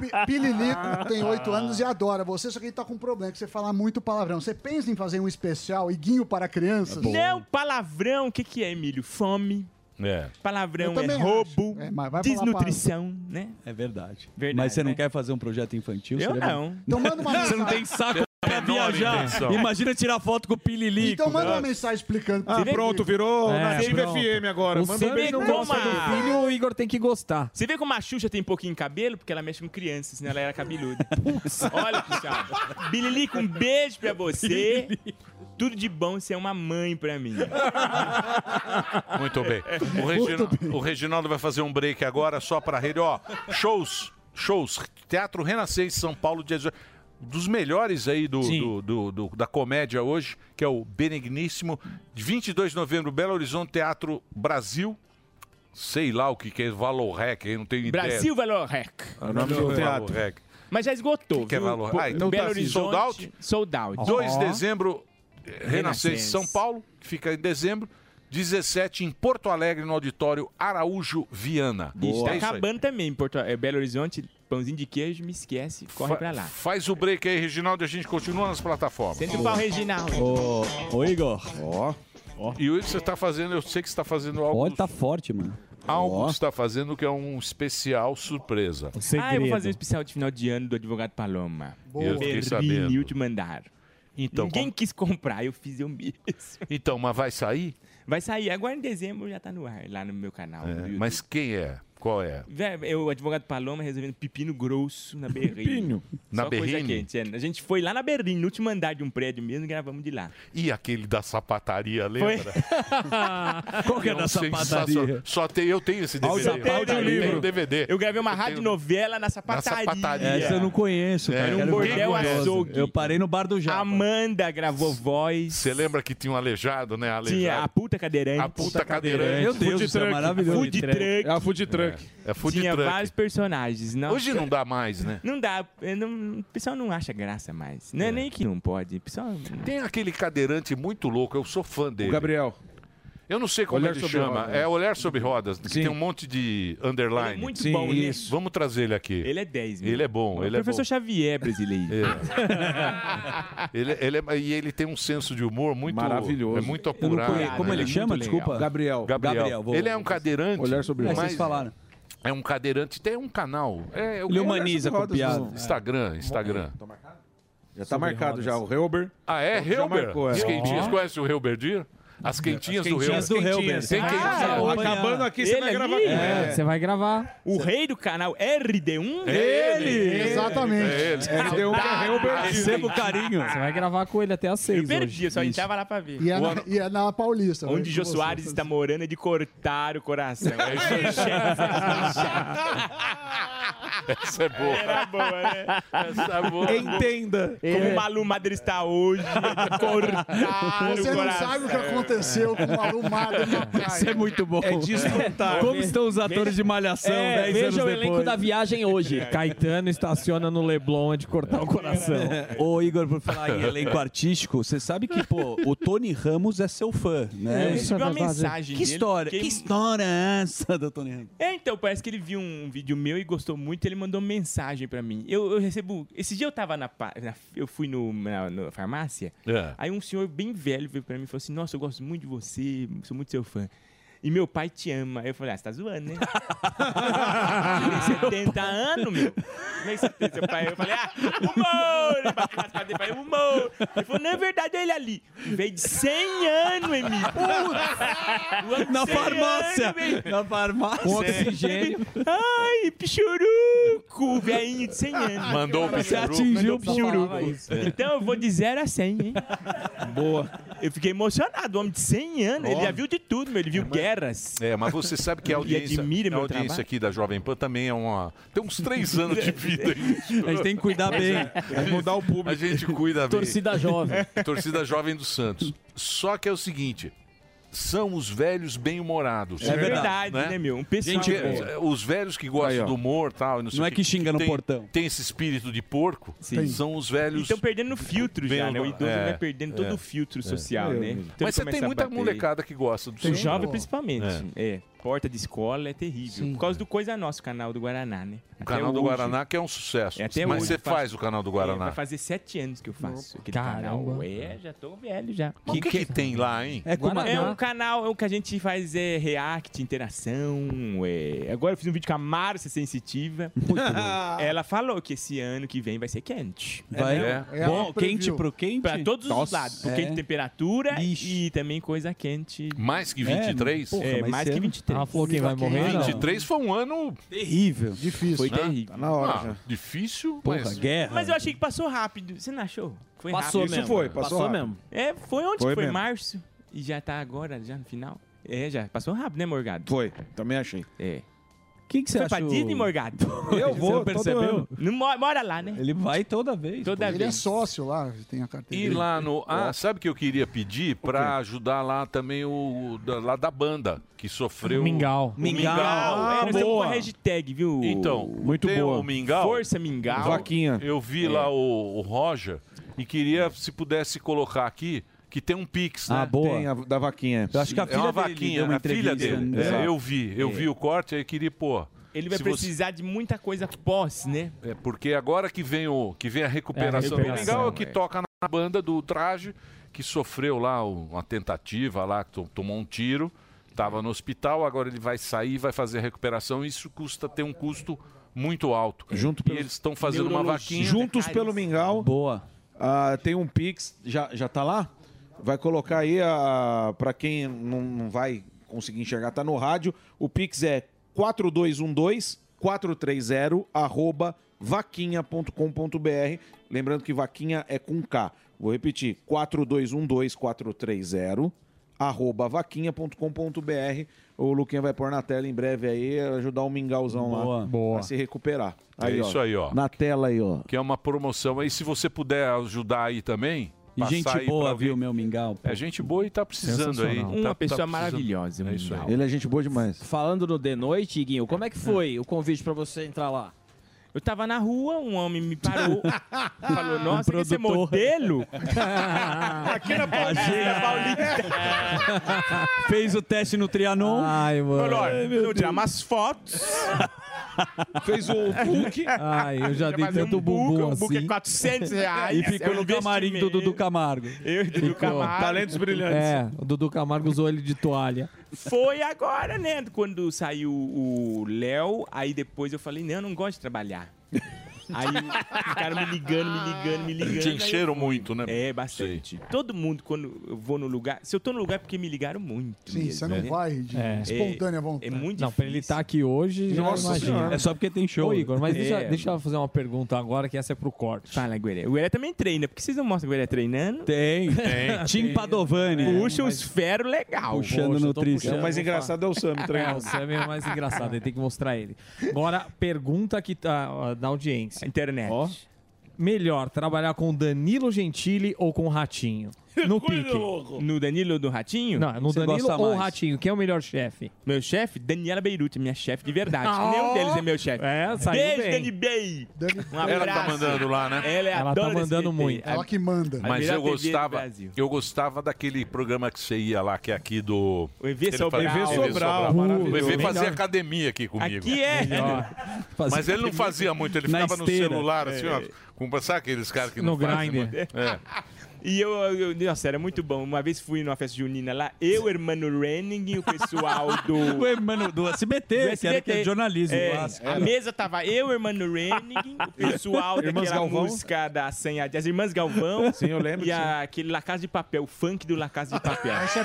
Pi- Pililico tem oito anos e adora você, só que ele tá com um problema, que você fala muito palavrão. Você pensa em fazer um especial iguinho para crianças?
Não, palavrão, o que que é, Emílio? Fome,
É.
palavrão
Eu
é
também
roubo,
acho. É, mas vai falar
desnutrição, né?
É verdade.
Verdade,
Mas você não
né?
quer fazer um projeto infantil?
Eu
Seria
não.
bom.
Então manda uma
Você não
mensagem.
tem saco
Tem
pra
menor
viajar.
intenção.
Imagina tirar foto com o Pililico.
Então manda uma mensagem explicando. É,
Ah,
Você vê-
pronto, virou Nativa FM agora.
O
Manda
Sammy
bem,
não
não
gosta
gosta
do
do
filho, o Igor tem que gostar.
Você vê como a Xuxa tem pouquinho cabelo? Porque ela mexe com crianças, senão ela era cabeluda. Olha, pessoal. Bililico, um beijo pra você. Tudo de bom, você é uma mãe pra
*laughs*
mim.
É. Muito bem. O, Regina- o Reginaldo vai fazer um break agora só pra rede. Ó, shows, shows. Teatro Renascença, São Paulo, dia 18. Dos melhores aí do, do- do- do- da comédia hoje, que é o Benigníssimo. De 22 de novembro, Belo Horizonte, Teatro Brasil. Sei lá o que, que é Valorec, aí não tenho ideia.
Brasil Valor Rec.
É o nome do teatro.
Mas já esgotou.
Que é
viu?
Valor
Pô,
Ah, então
Belo
tá assim,
Horizonte.
sold out?
Sold out.
2
Ó.
de dezembro, eh, Renascença
Renascença.
São Paulo, que fica em dezembro. 17 em Porto Alegre, no auditório Araújo Viana.
Isso, tá
É isso aí.
acabando também. em Porto, é, Belo Horizonte, pãozinho de queijo, me esquece. Corre
Fa-
pra lá.
Faz o break aí, Reginaldo, e a gente continua nas plataformas.
Sente o pau, Reginaldo.
Ô, ô, Igor.
Ó. E o que você está fazendo, eu sei que você está fazendo algo.
Olha, tá forte, mano.
Algo que você está fazendo que é um especial surpresa.
Ah, eu vou fazer um especial de final de ano do Advogado Paloma.
Boa. Eu fiquei sabendo.
Berrini, último andar.
Então,
Ninguém
como-
quis comprar, eu fiz eu mesmo.
*laughs* Então, mas vai sair?
Vai sair. Agora em dezembro já tá no ar, lá no meu canal.
É, mas quem é? Qual é?
Véi, Eu, o advogado Paloma, resolvendo pepino grosso na Berrini.
Pepino? Na
Só coisa
Berrini?
quente, é. A gente foi lá na Berrini, no último andar de um prédio mesmo, e gravamos de lá.
E aquele da sapataria, *laughs* lembra?
Qual que é da
Sensacional.
sapataria?
Só tem, eu tenho esse DVD.
Áudio-
Eu
áudio
tenho
livro.
DVD.
Eu gravei uma radionovela na sapataria.
sapataria.
Essa eu não *laughs* conheço,
É,
cara.
Era um
Quero ver
é
bordel
curioso.
açougue.
Eu parei no bar do Japa.
Amanda gravou voz.
Você lembra que tinha um aleijado, né? Aleijado.
Tinha a puta cadeirante.
A puta cadeirante.
Meu Deus, isso é maravilhoso.
Food
Food truck.
truck.
É a food truck.
É, é food
Tinha
truck.
vários personagens. Não,
Hoje não dá mais, né?
Não dá. eu não- o pessoal não acha graça mais. Não é, nem que não pode. um- o Pessoal...
Tem aquele cadeirante muito louco, eu sou fã dele.
Gabriel.
Eu não sei como
Olhar
ele
sobre
chama.
rodas.
É Olhar sobre Rodas, que tem um monte de underline.
Ele é muito Sim, bom, né? isso.
Vamos trazer ele aqui.
Ele é 10, meu.
Ele é bom,
O
ele é
professor
bom.
Xavier brasileiro.
Ele, ele é- *laughs* e ele tem um senso de humor muito
Maravilhoso.
É muito
Eu não conheço.
apurado.
Como
né?
ele
é
chama?
muito legal.
Desculpa. Gabriel.
Gabriel.
Gabriel, vou-
Ele é um cadeirante.
Olhar sobre
mas
rodas. Vocês falaram.
É um cadeirante, tem um canal. É, eu-
Ele humaniza
Olhar
com
sobre rodas
piada.
no Instagram, Instagram.
Já tá marcado já o Helber.
Ah, é?
Já
Helber?
marcou, é.
As quentinhas,
Ó.
conhece o Helber Dir? As quentinhas,
quentinhas
do
do
Helber.
Helber.
Tem
Ah,
quentinhas.
acabando aqui, você
Ele
vai gravar
ali?
com ele.
É, Você vai gravar. O rei do canal RD1?
Ele! Exatamente.
É ele.
RD1 que é Helbert.
Receba o carinho.
Você vai gravar com ele até às seis
Eu perdi,
hoje.
eu só
Isso.
estava lá pra ver.
E é,
O
na, e é na Paulista. né,
Onde Jô
com você.
Soares está morando é de cortar o *laughs* coração. É isso aí.
Essa é boa.
Era boa, né?
Essa é boa.
Entenda. Como o Malu Madre está hoje, é de cortar
Você
o
não
coração.
sabe o que aconteceu com o
*laughs*
alumado na praia.
Isso é muito bom.
É desmontar.
Como estão os atores de Malhação
É,
10
veja
anos
o
depois?
elenco da viagem hoje. *laughs* Caetano estaciona no Leblon de cortar o *laughs* coração.
Ô, Igor, por falar em elenco artístico, você sabe que, pô,
*laughs*
o Tony Ramos é seu fã, né?
Eu recebi uma mensagem
Que
dele,
história,
fiquei-
que história é essa do Tony
*laughs*
Ramos?
É, então, parece que ele viu um vídeo meu e gostou muito, ele mandou mensagem pra mim. Eu, eu recebo. Esse dia eu tava na. pa- na- eu fui no, na, na farmácia,
É.
aí um senhor bem velho veio pra mim e falou assim: Nossa, eu gosto muito de você, sou muito seu fã. E meu pai te ama. Aí eu falei, ah, você tá zoando,
*laughs*
né? Ele tem 70 anos, meu. Nem você tem seu pai. Eu falei, ah, humor! Ele bateu nas costas dele, falei, humor! Ele falou, não é verdade, olha ele ali. Um velho de 100 anos, Emílio. Um homem de
Na
100
farmácia!
anos, velho.
Na farmácia!
*laughs* Com oxigênio. Ai, pichuruco, velhinho de 100 anos.
Mandou o
Você
pichuruco.
atingiu o
Mandou
pichuruco.
pra isso. É.
Então eu vou de 0 a 100, hein? Boa. Eu fiquei emocionado, homem de 100 anos. Ele
Ó.
já viu de tudo, meu. Ele viu guerras.
É, mas você sabe que a
E
audiência,
admira
a
meu
audiência
trabalho.
aqui da Jovem Pan também é uma. Tem uns três anos de
*laughs*
vida. A
gente tem que cuidar bem.
É, mudar o público. A gente cuida bem.
Torcida jovem.
*laughs* Torcida jovem do Santos. Só que é o seguinte. São os velhos bem-humorados.
É verdade, né, meu? Um pessoal
Gente,
bom.
é, os velhos que gostam
Aí, ó.
do humor e tal. e Não, sei
Não
o
é que xinga no
tem-
portão.
Tem esse espírito de porco.
Sim.
São os velhos.
Estão Então, perdendo o filtro já, né? O idoso vai perdendo todo o filtro social, né? Então ele
É, Mas você tem
começa a
muita
bater.
molecada que gosta do
O
seu
jovem,
humor.
principalmente. É. Porta de escola é terrível.
Sim.
Por causa do Coisa Nossa, o canal do Guaraná, né?
O canal do Guaraná que é um sucesso.
É, até
Mas
hoje
você
eu faço-
faz o canal do
Vai
Guaraná.
fazer sete anos que eu faço aquele canal. É, já tô velho já.
Mas O que, que tem lá, hein?
É, um canal é o que a gente faz é react, interação. é. Agora eu fiz um vídeo com a Márcia Sensitiva. *laughs* Ela falou que esse ano que vem vai ser quente.
Vai- É. É Bom, a preview. quente pro quente?
Pra todos os
Nossa.
lados. Pro
É.
quente temperatura e também coisa quente.
Mais que 23?
É,
Porra, mas
mais
esse
que
ano-
23.
Ela falou que vai morrer, não. 23 foi um ano... Ah,
Terrível.
Difícil.
Foi terrível. Tá
na hora já.
Difícil,
Porra,
mas...
guerra.
Mas eu achei que passou rápido. Você não achou? Foi
Passou
rápido.
mesmo. Isso foi, passou Passou rápido. mesmo.
É, foi onde que
Foi
foi?
mesmo.
Março. E já tá agora, já no final. É, já passou rápido, né, Morgado?
Foi, também achei.
É.
Quem que você
Foi
acha
pra
o-
Disney, Morgado?
*laughs* Eu vou, todo ano.
Não mo- mora lá, né?
Ele vai toda vez.
Toda
Ele é
*laughs*
vez.
sócio lá, tem a carteira.
E
dele.
lá no... Ah, sabe o que eu queria pedir? Pra ajudar lá também o... o da- Lá da banda, que sofreu...
Mingau.
O
Mingau.
Ah,
Mingau.
nós temos uma hashtag, viu?
Então,
Muito
tem
boa.
o Mingau.
Força Mingau. Vaquinha.
Eu vi
É.
lá o, o Roger e queria, se pudesse colocar aqui, que tem um Pix,
Ah,
né?
Tem a da vaquinha.
Eu acho que a filha é uma vaquinha, a filha
né?
dele. É, eu vi, eu
É.
vi o corte, aí queria, pô.
Ele vai
se você-
precisar de muita coisa pós, né?
É, porque agora que vem, o, que vem a recuperação, do
recuperação,
Mingau, é o que
é.
toca na banda do traje, que sofreu lá o- uma tentativa, lá to- tomou um tiro, estava no hospital, agora ele vai sair, vai fazer a recuperação, isso custa, tem um custo muito alto. Junto e eles estão fazendo uma vaquinha.
Juntos pelo Mingau.
Boa.
tem um Pix, já, já tá lá? Vai colocar ah, aí, a, pra quem não, não vai conseguir enxergar, tá no rádio. O Pix é 4212-430, arroba vaquinha.com.br. Lembrando que vaquinha é com K. Vou repetir, 4212-430, arroba vaquinha.com.br. O Luquinha vai pôr na tela em breve aí, ajudar o Mingauzão lá
Boa.
a se recuperar.
É isso aí, ó.
Na tela aí, ó.
Que é uma promoção aí, se você puder ajudar aí também.
E
passar
gente
aí
boa,
pra alguém.
viu, meu mingau?
É gente boa e tá precisando aí.
Sensacional.
Tá-
Uma
tá
pessoa
precisando.
maravilhosa, um
É isso aí.
Ele é gente boa demais.
um Falando no de noite, Iguinho, como é que foi o convite pra você entrar lá?
Eu tava na rua, um homem me parou.
*laughs*
falou, nossa,
Um
que você é
Um produtor.
modelo? *laughs*
*laughs*
Aqui na
É.
é,
Fez o teste no Trianon. Ai,
Falou, olha, vou tirar
Deus.
umas fotos.
Fez o
*laughs*
*laughs*
book.
Ai,
É, Ah, eu já dei tanto
book,
bumbum
O book é
assim.
400
*laughs*
reais.
E ficou
é um
no camarim do Dudu Camargo.
Eu e Dudu
Ficou.
Camargo. Talentos brilhantes.
É, o Dudu Camargo usou ele de toalha.
Foi agora, né? Quando saiu o Léo, aí depois eu falei, não, eu não gosto de
*laughs*
trabalhar. Aí ficaram me ligando, me ligando, me ligando.
Te
Aí eu
encheram
fui.
muito, né?
É, bastante. Todo mundo, quando eu vou no lugar... Se eu tô no lugar, é porque me ligaram muito.
Sim,
mesmo,
você não
né?
vai de espontânea vontade.
É muito
Não, pra ele estar aqui hoje,
Nossa
já imagina.
Senhora. É só porque tem show.
Ô, Igor, mas deixa,
É.
deixa eu fazer uma pergunta agora, que essa é pro corte.
Fala, Gueré. O Gueré também treina. Por que vocês não mostram o Gueré é treinando?
Tem.
*laughs* Tem.
Tim Padovani.
Puxa uns ferros
Ah,
legal.
O *laughs* É, o Sam é o mais engraçado, ele tem que mostrar ele. Agora, pergunta aqui tá, ó, da audiência.
Internet.
melhor trabalhar com Danilo Gentili ou com Ratinho? No pique.
No Danilo do Ratinho?
Não, é no Danilo ou Ratinho, quem é o melhor chefe?
Meu chefe? Daniela Beirute, minha chefe de verdade.
Ah,
Nenhum
ó.
deles é meu chefe.
É, saiu
Beijo,
bem.
Dani Bey. *laughs* Um
Ela tá
abraço.
mandando lá, né?
Ela é a
Ela tá
dona desse
mandando
BT.
muito. Ela
que manda.
A
Mas
melhor
é
eu
TV do
gostava,
Brasil.
eu gostava daquele programa que você ia lá, que é aqui do... O
EV Sobral.
EV
EV Sobral,
Sobral.
maravilhoso.
O EV fazia
Melhor.
academia aqui comigo.
Aqui é. Melhor.
Mas ele não fazia muito, ele
Na
ficava no
esteira.
celular, assim, ó.
É.
Com, sabe aqueles caras que
No
não fazem
Grindr.
muito? É.
E eu, eu, nossa, era muito bom. Uma vez fui numa festa junina lá, eu, o Hermano Renning e o pessoal do.
O Hermano do SBT,
do
que era que é jornalismo
É,
clássico.
A mesa tava eu, o Hermano Renning, o pessoal
Irmãs
daquela
Galvão.
música da Senha, as Irmãs Galvão.
Sim, eu lembro
E
disso.
a- aquele La Casa de Papel, o funk do La Casa de Papel.
Isso é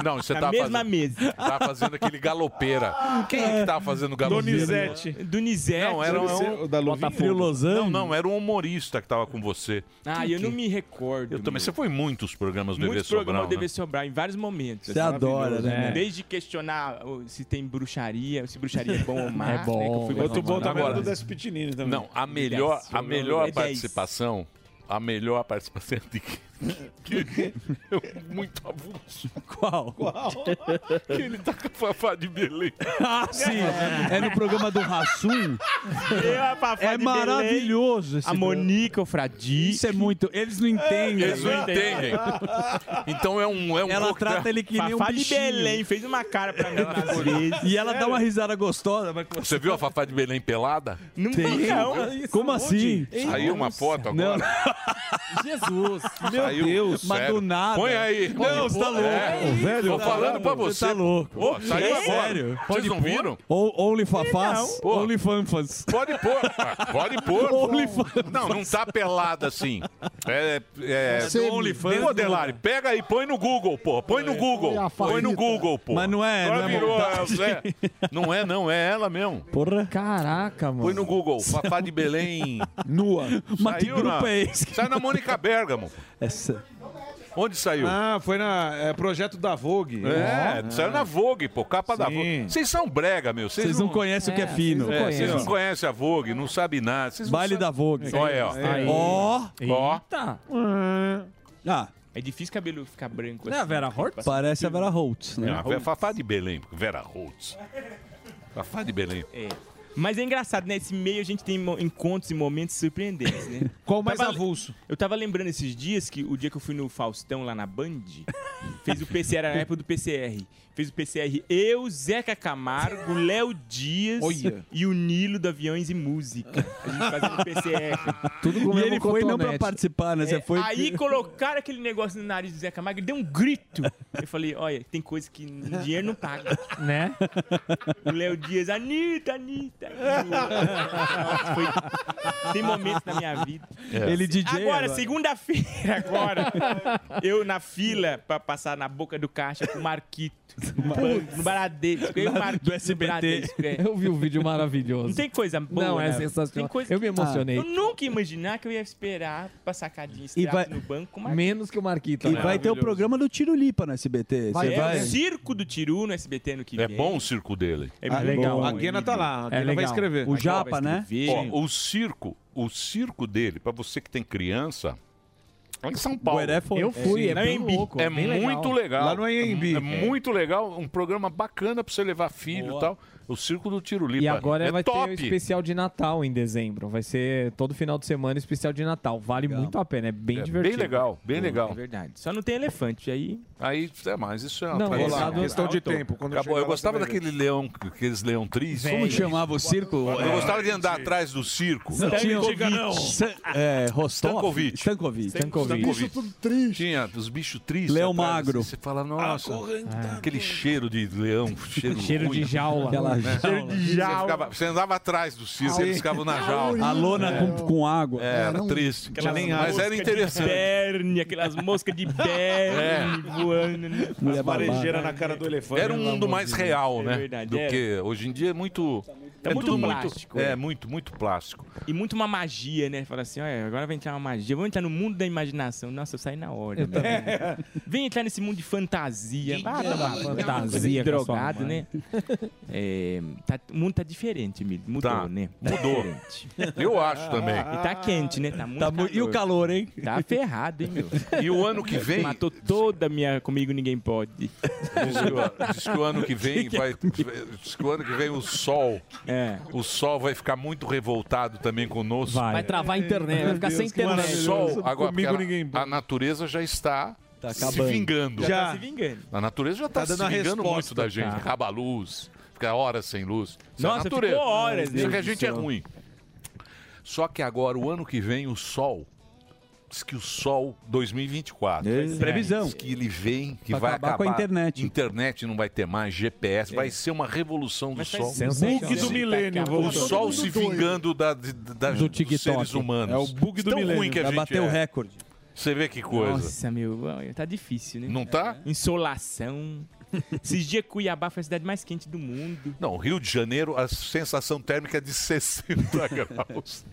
*laughs* Não, você
Tá Na
tava
mesma
fazendo,
mesa.
Tava fazendo aquele galopeira. Quem é que tava fazendo galopeira?
Donizete. Donizete.
Não, era um... Não, não, era um humorista que tava com você.
Ah, eu não me recordo.
Eu também. Você foi em muitos programas do EV
Muitos programas
Sobral,
do
né?
EV Sobral, em vários momentos.
Você
maravilhoso,
adora, né?
Desde questionar oh, se tem bruxaria, se bruxaria é bom
*laughs*
ou má.
É bom,
Né, que eu fui
Outro bom também era do
Agora-
Despitinini também.
Não, a melhor,
Dez.
a melhor
É dez.
participação... A melhor participação... Que- eu- Muito avulso.
Qual? *laughs*
Qual? Que ele tá com a Fafá de Belém.
Ah, sim. É no programa do
*laughs*
Rassum.
*laughs* Eu, a Fafá
É
de Belém,
maravilhoso esse
A Monica, o Fradi.
Isso é muito. Eles não entendem.
Eles não entendem. Então é um. É um
Ela
coquetel.
trata ele que nem um
Fafá de
bichinho.
Belém fez uma cara pra *laughs* mim às vezes.
E ela dá uma risada gostosa. Mas...
Você viu a Fafá de Belém pelada?
Não
Tem.
não.
Como assim?
Saiu uma foto agora.
Jesus. Meu
Saiu,
Deus. Mas
sério.
do nada.
Põe aí.
Não, você tá louco.
É. Tô falando pra você.
Você tá louco.
Pô, saiu
É
agora.
Sério.
Vocês não viram?
O- Only Fafás.
Não.
Only Fanfas.
Pode pôr, pá, pode pôr. Não, não tá pelada assim. É, é,
É do OnlyFans.
Pô, Delari, pega aí, põe no Google, pô. Põe no Google.
Olha a
Põe no
farrita.
Google, pô.
Mas não é,
Agora
não é
virou,
montagem.
é, Não é, não, é ela mesmo.
Porra.
Caraca, mano.
Põe no Google, Fafá de Belém.
Nua. Mas que
Saiu
grupo
na-
é esse?
Sai na Mônica Bergamo.
Essa...
Onde saiu?
Ah, foi na é, projeto da Vogue.
É, saiu
Ah.
na Vogue, pô, capa da
Sim.
Vogue. Vocês são brega, meu.
Vocês não conhecem o que é É, fino. vocês não
É, Vocês não
conhecem.
conhecem a Vogue, não sabem nada. Vocês não
Baile
sabem-
da Vogue.
Olha, ó.
Aí. Ó.
Ó.
Tá.
Ah.
É difícil cabelo ficar branco assim,
Não é a Vera
Hortz?
Parece a Vera Holtz, né?
Não, é Fafá de Belém, Vera Holtz. Fafá de Belém.
É. Mas é engraçado, né? Esse meio a gente tem mo- encontros e momentos surpreendentes,
*laughs*
né?
Qual mais avulso?
Eu tava lembrando esses dias que o dia que eu fui no Faustão lá
*laughs*
na Band, fez o PCR, era na época do PCR. Fez o PCR eu, Zeca Camargo, Léo Dias
Olha.
e o Nilo do Aviões
*laughs*
e Música. A gente fazendo PCR.
Tudo
com o
e
mesmo
ele foi não pra
cotonete.
participar, né? Você
É,
foi...
Aí colocaram aquele negócio no nariz do Zeca Camargo, ele deu um grito. Eu falei, olha, tem coisa que n- dinheiro não paga.
Né?
O Léo Dias, Anitta, Anitta. Nossa, foi- Tem momentos na minha vida.
É. Ele DJ
Agora,
agora.
segunda-feira, agora, eu na fila pra passar na boca do caixa com o Marquito. No Baradesco. Eu e o Marquinhos
Do SBT.
Bradesco, é.
*laughs* Eu vi um vídeo maravilhoso.
Não tem coisa boa.
Não, é
né?
sensacional.
Tem coisa Ah,
Eu me emocionei.
Eu nunca ia imaginar que eu ia esperar pra sacadinha
E vai-
no banco. com Marquinhos.
Menos que o Marquito.
E
né?
vai ter o programa do Tiro Lipa no SBT.
Vai,
Você
é
vai?
o circo do Tiru no SBT no que
É
vem.
bom o circo dele.
É Ah, legal. bom,
A Guena tá
É
lá, a
Ele
Guena vai escrever.
O Japa, né?
Ó, o circo, o circo dele, pra você que tem criança, é em São Paulo.
Gueré foi. Eu fui,
Sim.
é bem
Em Bi.
louco,
É
bem legal.
muito legal.
Lá no Anhembi.
É,
É.
muito legal, um programa bacana pra você levar filho e tal. O circo do Tirulipa.
E agora
é
vai
top.
ter o especial de Natal em dezembro. Vai ser todo final de semana especial de Natal. Vale muito a pena, é bem
É,
divertido.
Bem legal, bem
Pô,
legal.
É verdade. Só não tem elefante aí.
Aí é mais, isso é uma
Não,
tradição.
vou lá, questão de
Acabou.
tempo, quando eu
Acabou.
chegar
Eu
lá
gostava
também
daquele leão, aqueles leão tris.
Como que chamava o circo?
Eu gostava de andar atrás do circo.
É. Não tinha
Stankovic.
San- É, Rostov.
Stankovic.
Stankovic.
Stankovic. Tinha os bichos tristes.
Leão
atrás,
magro.
assim, Você fala, nossa, aquele cheiro de leão, cheiro,
*laughs* Cheiro
ruim.
de jaula. Aquela
Né?
Cheiro de
Você
jaula.
ficava- Você, andava atrás do circo,
Sim.
eles ficavam na jaula.
A lona com, com água.
É, era triste. Mas era
De
interessante. É.
berne, aquelas moscas de
*laughs*
berne voando. né?
Mulher babada.
na cara do elefante.
Era um mundo mais real, né?
É verdade.
do
é.
que hoje em dia é muito.
Tá
é
muito
tudo
plástico,
Muito,
é.
é muito, muito plástico.
E muito uma magia, né? Fala assim, olha, agora vai entrar uma magia. Vamos entrar no mundo da imaginação. Nossa, eu saí na hora.
Eu
né?
também.
Vem entrar nesse mundo de fantasia.
Que
Vá tomar
que-
fantasia.
que-
Drogado,
que-
né? *laughs* É, tá- o mundo tá diferente, Emílio. Mudou, né? Tá
mudou.
diferente.
Eu acho também.
E tá quente, né? Tá muito calor.
e o
calor, hein?
Tá ferrado, hein, meu?
E o
*laughs*
ano que vem-
Matou toda a minha Comigo Ninguém Pode.
Diz que, o- diz que o ano que
*laughs*
vem
é
vai. Diz que o ano que vem o sol. O sol vai ficar muito revoltado também conosco.
Vai. Vai travar a internet, vai Meu ficar Deus, sem que internet.
O
maravilhoso.
sol, agora,
Comigo
porque
ninguém Tá
ela, a natureza já está. se
acabando.
vingando.
Já Já. tá se vingando.
A natureza já está
Tá dando
se
a
vingando muito
resposta, Tá.
da gente.
cara.
Acaba a luz, fica horas sem luz. Isso é a
Nossa,
natureza.
ficou horas,
Só
Deus
que a
do
gente é
céu.
ruim. Só que agora, o ano que vem, o sol. Diz que o sol 2024.
É. Previsão.
Diz que ele vem, que
Pra
vai
acabar
acabar
com a internet.
Internet É. não vai ter mais, GPS, vai ser uma revolução do
tá
sol.
sensacional. Bug do milênio,
O
voltou.
sol se vingando da, de- da-
Do
dos seres
TikTok.
humanos.
É o bug do
Tão
milênio.
ruim que a
Vai
gente
bater o
é.
recorde.
Você vê que coisa.
Nossa, meu, tá difícil, né?
Não tá?
Insolação. Esses dias Cuiabá foi a cidade mais quente do mundo.
Não, Rio de Janeiro, a sensação térmica é de 60 *laughs* graus.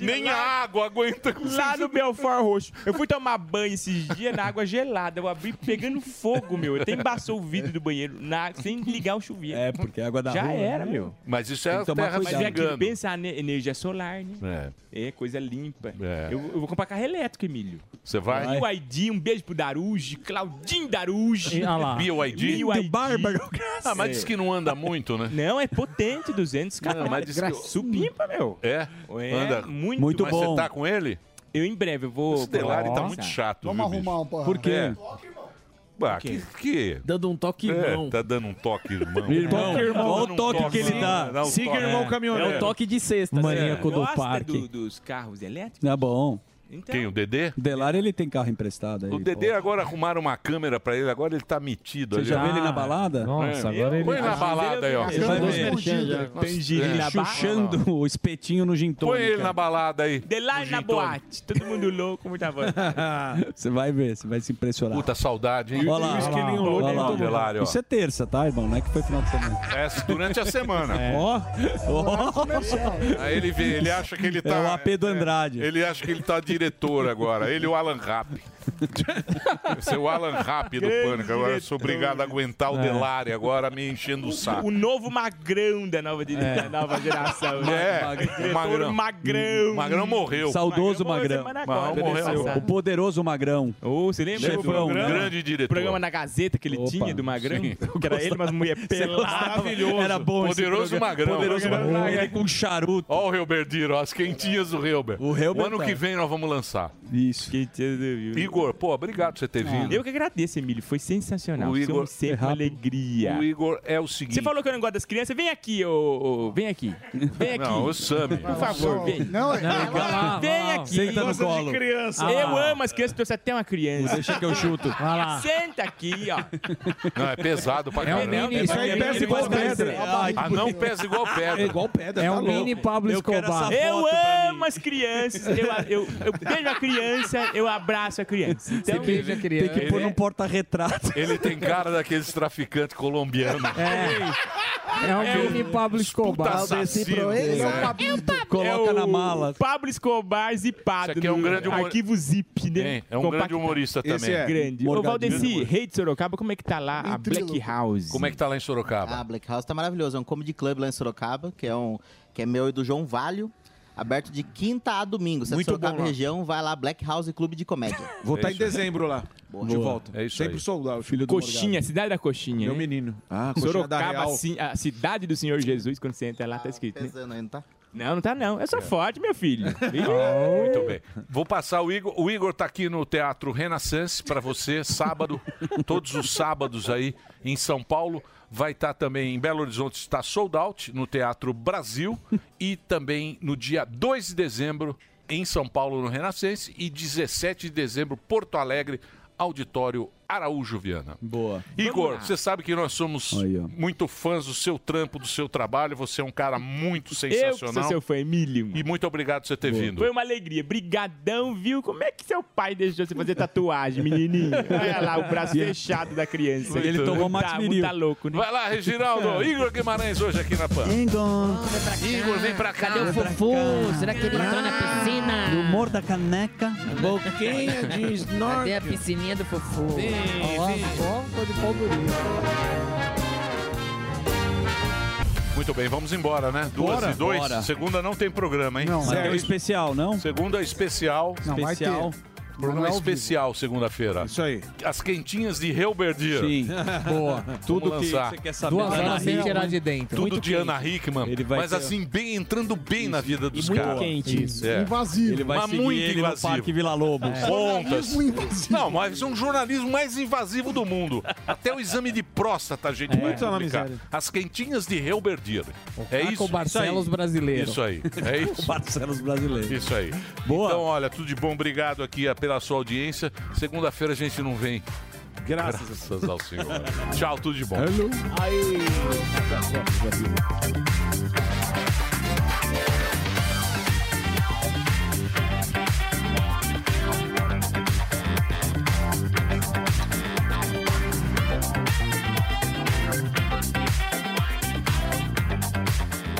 Nem a água aguenta com
Lá no Belfort Roxo. Eu fui tomar banho esses dias na água gelada. Eu abri pegando fogo, meu. Eu até embaçou o vidro do banheiro na- sem ligar o chuveiro.
É, porque a água da
Já
rua,
era,
né?
meu.
Mas isso
Tem
é
que
a
tomar
terra
Mas
se
é aquilo,
vingando.
pensa na energia solar, né? É. coisa limpa.
É.
Eu, eu vou comprar carro elétrico, Emílio.
Você vai?
E o ID, um beijo pro Daruge, Claudinho Daruge.
E- ah lá. BYD?
BYD.
Bárbaro.
Ah, mas diz que não anda muito, né?
Não, é potente, 200
Não,
cavalos.
mas diz que-
Supimpa, é meu.
É?
É,
anda
muito,
mas você tá com ele?
Eu em breve, eu vou...
O Stellari tá
Nossa.
muito chato,
Vamos
viu, bicho?
arrumar um porra.
Por quê? É. Bah, que, que-
Dando um toque,
É,
irmão.
Tá dando um toque, irmão. um
Irmão. Toque, irmão.
Dando
Olha o toque que ele dá.
um
Siga,
toque.
irmão, caminhoneiro. É o toque de sexta, Maníaco né? do
Gosta
parque.
do- dos carros elétricos?
Tá bom.
Quem, o Dedê?
Delar ele tem carro emprestado aí.
O Dedê agora arrumaram uma câmera pra ele, agora ele tá metido.
Você
ali, Ah.
já
ó.
viu ele na balada?
É. Põe na balada aí, ó.
Ele vai ver.
né?
Tem girinha
É.
chuchando o espetinho no gin tônica.
Põe ele na balada aí.
De lá na boate. Todo mundo louco, muita
*laughs*
voz.
*laughs* Você vai ver, você vai se impressionar.
Puta saudade, hein?
Olha lá,
E o
olha
esquilinho
lá,
louco
olha lá.
do Delário, ó.
Isso é terça, tá, irmão? Não é que foi final de semana.
Essa É, durante a semana.
Ó, ó.
Aí ele vê, ele acha que ele tá.
É o AP do Andrade.
Ele acha que ele tá diretor agora. Ele e o Alan Rapp. Esse é o Alan Rapp do
Grande
Pânico. Agora eu sou obrigado a aguentar o
É.
Delari agora me enchendo o saco.
O novo magrão da nova,
É.
da nova
É,
geração. né? Diretor
o Magrão.
Magrão.
Magrão morreu.
Saudoso Magrão.
semana agora,
Magrão
né?
morreu. O poderoso Magrão.
Você lembra do
Chefão,
programa?
grande
Um diretor.
programa na Gazeta que ele tinha do Magrão.
Sim.
Que era ele, mas mulher pelada.
Maravilhoso. Era bom esse
é Poderoso
programa.
Magrão.
Poderoso Magrão. Ele com charuto.
Ó o Helberdiro, ó, as quentinhas do Helber. O,
Helber
ano
tá.
que vem nós vamos lançar.
Isso. Ah.
Igor, pô, obrigado por você ter vindo.
Eu que agradeço, Emílio. Foi sensacional.
O
Somos
Igor-
sempre uma alegria.
O Igor é o seguinte.
Você falou que eu não gosto das crianças. Vem aqui, ô. ô, vem aqui. Vem aqui.
Não, o Sami.
Por favor, vem.
Não, é-
Vem aqui.
Senta no colo. Ah,
Eu amo as crianças, trouxe até uma criança.
Deixa que eu
*laughs*
chuto. Vai lá.
Senta aqui, ó.
Não, é pesado pra caramba.
Isso aí pesa igual pedra.
Ah, não pesa igual pedra.
É igual pedra,
É
tá
um
louco.
mini Pablo
Eu quero
Escobar.
essa
Eu
foto pra
amo as crianças. Eu, eu, eu Beijo a criança, eu abraço a criança. Então,
beija a criança.
Tem que pôr num
*laughs*
porta-retrato.
Ele tem cara daqueles traficantes colombianos.
É um mini Pablo Escobar.
puta assassino.
Esse
né?
É.
Pablo.
Coloca na mala.
É Pablo Escobar zipado.
Isso aqui é um
no
grande humor-
Arquivo zip, né?
É, é um grande humorista Esse também. é.
Grande. Ô,
Morgadinho.
Valdeci, rei de Sorocaba, como é que tá lá a Black House?
Como é que tá lá em Sorocaba?
Ah, Black House tá maravilhoso. É um comedy club lá em Sorocaba, que é, um, que é meu e do João Valho. Aberto de quinta a domingo. Se é de
Muito
Sorocaba
bom lá.
região, vai lá, Black House Clube de Comédia.
Vou estar em dezembro lá. De
Boa.
volta.
É isso
Sempre
aí.
sou lá, o filho do
Coxinha, cidade da coxinha.
Meu
né?
menino.
*laughs*
Ah, coxinha da
Sorocaba,
Real. Ah,
ci- a cidade do Senhor Jesus, quando você entra lá, tá escrito. Né?
Pesando ainda, tá?
Não, não tá não. Eu sou forte, meu filho.
É. *laughs* Ah, Muito bem. Vou passar o Igor. O Igor tá aqui no Teatro Renaissance para você, sábado. Todos os sábados aí em São Paulo. Vai estar também em Belo Horizonte, está sold out no Teatro Brasil. E também no dia 2 de dezembro em São Paulo, no Renaissance. E 17 de dezembro, Porto Alegre, Auditório Araújo Viana.
Boa.
Igor, você sabe que nós somos muito fãs do seu trampo, do seu trabalho. Você é um cara muito
Eu
sensacional.
que sou seu fã, Emílio.
E muito obrigado por você ter vindo.
Foi uma alegria. Brigadão, viu? Como é que seu pai deixou você fazer
*laughs*
tatuagem, menininho? Olha lá, o braço fechado da criança.
é Ele tomou
tá,
Maxmiril.
tá louco, né?
Vai lá,
*laughs*
Reginaldo. Igor Guimarães hoje aqui na PAN. Igor, vem pra cá.
Cadê o Fufu? Será né? que ele entrou na piscina? No Ah. humor da caneca. Boquinha de snorkel. Cadê a piscininha do Fufu? Ó, ó, tô de
Muito bem, vamos embora, né? Duas
Bora.
e dois.
Bora.
Segunda não tem programa, hein?
Não, mas tem um especial, não?
Segunda é especial.
Não, vai ter.
especial.
Mas não
Programa
é ao vivo.
especial segunda-feira. Isso
aí.
As quentinhas de Helberdier.
Sim. Boa.
*laughs*
Tudo
Vamos
que
lançar.
você quer saber Duas da horas Ana sem Hickman. tirar de dentro.
Tudo
Muito
de Ana Hickman.
Ele vai
mas
ser-
assim, bem entrando bem na vida dos
muito
caras.
quente isso.
É.
Invasivo. Ele vai
mas
seguir
muito
ele no
invasivo.
Parque Vila Lobos. É.
Contas.
Jornalismo
Não, mas é um jornalismo mais invasivo do mundo. Até o exame de próstata a gente vai
Puta lá,
publicar.
miséria.
As quentinhas de Helberdier. É
Paco
isso.
Barcelos
Isso aí.
brasileiro.
Isso aí. É isso.
Barcelos brasileiro.
Isso aí. Boa. Então, olha, tudo de bom. Obrigado aqui ah, pela sua audiência. Segunda-feira a gente não vem.
Graças,
ao Senhor. Tchau, tudo de bom.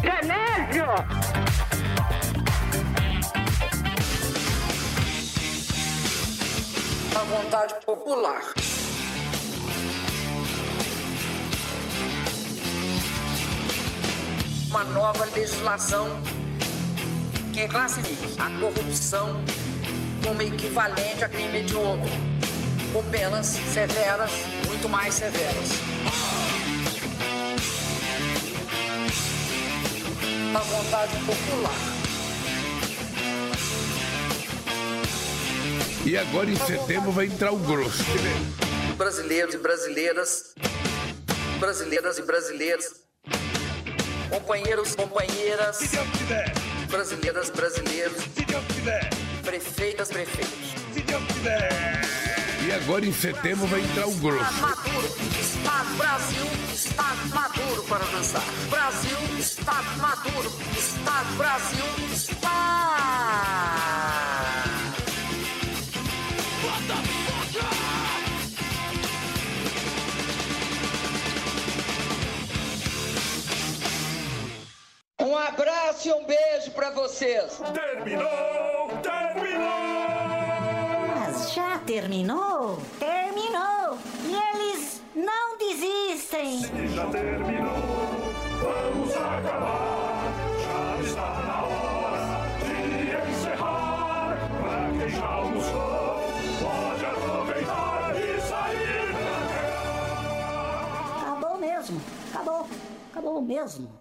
Genésio!
A vontade popular. Uma nova legislação que classifique a corrupção como equivalente a crime hediondo, com penas severas, muito mais severas. A vontade popular.
E agora em setembro vai entrar o grosso.
brasileiros e brasileiras, brasileiras e brasileiros, companheiros, companheiras, brasileiras, brasileiros, prefeitas, prefeitos.
E agora em setembro vai entrar o
Está
grosso.
maduro, está Brasil, está maduro para dançar. Brasil está maduro, está Brasil, está. Um abraço e um beijo para vocês. Terminou, terminou.
Mas já terminou? Terminou! E eles não desistem! Se já terminou, vamos acabar! Já está na hora de encerrar! Pra quem já almoçou, pode aproveitar e sair Acabou mesmo! Acabou! Acabou mesmo!